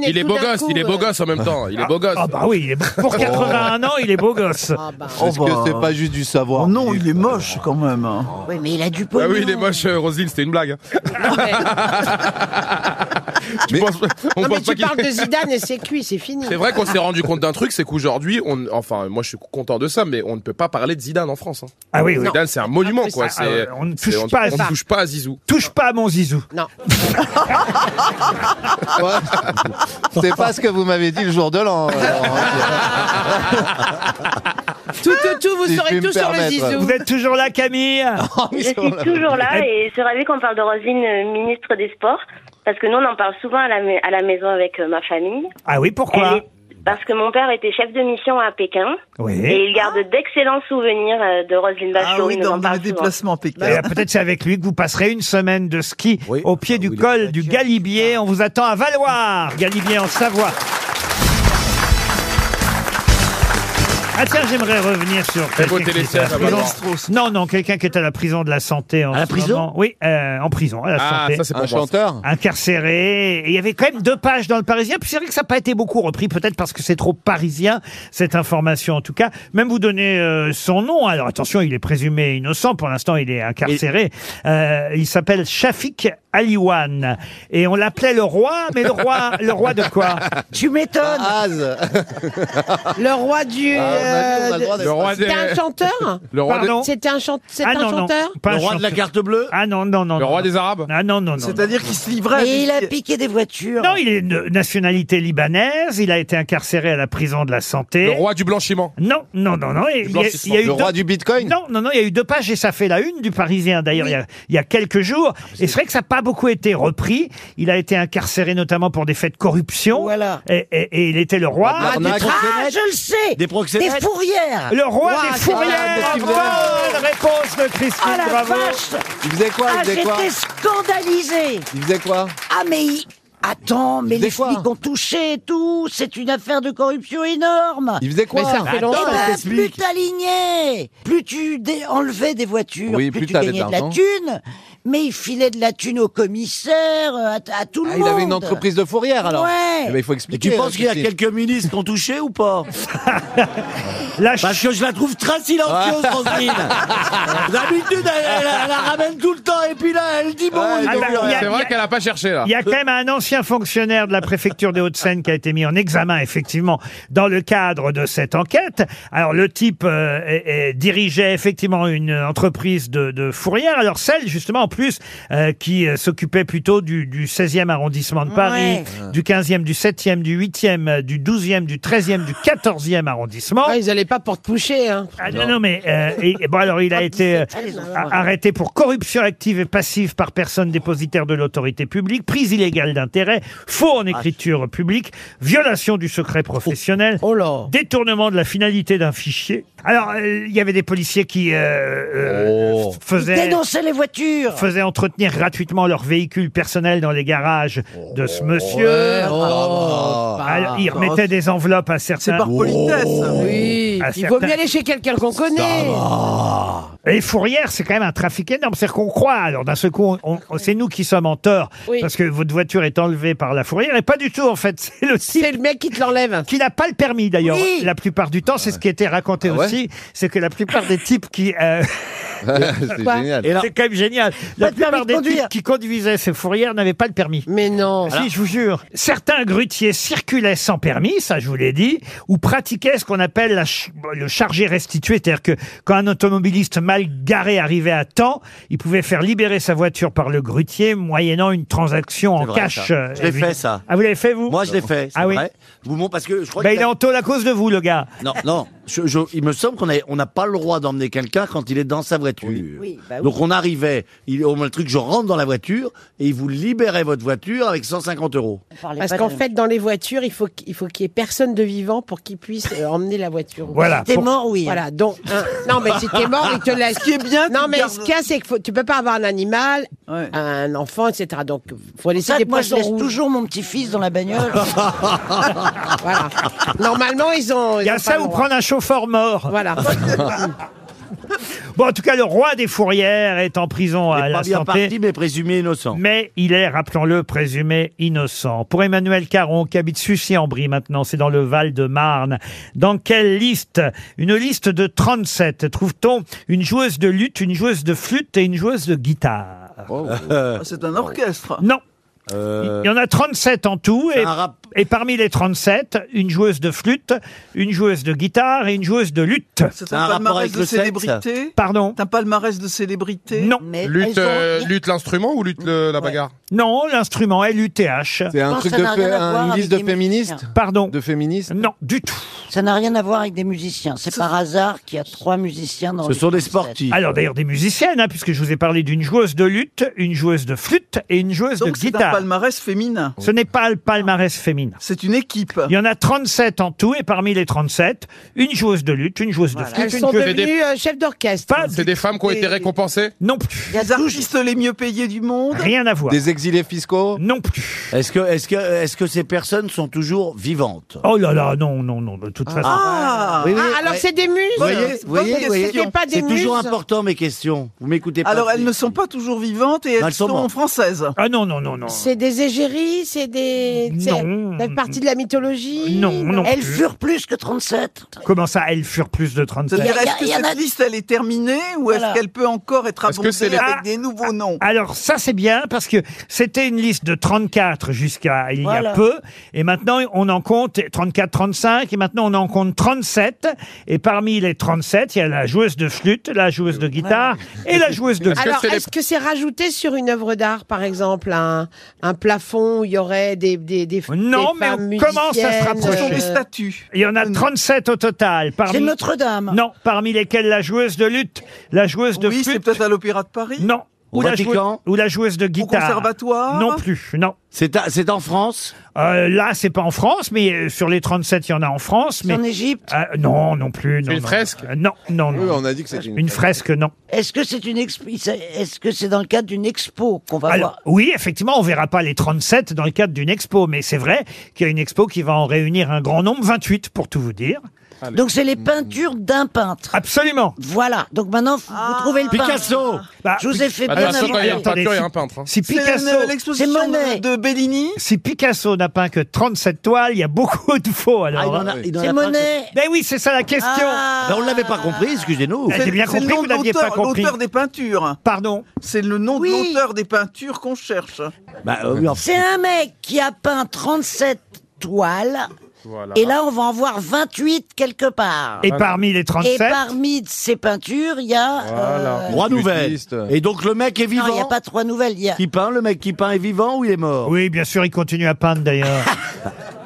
il est beau gosse, il est beau gosse en même temps. Il est beau gosse. Oh. Ah bah oui, il est beau- pour 81 ans, il est beau gosse. Ah, bah. Est-ce que c'est pas juste du savoir Oh. Non, il est moche quand même. hein. Oui, mais il a du Ah oui, il est moche, euh, Roselyne, c'était une blague. Tu penses- on Non, mais pense pas tu qu'il- parles de Zidane et c'est cuit, c'est fini. C'est vrai qu'on s'est rendu compte d'un truc, c'est qu'aujourd'hui, on, enfin, moi je suis content de ça, mais on ne peut pas parler de Zidane en France. hein. Ah oui, oui. Zidane, c'est un monument, quoi. Ah, ouais, c'est- on ne c'est- touche pas à on ne ça. touche pas à Zizou. Touche pas à mon zizou. Non. C'est pas ce que vous m'avez dit le jour de l'an. euh, Laurent. Tout, tout, tout, vous Si je saurez puis me tout sur le permettre. Zizou. Vous êtes toujours là, Camille Je suis toujours là et je suis ravie qu'on parle de Roselyne, euh, ministre des Sports, parce que nous, on en parle souvent à la, mai- à la maison avec euh, ma famille. Ah oui, Elle pourquoi est- Parce que mon père était chef de mission à Pékin. Oui. Et il garde d'excellents souvenirs euh, de Roselyne Bachelot. Ah oui, il nous dans en dans parle les souvent. déplacements à Eh Pékin. bien, Peut-être c'est avec lui que vous passerez une semaine de ski au Ah pied du col du Galibier. On vous attend à Valoir, Galibier en Savoie. Ah tiens, j'aimerais revenir sur beau quelqu'un qui était télésiège à la à prison. Valoir. Non, non, quelqu'un qui est à la prison de la santé en À la ce prison moment. Oui, euh, en prison, à la Ah, santé. ça, c'est pour Un moi, ça. chanteur Incarcéré. Et il y avait quand même deux pages dans le Parisien. Puis c'est vrai que ça n'a pas été beaucoup repris, peut-être parce que c'est trop parisien, cette information en tout cas. Même vous donnez euh, son nom. Alors attention, il est présumé innocent. Pour l'instant, il est incarcéré. Euh, il s'appelle Shafik Aliwan. Et on l'appelait le roi, mais le roi, le roi de quoi Tu m'étonnes. Le roi du. Ah, on a dit, on a le euh, droit de- Le roi C'était des- un chanteur Le roi des- Pardon C'était un, chan- c'était Ah un non, non, chanteur pas un chanteur. bleue Ah non, non, non. Le non, roi non. des Arabes Ah non, non, non. C'est-à-dire qu'il se livrait. Et à- il a piqué des voitures. Non, il est de nationalité libanaise, il a été incarcéré à la prison de la santé. Le roi du blanchiment. Non, non, non, non. Du et il y a- blanchissement. il y a eu Le roi deux- du bitcoin Non, non, non, il y a eu deux pages et ça fait la une du Parisien d'ailleurs il, y a- il y a quelques Ah, jours. et c'est vrai que ça n'a pas beaucoup été repris. Il a été incarcéré notamment pour des faits de corruption. Voilà. Et, et- et il était le roi. Ah, des tra- ah, je le sais Des proxénètes. Des fourrières Le roi Ouah, des c'est fourrières. ça, Bonne réponse de Christine Ah la Bravo. vache Il faisait quoi Ah, Il faisait quoi j'étais scandalisée Il faisait quoi Ah mais il- attends, mais faisait les quoi flics ont touché et tout, c'est une affaire de corruption énorme. Il faisait quoi Mais ça fait Et longtemps. ben, plus t'alignais, plus tu dé- enlevais des voitures, Oui, plus, plus tu t'avais gagnais de de la l'argent. thune, mais il filait de la thune au commissaire, à, à tout le Ah, monde. il avait une entreprise de fourrière alors Ouais. Eh ben, Il faut Et expliquer. tu penses hein, qu'il y a Christine. quelques ministres qui ont touché ou pas La ch- Parce que je la trouve très silencieuse, Roselyne. D'habitude, elle, elle- elle la ramène tout le temps et puis là, elle dit bon. Ouais, il Ah faut bah, plus il y rien. a- C'est il y vrai a- qu'elle a pas cherché là. Il y a quand même un ancien fonctionnaire de la préfecture des Hauts-de-Seine qui a été mis en examen, effectivement, dans le cadre de cette enquête. Alors, le type euh, est- est- dirigeait effectivement une entreprise de, de fourrière. Alors, celle, justement, en plus, euh, qui euh, s'occupait plutôt du, du 16e arrondissement de Paris, du 15e, du 7e, du 8e, euh, du 12e, du 13e, du 14e arrondissement. Ah, ils n'allaient pas pour te toucher. Hein. Ah, Ah non, non, mais euh, et- et bon, alors il a été euh, a- arrêté pour corruption active et passive par personne dépositaire de l'autorité publique, prise illégale d'intérêt, faux Ah, en écriture publique, violation du secret professionnel, Oh là détournement de la finalité d'un fichier. Alors, euh, il y avait des policiers qui euh, euh, Oh. f- faisaient Dénonçait les voitures. faisaient entretenir gratuitement leurs véhicules personnels dans les garages de ce monsieur. Oh, Alors, il remettait des enveloppes à C'est certains. par politesse. Oui, À il vaut certains- mieux aller chez quelqu'un qu'on connaît. Oh, Et Fourrière, c'est quand même un trafic énorme. C'est-à-dire qu'on croit, alors d'un seul coup, on- on- c'est nous qui sommes en tort. Oui. Parce que votre voiture est enlevée par la Fourrière. Et pas du tout, en fait. C'est le, C'est le mec qui te l'enlève. Qui n'a pas le permis, d'ailleurs. Oui. La plupart du temps, c'est ce qui était raconté Ah ouais aussi. C'est que la plupart des types qui. euh, C'est Quoi génial. C'est quand même génial. La plupart des types qui conduisaient ces fourrières n'avaient pas le permis. Mais non. Si, je vous jure. Certains grutiers circulaient sans permis, ça je vous l'ai dit, ou pratiquaient ce qu'on appelle la ch- le chargé restitué, c'est-à-dire que quand un automobiliste mal garé arrivait à temps, il pouvait faire libérer sa voiture par le grutier moyennant une transaction en C'est vrai, cash. ça. euh, Je l'ai évidemment. fait, ça. Ah, vous l'avez fait, vous Moi, je l'ai fait. c'est Ah oui. vrai. Je vous montre parce que je crois Ben, que- il est en taule à cause de vous, le gars. Non, non. je- je- il me semble qu'on a- on n'a pas le droit d'emmener quelqu'un quand il est dans sa voiture. bah oui. Donc on arrivait, il, au moins le truc, je rentre dans la voiture et il vous libérez votre voiture avec 150 euros. Parce qu'en fait, dans les voitures, il faut qu'- il faut qu'il y ait personne de vivant pour qu'il puisse euh, emmener la voiture. Voilà. Si t'es Pour- mort, oui. Voilà. Donc, hein. non, mais si t'es mort, il te laisse. Ce qui est bien, tu Non, mais gardes- ce qu'il y a, c'est que faut- tu peux pas avoir un animal, un enfant, etc. Donc, faut laisser Ça, des moi, je poissons laisse rouges. toujours mon petit-fils dans la bagnole. voilà. Normalement, ils ont. Il y a ça ou prendre un chauffeur mort. Voilà. bon, en tout cas, le roi des fourrières est en prison à pas la bien santé. parti, mais présumé innocent. Mais il est, rappelons-le, présumé innocent. Pour Emmanuel Caron, qui habite Sucy-en-Brie maintenant, c'est dans le Val-de-Marne. Dans quelle liste Une liste de 37. Trouve-t-on une joueuse de lutte, une joueuse de flûte et une joueuse de guitare Oh. C'est un orchestre. Non. Euh. Il y en a 37 en tout. Et, et parmi les 37, une joueuse de flûte, une joueuse de guitare et une joueuse de lutte. C'est un palmarès de célébrité. Pardon. C'est un palmarès de célébrité. Non. Lutte, euh, lutte l'instrument ou lutte le- la bagarre Non, l'instrument LUTH. C'est un truc de fait, une liste de féministes Pardon De féministes Non, du tout. Ça n'a rien à voir avec des musiciens. C'est par hasard qu'il y a trois musiciens dans les 37. Alors d'ailleurs des musiciennes, hein, puisque je vous ai parlé d'une joueuse de lutte, une joueuse de flûte et une joueuse Donc de c'est un guitare. palmarès féminin. Ce n'est pas le palmarès féminin. C'est une équipe. Il y en a 37 en tout, et parmi les 37, une joueuse de lutte, une joueuse de flûte, Elles une sont joueuse devenues euh, chefs d'orchestre. C'est des femmes qui ont été récompensées Non plus. Les artistes les mieux payés du monde. Rien à voir. Des exilés fiscaux Non plus. Est-ce que, est-ce que, est-ce que ces personnes sont toujours vivantes Oh là là, non, non, non, de toute façon. Ah, Oui, oui, Ah, alors ouais. c'est des muses Vous voyez, vous voyez, vous voyez C'était pas des c'est toujours muses important mes questions. Vous m'écoutez pas. Alors elles ne sont pas toujours vivantes et elles, Non, elles sont sont, mortes. françaises. Ah non, non, non, non. C'est des égéries, c'est des. c'est- Non. Ça fait partie de la mythologie. Non, non Elles plus. furent plus que 37. Comment ça, elles furent plus de 37 Il C'est-à-dire, y a- est-ce que il y en a- cette liste, elle est terminée ou Voilà. est-ce qu'elle peut encore être Ah Est-ce que c'est abondée les- avec des nouveaux noms Ah, Alors ça c'est bien parce que c'était une liste de 34 jusqu'à il y Voilà. a peu et maintenant on en compte 34 35 et maintenant on en compte 37 et parmi les 37 il y a la joueuse de flûte, la joueuse de guitare Ah, et la joueuse de Alors, est-ce que c'est rajouté sur une œuvre d'art, par exemple, un, un plafond où il y aurait des, des, des Oh Non, des mais femmes on commence à se musiciennes, rapprocher. euh, statues. Il y en a 37 au total. Parmi... C'est Mm. Notre-Dame. Non, parmi lesquelles la joueuse de lutte, la joueuse de Oui, flûte. c'est peut-être à l'Opéra de Paris. Non. Au Ou la, joueuse, Vatican ou la joueuse de guitare. conservatoire Non plus, non. C'est, à- c'est en France. Euh, là, c'est pas en France, mais euh, sur les 37, il y en a en France. Mais... en Égypte Ah, Non, non plus. non, une non. fresque Euh, Non, non, non. Oui, on a dit que c'était une, Une fresque, non. Est-ce que c'est une exp- Est-ce que c'est dans le cadre d'une expo qu'on va Alors, voir oui, effectivement, on verra pas les 37 dans le cadre d'une expo, mais c'est vrai qu'il y a une expo qui va en réunir un grand nombre, 28 pour tout vous dire. Ah, Donc c'est les mmh. peintures d'un peintre. Absolument. Voilà. Donc maintenant vous trouvez le Ah. Picasso. Bah, peintre. Je vous ai fait Ah, bien dans ce temps, il y a une inviter. peinture et si- un peintre. hein. Si C'est Picasso, le- l'exposition C'est Monet. de, de Bellini. si Picasso n'a peint que 37 toiles, il y a beaucoup de faux alors. Ah, il en a- hein. il en a C'est pas- Monet. Ben oui, c'est ça la question. Ah. Ben, on l'avait pas compris, excusez-nous. Eh, J'ai bien C'est le compris que nom vous de n'aviez pas l'auteur- compris. l'auteur des peintures. Pardon. C'est le nom Oui. de l'auteur des peintures qu'on cherche. Bah, Ah euh, oui, en- C'est un mec qui a peint 37 toiles. Voilà. Et là, on va en voir 28 quelque part. Et parmi les Et 37, parmi ces peintures, il y a. Voilà. euh, Trois nouvelles. Flûtiste. Et donc le mec est non, vivant. il n'y a pas trois nouvelles. Il y a Qui peint Le mec qui peint est vivant ou il est mort oui, bien sûr, il continue à peindre d'ailleurs.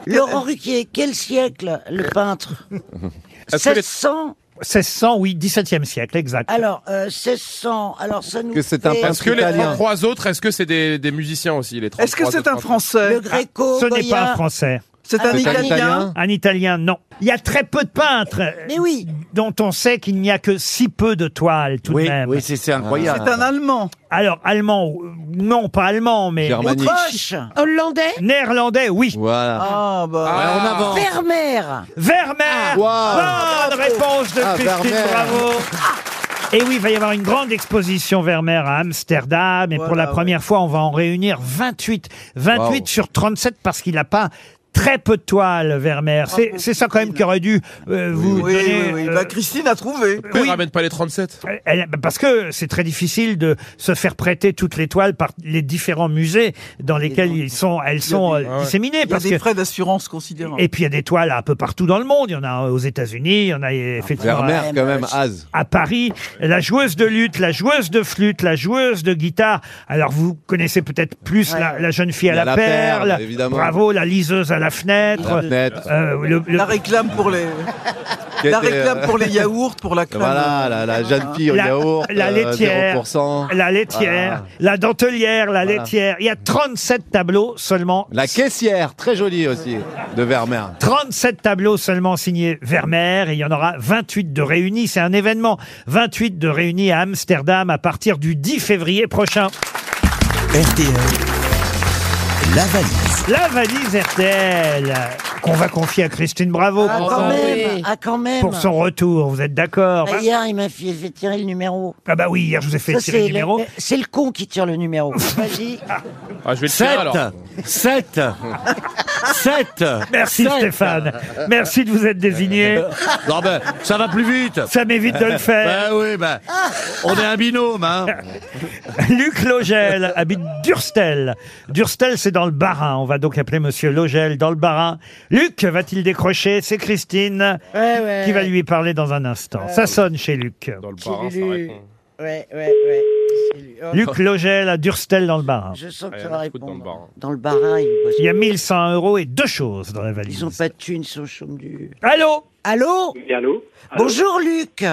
Laurent Ruquier. Quel siècle, le peintre Est-ce que les- 1600. 1600, oui, 17e siècle, exact. Alors, euh, 1600. Alors, ça nous. Que c'est un fait- peintre Est-ce que les italien. trois, trois autres, est-ce que c'est des, des musiciens aussi les trois, Est-ce que trois c'est autres un peintres Français Le gréco. Ah, Ce n'est pas Goya. un français. Ah, C'est un C'est un Italien Italien Un italien, non. Il y a très peu de peintres. euh, Mais oui. Dont on sait qu'il n'y a que si peu de toiles, tout Oui, de même. oui, c'est, c'est incroyable. C'est un Allemand. Alors, allemand, euh, non, pas allemand, mais. Germanique. Autriche. Hollandais Néerlandais, oui. Voilà. Ah bah. Ah, on avance. Vermeer. Vermeer Ah, wow. Bonne réponse de Ah, Christine, Ah. Vermeer. bravo Et oui, il va y avoir une grande exposition Vermeer à Amsterdam. Et pour la première fois, on va en réunir 28. 28 sur 37 parce qu'il n'a pas très peu de toiles, Vermeer. C'est- C'est ça quand même qui aurait dû euh, vous oui, donner... oui, oui. euh, Bah, Christine a trouvé. Pourquoi elle ramène pas les 37 elle- bah, parce que c'est très difficile de se faire prêter toutes les toiles par les différents musées dans lesquels ils sont, elles sont euh, disséminées. Il y a parce des que- frais d'assurance considérables. et puis il y a des toiles un peu partout dans le monde. Il y en a aux États-Unis, il y en a effectivement Vermeer, à- quand même, Az. à Paris. La joueuse de lutte, la joueuse de flûte, la joueuse de guitare. Alors vous connaissez peut-être plus la, la jeune fille à Il y la, a la perle. perle, évidemment. Bravo, la liseuse à la fenêtre. Euh, À la fenêtre. La réclame pour les. Qui était, euh, pour la Voilà, la, la jeune fille au La- yaourt. la euh, laitière, 0%. la laitière, la dentelière, la Voilà. laitière. Il y a 37 tableaux seulement. La caissière, très jolie aussi, de Vermeer. 37 tableaux seulement signés Vermeer et il y en aura 28 de réunis. C'est un événement. 28 de réunis à Amsterdam à partir du 10 février prochain. La valise. La valise RTL qu'on va confier à Christine Bravo Ah, pour, quand son, même, ah, quand même. pour son retour. Vous êtes d'accord Ah, Hier, il m'a fait, fait tirer le numéro. Ah bah oui, hier je vous ai fait Ça, tirer le c'est numéro. C'est le con qui tire le numéro. Vas-y. Ah, je vais le Sept. tirer alors. 7 7 Merci Stéphane. Merci de vous être désigné. Non ben, ça va plus vite. Ça m'évite de le faire. Ah. Ben oui, ben, on est un binôme, hein. Luc Logel habite Durstel. Durstel, c'est dans le Barin. On va donc appeler Monsieur Logel dans le Barin. Luc va-t-il décrocher C'est Christine ouais. qui va lui parler dans un instant. Ouais, Ça ouais. sonne chez Luc. Lulu. Ouais, ouais, ouais. C'est lui. Oh. Luc Logel à Durstel dans le Barin. Je sens que tu vas répondre. Dans le hein. Barin, il y a 1100 euros et deux choses dans la valise. Ils n'ont pas de thunes, ils sont chaumes du... Allô Allô Allô Bonjour Luc.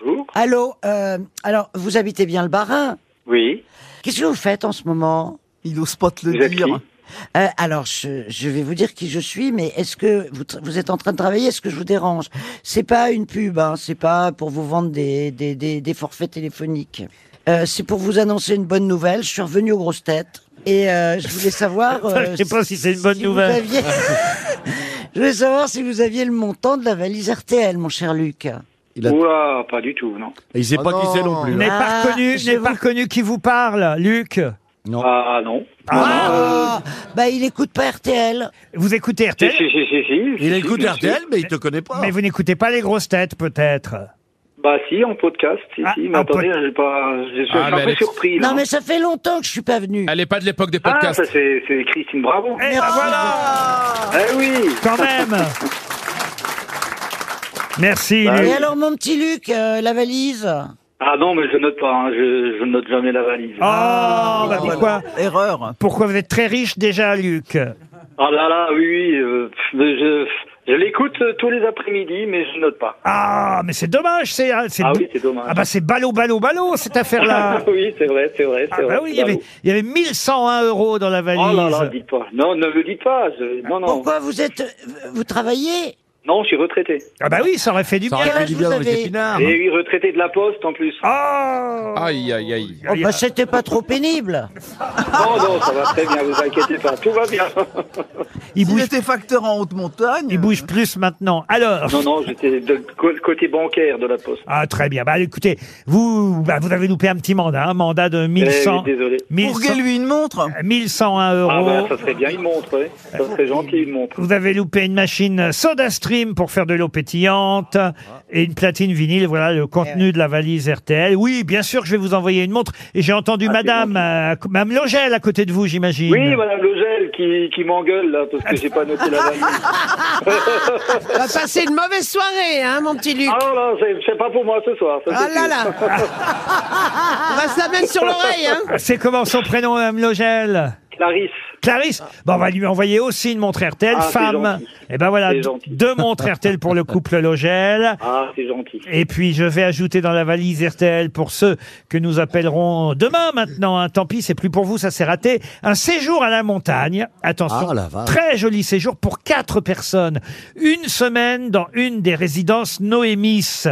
Bonjour. Allô, euh, alors vous habitez bien le Barin Oui. Qu'est-ce que vous faites en ce moment Il n'ose pas te le Vous êtes dire. Euh, alors, je, je vais vous dire qui je suis, mais est-ce que vous, tra- vous êtes en train de travailler Est-ce que je vous dérange C'est pas une pub, hein, c'est pas pour vous vendre des, des, des, des forfaits téléphoniques. Euh, c'est pour vous annoncer une bonne nouvelle. Je suis revenu aux grosses têtes et euh, je voulais savoir. Ça, je euh, sais pas si c'est une bonne si vous nouvelle. aviez- je voulais savoir si vous aviez le montant de la valise RTL, mon cher Luc. Ouah, pas du tout, non. Il Oh sait pas qui c'est non Je plus. n'ai hein. pas reconnu, je n'ai pas reconnu qui vous parle, Luc. Non. Ah non. Ah, bah il écoute pas RTL. Vous écoutez Si, RTL si, si, si, si. Il Si, écoute si, RTL, si. Mais il te connaît pas. Mais vous n'écoutez pas les grosses têtes, peut-être. Bah si, en podcast, si, si. Mais Ah, en attendez, j'ai pas... je suis Ah, mais un elle peu est- surpris, là. hein. Non mais ça fait longtemps que je suis pas venu. Elle est pas de l'époque des Ah, podcasts. ça c'est c'est Christine Bravo. Eh ben voilà Eh oui Quand même Merci, Bah Luc. Et alors mon petit Luc, euh, la valise Ah non, mais je note pas, hein, je, je note jamais la valise. Ah, Oh, bah pourquoi Erreur. Pourquoi vous êtes très riche déjà, Luc Ah là là, oui, oui, euh, pff, je, je l'écoute euh, tous les après-midi, mais je note pas. Ah, mais c'est dommage, c'est... Ah oui, c'est dommage. Ah bah c'est ballot, ballot, ballot, cette affaire-là oui, c'est vrai, c'est vrai, c'est Ah vrai. bah oui, il y, avait, il y avait 1101 euros dans la valise. Oh là là, dites pas. Non, ne me dites pas. je- Non, non. Pourquoi vous êtes vous travaillez Non, je suis retraité. Ah bah oui, ça aurait fait du Ça bien. aurait fait du bien dans les épinards. Et oui, retraité de la poste en plus. Ah Aïe, aïe, aïe. Oh, bah, c'était pas trop pénible. Non, non, ça va très bien, vous inquiétez pas, tout va bien. Il bouge... était facteur en haute montagne. Il bouge plus maintenant. Alors Non, non, j'étais de co- côté bancaire de la poste. Ah très bien. Bah écoutez, vous, bah, vous avez loupé un petit mandat, un mandat de Eh 1100. oui, désolé. lui une montre. 1101 euros. Euh, Ah bah, ça serait bien une montre, ouais. Ça serait gentil une montre. Vous avez loupé une machine SodaStream pour faire de l'eau pétillante et une platine vinyle. Voilà le contenu de la valise RTL. Oui, bien sûr, que je vais vous envoyer une montre. Et j'ai entendu Madame, euh, Madame Logel à côté de vous, j'imagine. Ah, Oui, madame Logel qui, qui m'engueule là parce que j'ai pas noté la On valise. va passer une mauvaise soirée, hein, mon petit Luc. Ah non, non, c'est- c'est pas pour moi ce soir. ça, Ah c'est là sûr. là On va se la mettre sur l'oreille, hein C'est comment son prénom, Madame Logel Clarisse. Clarisse. Bon, on va lui envoyer aussi une montre RTL, Ah, c'est femme. gentil. Et ben voilà, C'est gentil. deux montres RTL pour le couple Logel. Ah, c'est gentil. Et puis je vais ajouter dans la valise RTL pour ceux que nous appellerons demain maintenant. hein. tant pis, c'est plus pour vous, ça s'est raté. Un séjour à la montagne. Attention, Ah, la vache. très joli séjour pour quatre personnes. Une semaine dans une des résidences Noémis.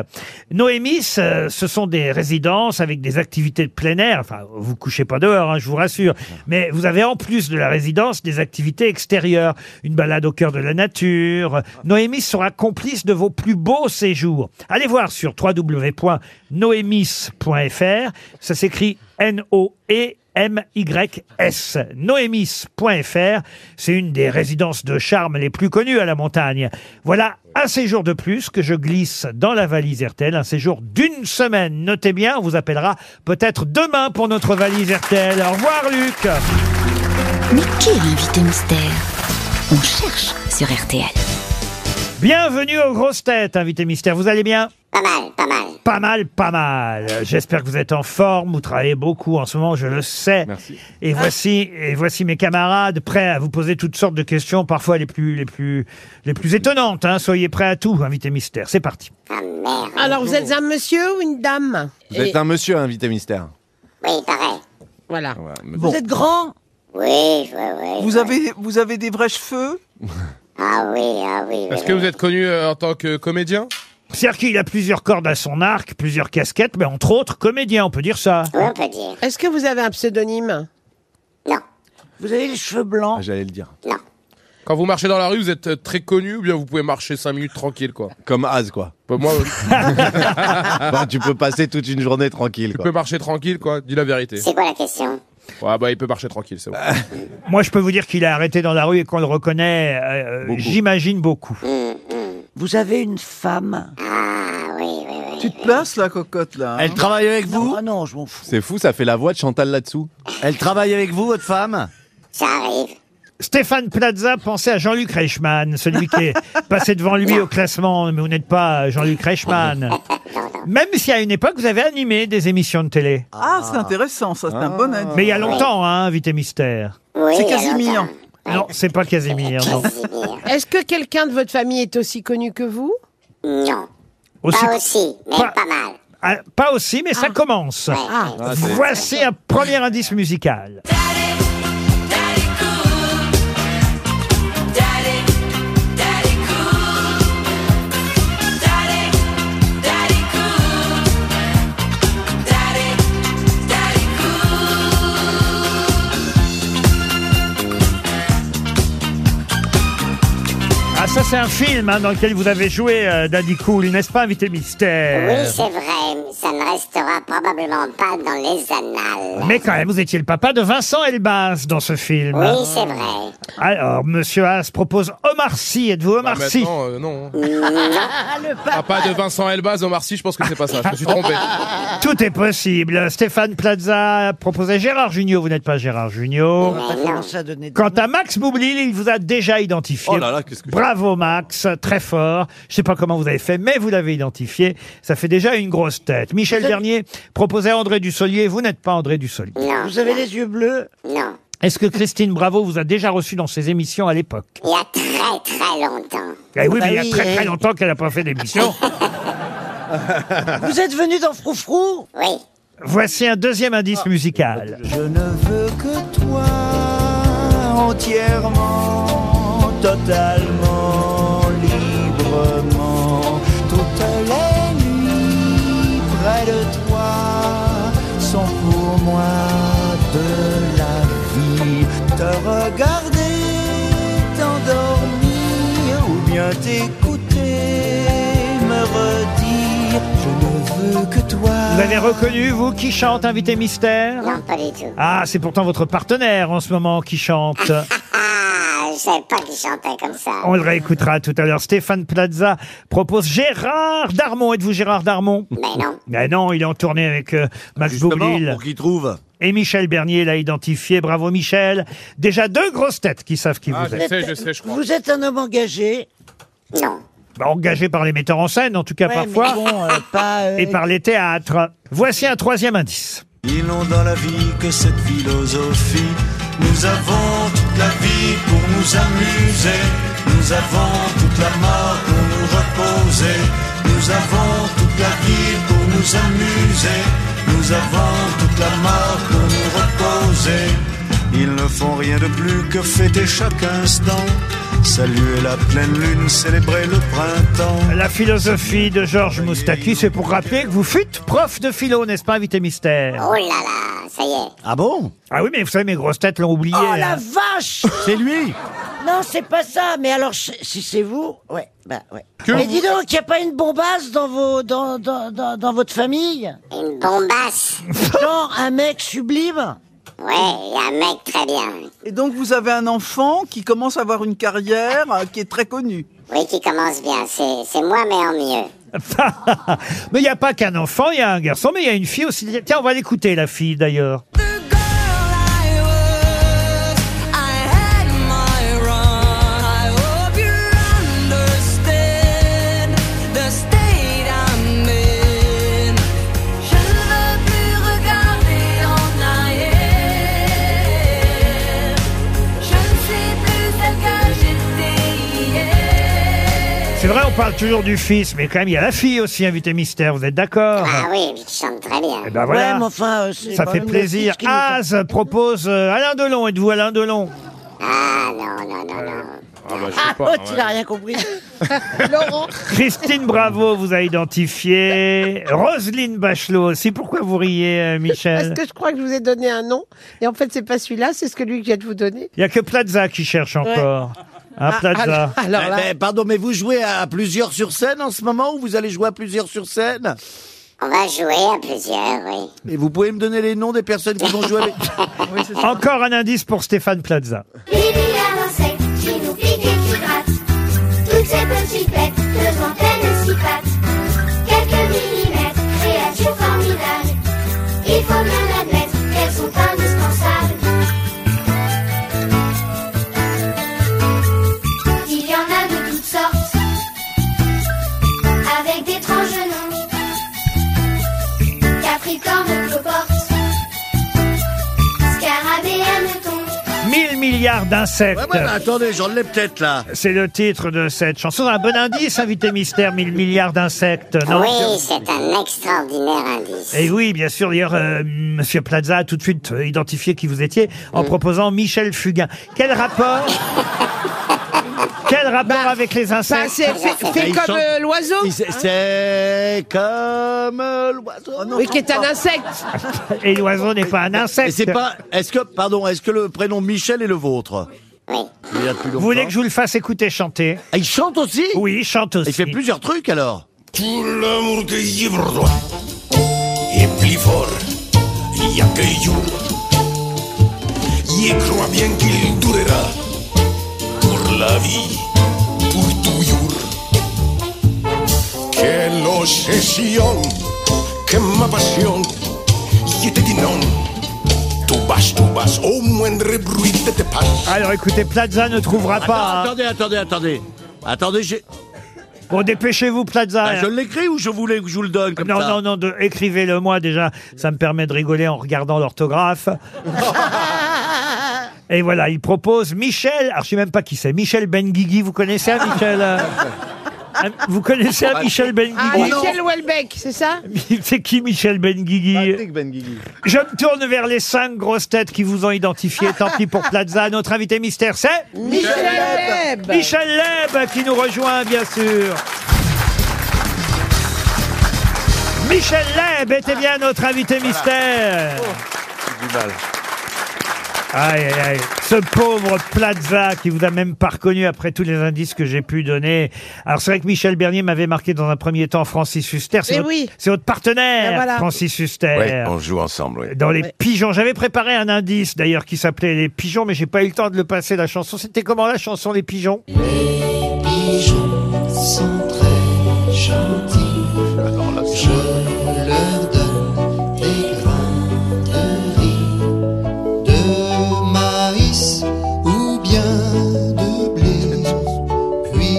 Noémis, euh, ce sont des résidences avec des activités de plein air. Enfin, vous couchez pas dehors, hein, je vous rassure. Mais vous avez en plus de la résidence évidence des activités extérieures. Une balade au cœur de la nature. Noémie sera complice de vos plus beaux séjours. Allez voir sur www.noemis.fr. Ça s'écrit E N-O-E M-Y-S, noémis.fr. C'est une des résidences de charme les plus connues à la montagne. Voilà un séjour de plus que je glisse dans la valise RTL, un séjour d'une semaine. Notez bien, on vous appellera peut-être demain pour notre valise RTL. Au revoir, Luc. Mais qui est l'invité mystère On cherche sur RTL. Bienvenue aux grosses têtes, invité mystère. Vous allez bien Pas mal, pas mal. Pas mal, pas mal. J'espère que vous êtes en forme. Vous travaillez beaucoup en ce moment, je le sais. Merci. Et voici, et voici mes camarades prêts à vous poser toutes sortes de questions, parfois les plus, les plus, les plus étonnantes. hein. Soyez prêts à tout, invité mystère. C'est parti. Alors, vous êtes un monsieur ou une dame Vous êtes Et- un monsieur, hein, invité mystère. Oui, pareil. Voilà. Bon. Vous êtes grand Oui, Vous avez, vous avez des vrais cheveux Ah oui, ah oui. Est-ce que vous êtes connu euh, en tant que comédien C'est-à-dire qu'il a plusieurs cordes à son arc, plusieurs casquettes, mais entre autres comédien, on peut dire ça. Est-ce que vous avez un pseudonyme Non. Vous avez les cheveux blancs Ah, J'allais le dire. Quand vous marchez dans la rue, vous êtes euh, très connu ou bien vous pouvez marcher 5 minutes tranquille, quoi Comme Az, quoi. Bah, moi, euh, Enfin, tu peux passer toute une journée tranquille, il quoi. peut marcher tranquille, quoi. Dis la vérité. C'est quoi la question Ouais, bah, il peut marcher tranquille, c'est bon. Moi, je peux vous dire qu'il est arrêté dans la rue et qu'on le reconnaît, euh, j'imagine beaucoup. Mm, Vous avez une femme Tu te places, la cocotte, là Elle travaille avec vous Ah non, je m'en fous. C'est fou, ça fait la voix de Chantal là-dessous. Elle travaille avec vous, votre femme Ça arrive. Stéphane Plaza pensait à Jean-Luc Reichmann, celui qui est passé devant lui au classement, mais vous n'êtes pas Jean-Luc Reichmann. Même si à une époque, vous avez animé des émissions de télé. Ah, c'est intéressant, ça, c'est Ah. un bon indice. Mais il y a longtemps, hein, invité mystère. Oui, C'est il y a Casimir. longtemps. Non, c'est pas Casimir, non. Est-ce que quelqu'un de votre famille est aussi connu que vous Non. pas aussi, mais pas, mal. pas aussi, mais ça commence. Ah. Ah, c'est- Voici un premier indice musical. Ah, ça, c'est un film hein, dans lequel vous avez joué, euh, Daddy Cool, n'est-ce pas, invité mystère Oui, c'est vrai, ça ne restera probablement pas dans les annales. Mais quand même, vous étiez le papa de Vincent Elbaz dans ce film. Oui, c'est vrai. Alors, Monsieur Haas propose Omar Sy. Êtes-vous Omar Bah, Sy maintenant, euh, non. Le Papa de Vincent Elbaz, Omar Sy, je pense que c'est pas ça. Je me suis trompé. Tout est possible. Stéphane Plaza proposait Gérard Junior. Vous n'êtes pas Gérard Junior. On va commencer à donner des Quant à Max Boublil, il vous a déjà identifié. Oh là là, qu'est-ce que- Bravo Max, très fort. Je sais pas comment vous avez fait, mais vous l'avez identifié. Ça fait déjà une grosse tête. Michel Dernier proposait André Dussolier. Vous n'êtes pas André Dussolier. Vous avez les yeux bleus Non, Est-ce que Christine Bravo vous a déjà reçu dans ses émissions à l'époque il y a très très longtemps. Eh oui, Bah mais il y a Ah oui, très eh. très longtemps qu'elle n'a pas fait d'émission. Vous êtes venu dans Froufrou Oui. Voici un deuxième Oh. indice musical. Je ne veux que toi entièrement, totalement, librement, toutes les nuits près de toi sont pour moi de la vie. Te regarder, t'endormir ou bien t'écouter, me redire, je ne veux que toi. Vous avez reconnu, vous, qui chante Invité Mystère Non, pas du tout. Ah, c'est pourtant votre partenaire en ce moment qui chante. Ah, je savais pas qu'il chantait comme ça. On le réécoutera tout à l'heure. Stéphane Plaza propose Gérard Darmon. Êtes-vous Gérard Darmon Mais Ben non. Mais non, il est en tournée avec euh, Max Boublil. pour qu'il trouve. Et Michel Bernier l'a identifié. Bravo Michel. Déjà deux grosses têtes qui savent qui Ah, vous je êtes. sais, je sais, je crois. Vous êtes un homme engagé Bah, engagé par les metteurs en scène, en tout cas Ouais, parfois, mais bon, euh, pas, euh, et par les théâtres. Voici un troisième indice. Ils n'ont dans la vie que cette philosophie. Nous avons toute la vie pour nous amuser. Nous avons toute la mort pour nous reposer. Nous avons toute la vie pour nous amuser. Nous avons toute la mort pour nous reposer. Ils ne font rien de plus que fêter chaque instant. Saluer la pleine lune, célébrer le printemps. La philosophie de Georges Moustaki, c'est pour rappeler que vous fûtes prof de philo, n'est-ce pas, invité mystère Oh là là, ça y est. Ah bon Ah oui, mais vous savez, mes grosses têtes l'ont oublié. Oh la hein. vache C'est lui Non, c'est pas ça. Mais alors, je- si c'est vous, ouais, bah ouais. Que mais vous- dis donc, y a pas une bombasse dans vos, dans, dans, dans, dans votre famille Une bombasse Genre un mec sublime Ouais, y a un mec très bien. Et donc vous avez un enfant qui commence à avoir une carrière euh, qui est très connue. Oui, qui commence bien. C'est c'est moi, mais en mieux. mais il n'y a pas qu'un enfant, il y a un garçon, mais il y a une fille aussi. Tiens, on va l'écouter, la fille, d'ailleurs. C'est vrai, on parle toujours du fils, mais quand même, il y a la fille aussi, invité mystère, vous êtes d'accord Ah oui, je chante très bien. Eh ben voilà. Ouais, mais enfin, euh, c'est Ça pas fait le plaisir. fils qui nous- Az propose euh, Alain Delon. Êtes-vous Alain Delon Ah non, non, non, non. Ah bah, je Ah, sais pas. oh, ouais. tu n'as rien compris. Laurent Christine Bravo vous a identifié. Roselyne Bachelot aussi. Pourquoi vous riez, euh, Parce Michel que je crois que je vous ai donné un nom. Et en fait, c'est pas celui-là, c'est celui que je viens de vous donner. Il n'y a que Plaza qui cherche encore. Hein, Ah, Plaza. alors- alors là- Eh ben, pardon, mais vous jouez à plusieurs sur scène en ce moment ou vous allez jouer à plusieurs sur scène On va jouer à plusieurs, oui. Et vous pouvez me donner les noms des personnes qui vont jouer avec Encore un indice pour Stéphane Plaza. Bibi à l'insecte qui nous pique et qui gratte. Toutes ces petites bêtes, deux antennes et six pattes. Quelques millimètres, créatures formidables. Il faut bien l'admettre qu'elles sont indispensables. Il y en a de toutes sortes, avec d'étranges noms. Capricorne, cloporte, scarabée, hanneton. 1000 milliards d'insectes. Ouais, ouais, mais attendez, j'en ai peut-être là. C'est le titre de cette chanson. Un bon indice, invité mystère, 1000 milliards d'insectes. Non Oui, c'est un extraordinaire indice. Et oui, bien sûr. D'ailleurs, euh, Monsieur Plaza a tout de suite euh, identifié qui vous étiez en proposant Michel Fugain. Quel rapport Quel rapport avec les Bah, insectes c'est fait, fait Ils comme sont- euh, l'oiseau. Il- c'est- C'est comme euh, l'oiseau. Oh Oui, qui est un insecte. Et l'oiseau n'est pas un Et insecte. c'est pas. Est-ce que, pardon, est-ce que le prénom Michel est le vôtre Oui. Il y a depuis Vous longtemps. voulez que je vous le fasse écouter chanter Ah, il chante aussi Oui, il chante aussi. Il fait plusieurs trucs alors. Pour l'amour de Gibraltar est plus fort, il y a que jour. Et crois bien qu'il durera pour la vie, pour toujours. Quelle obsession, que ma passion, je te dis non. Tu este vas, tu vas, oh, au moindre bruit de tes pas. Alors écoutez, Plaza ne trouvera pas. hein. Attends, Attendez, attendez, attendez. Attendez, j'ai- Bon, dépêchez-vous, Plaza. hein. Bah, je l'écris ou je voulais que je vous le donne comme non, ça non, non, de- écrivez-le moi déjà. Ça me permet de rigoler en regardant l'orthographe. Et voilà, il propose Michel. Alors, je sais même pas qui c'est. Michel Benguigui, vous connaissez un Michel euh, un- Vous connaissez Bah, un Michel Ah, Benguigui Michel Houellebecq, c'est ça C'est qui Michel Benguigui Je me tourne vers les cinq grosses têtes qui vous ont identifié. Tant pis pour Plaza. Notre invité mystère, c'est Michel Houellebecq. Michel Leb qui nous rejoint, bien sûr. Michel Leb était bien notre invité mystère. Aïe, aïe, aïe. Ce pauvre Plaza qui vous a même pas reconnu après tous les indices que j'ai pu donner. Alors c'est vrai que Michel Bernier m'avait marqué dans un premier temps Francis Huster. C'est Eh votre, oui. c'est votre partenaire, Ben voilà. Francis Huster. joue ensemble, oui. Dans les Ouais. pigeons. J'avais préparé un indice d'ailleurs qui s'appelait Les pigeons, mais j'ai pas eu le temps de le passer la chanson. C'était comment la chanson Les pigeons pigeons sont très gentils. Je leur donne des grains de riz, de maïs ou bien de blé. Puis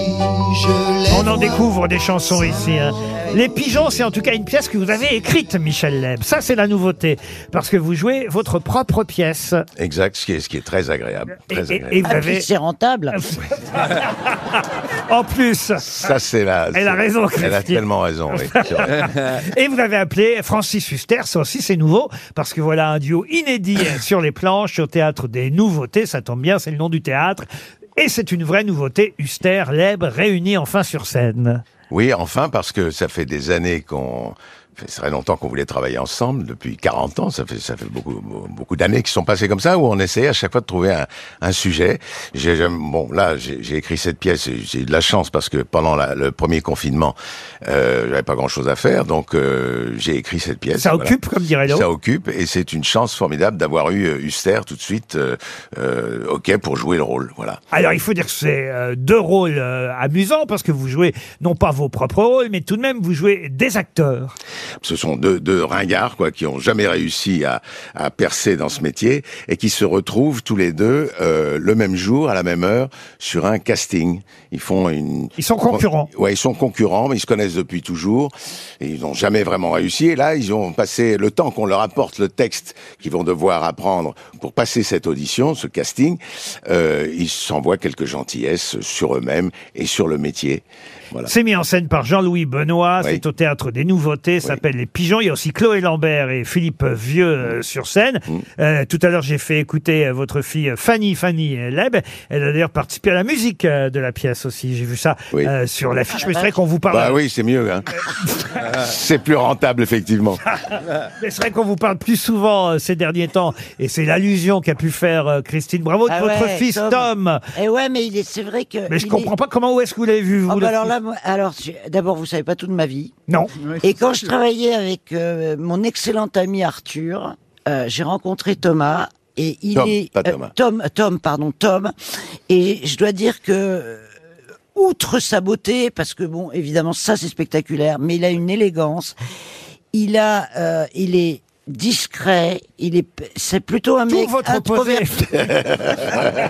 je les On en vois découvre des chansons ici. hein. Les pigeons, c'est en tout cas une pièce que vous avez écrite, Michel Leb. Ça, c'est la nouveauté. Parce que vous jouez votre propre pièce. Exact, ce qui est, ce qui est très agréable. Et, Très et- agréable. et vous Ah, puis avez, c'est rentable. en plus, Ça, Ah, c'est la. Elle a raison, Elle a Christine. tellement raison, oui. C'est vrai. et vous avez appelé Francis Huster. Ça aussi, c'est nouveau. Parce que voilà un duo inédit sur les planches, au théâtre des nouveautés. Ça tombe bien, c'est le nom du théâtre. Et c'est une vraie nouveauté, Huster, Leb réunis enfin sur scène. Oui, enfin, parce que ça fait des années qu'on... Ça fait très longtemps qu'on voulait travailler ensemble, depuis 40 ans, ça fait, ça fait beaucoup, beaucoup d'années qui sont passées comme ça, où on essayait à chaque fois de trouver un, un sujet. J'ai, j'aime- bon, là, j'ai j'ai écrit cette pièce, et j'ai eu de la chance parce que pendant la- le premier confinement, euh, j'avais pas grand chose à faire, donc euh, j'ai écrit cette pièce. Ça occupe, comme dirait l'autre. Ça occupe, et c'est une chance formidable d'avoir eu euh, Huster tout de suite, euh, euh, ok, pour jouer le rôle, voilà. Alors, il faut dire que c'est euh, deux rôles euh, amusants parce que vous jouez non pas vos propres rôles, mais tout de même vous jouez des acteurs. Ce sont deux, deux ringards quoi, qui ont jamais réussi à, à percer dans ce métier et qui se retrouvent tous les deux euh, le même jour, à la même heure, sur un casting. Ils font une. Ils sont concurrents. Ouais, ils sont concurrents, mais ils se connaissent depuis toujours. Et ils n'ont jamais vraiment réussi. Et là, ils ont passé le temps qu'on leur apporte le texte qu'ils vont devoir apprendre pour passer cette audition, ce casting. Euh, ils s'envoient quelques gentillesses sur eux-mêmes et sur le métier. Voilà. C'est mis en scène par Jean-Louis Benoît, c'est au Théâtre des Nouveautés, ça s'appelle Les Pigeons. Il y a aussi Chloé Lambert et Philippe Vieux euh, sur scène. Mm. Euh, tout à l'heure, j'ai fait écouter euh, votre fille euh, Fanny, Fanny euh, Leb. Elle a d'ailleurs participé à la musique euh, de la pièce aussi, j'ai vu ça euh, sur l'affiche, Ah, mais c'est vrai qu'on vous parle... Bah oui, c'est mieux. Hein. c'est plus rentable, effectivement. Ah. Mais c'est vrai qu'on vous parle plus souvent euh, ces derniers temps, et c'est l'allusion qu'a pu faire euh, Christine Bravo de Ah votre ouais, fils Tom. Eh ouais, mais il est, c'est vrai que. Mais je il comprends est- pas comment où est-ce que vous l'avez vu, vous. Ah bah là- alors là, moi- alors tu- d'abord, vous savez pas tout de ma vie. Non. Et quand je travaillais avec euh, mon excellent ami Arthur, euh, j'ai rencontré Thomas et il Tom, est pas euh, Thomas. Tom, Tom, pardon, Tom. Et je dois dire que euh, outre sa beauté, parce que bon, évidemment, ça c'est spectaculaire, mais il a une élégance. Il a, euh, il est discret. Il est, c'est plutôt un mec votre opposé.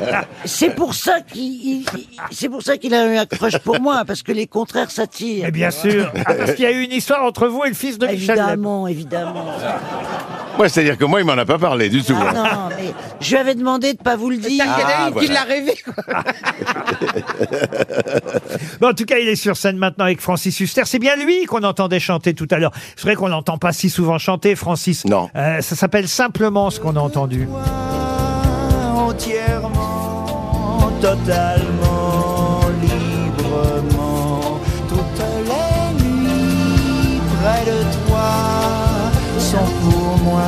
Ah, c'est pour ça qu'il, il- il- c'est pour ça qu'il a eu un crush pour moi, parce que les contraires s'attirent. Eh bien sûr. Ah, parce qu'il y a eu une histoire entre vous et le fils de Michel Leb. Évidemment, évidemment. Ouais, c'est-à-dire que moi, il m'en a pas parlé du tout. Ah hein. non, mais je lui avais demandé de pas vous le dire. qu'il y en a Ah, une qui voilà. l'a rêvé. Bon, en tout cas, il est sur scène maintenant avec Francis Huster. C'est bien lui qu'on entendait chanter tout à l'heure. C'est vrai qu'on l'entend pas si souvent chanter, Francis. Non. ça s'appelle simplement ce qu'on a entendu. entièrement, totalement, librement, toutes les nuits près de toi sont pour moi.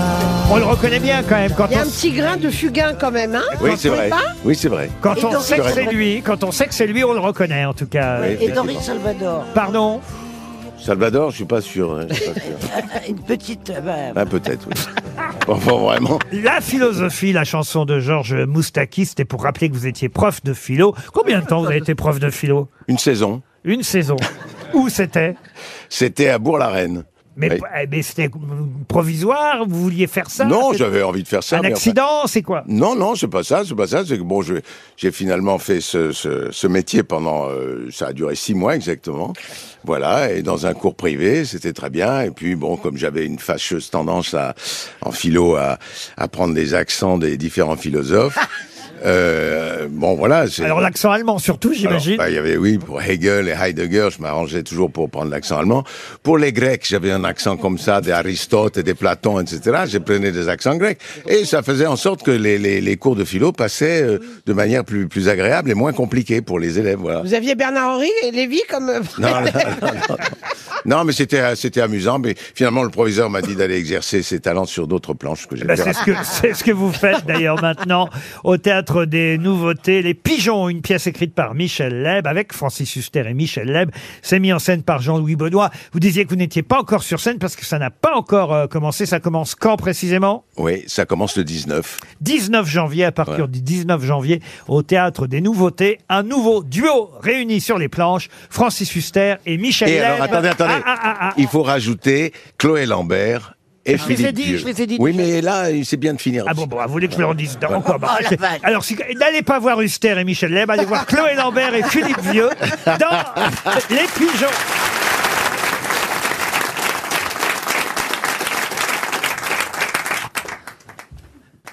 On le reconnaît bien quand même quand Il y a on un petit grain de fugain quand même, hein Oui, Vous c'est trouvez vrai. pas Oui, c'est vrai. Quand Et on Doris sait que c'est Salvador. lui, quand on sait que c'est lui, on le reconnaît en tout cas. Oui, Et Doris Salvador. Pardon Salvador, je suis pas sûr. hein, je suis pas sûr. Une petite. euh, bah, Ah, peut-être, oui. Enfin, vraiment. La philosophie, la chanson de Georges Moustaki, c'était pour rappeler que vous étiez prof de philo. Combien de temps vous avez été prof de philo Une saison. Une saison. Où c'était C'était à Bourg-la-Reine. Mais, Oui. eh, mais c'était provisoire, vous vouliez faire ça Non, c'était- j'avais envie de faire ça. Un mais enfin- accident, c'est quoi Non, non, c'est pas ça, c'est pas ça. C'est que bon, je- j'ai finalement fait ce, ce- ce métier pendant, euh, ça a duré six mois exactement. Voilà, et dans un cours privé, c'était très bien. Et puis bon, comme j'avais une fâcheuse tendance à, en philo, à, à prendre des accents des différents philosophes. euh, bon, voilà. c'est- Alors l'accent allemand surtout, j'imagine. alors, bah, il y avait, oui, pour Hegel et Heidegger, je m'arrangeais toujours pour prendre l'accent allemand. Pour les Grecs, j'avais un accent comme ça, des Aristote et des Platon, etc. Je prenais des accents grecs. Et ça faisait en sorte que les, les, les cours de philo passaient euh, de manière plus, plus agréable et moins compliquée pour les élèves, voilà. Vous aviez Bernard-Henri et Lévy comme... euh, Non, non, non, non, non. Non, mais c'était, euh, c'était amusant, mais finalement, le proviseur m'a dit d'aller exercer ses talents sur d'autres planches que j'ai Bah, c'est ce que c'est ce que vous faites d'ailleurs maintenant au théâtre des nouveautés les pigeons une pièce écrite par Michel Leb avec Francis Huster et Michel Leb c'est mis en scène par Jean-Louis Benoît vous disiez que vous n'étiez pas encore sur scène parce que ça n'a pas encore euh, commencé ça commence quand précisément Oui, ça commence le 19. 19 janvier à partir Ouais. du 19 janvier au théâtre des nouveautés un nouveau duo réuni sur les planches Francis Huster et Michel Et Leb alors, attendez, attendez. Ah, ah, ah, ah. Il faut rajouter Chloé Lambert et Je les ai Philippe dit, Dieu. je les ai dit. Oui, mais là, c'est bien de finir. Ah bon, bon, vous voulez que je leur dise non, encore bah, Oh, la c'est- Alors, si- n'allez pas voir Huster et Michel Leb, allez voir Chloé Lambert et Philippe Vieux dans Les Pigeons.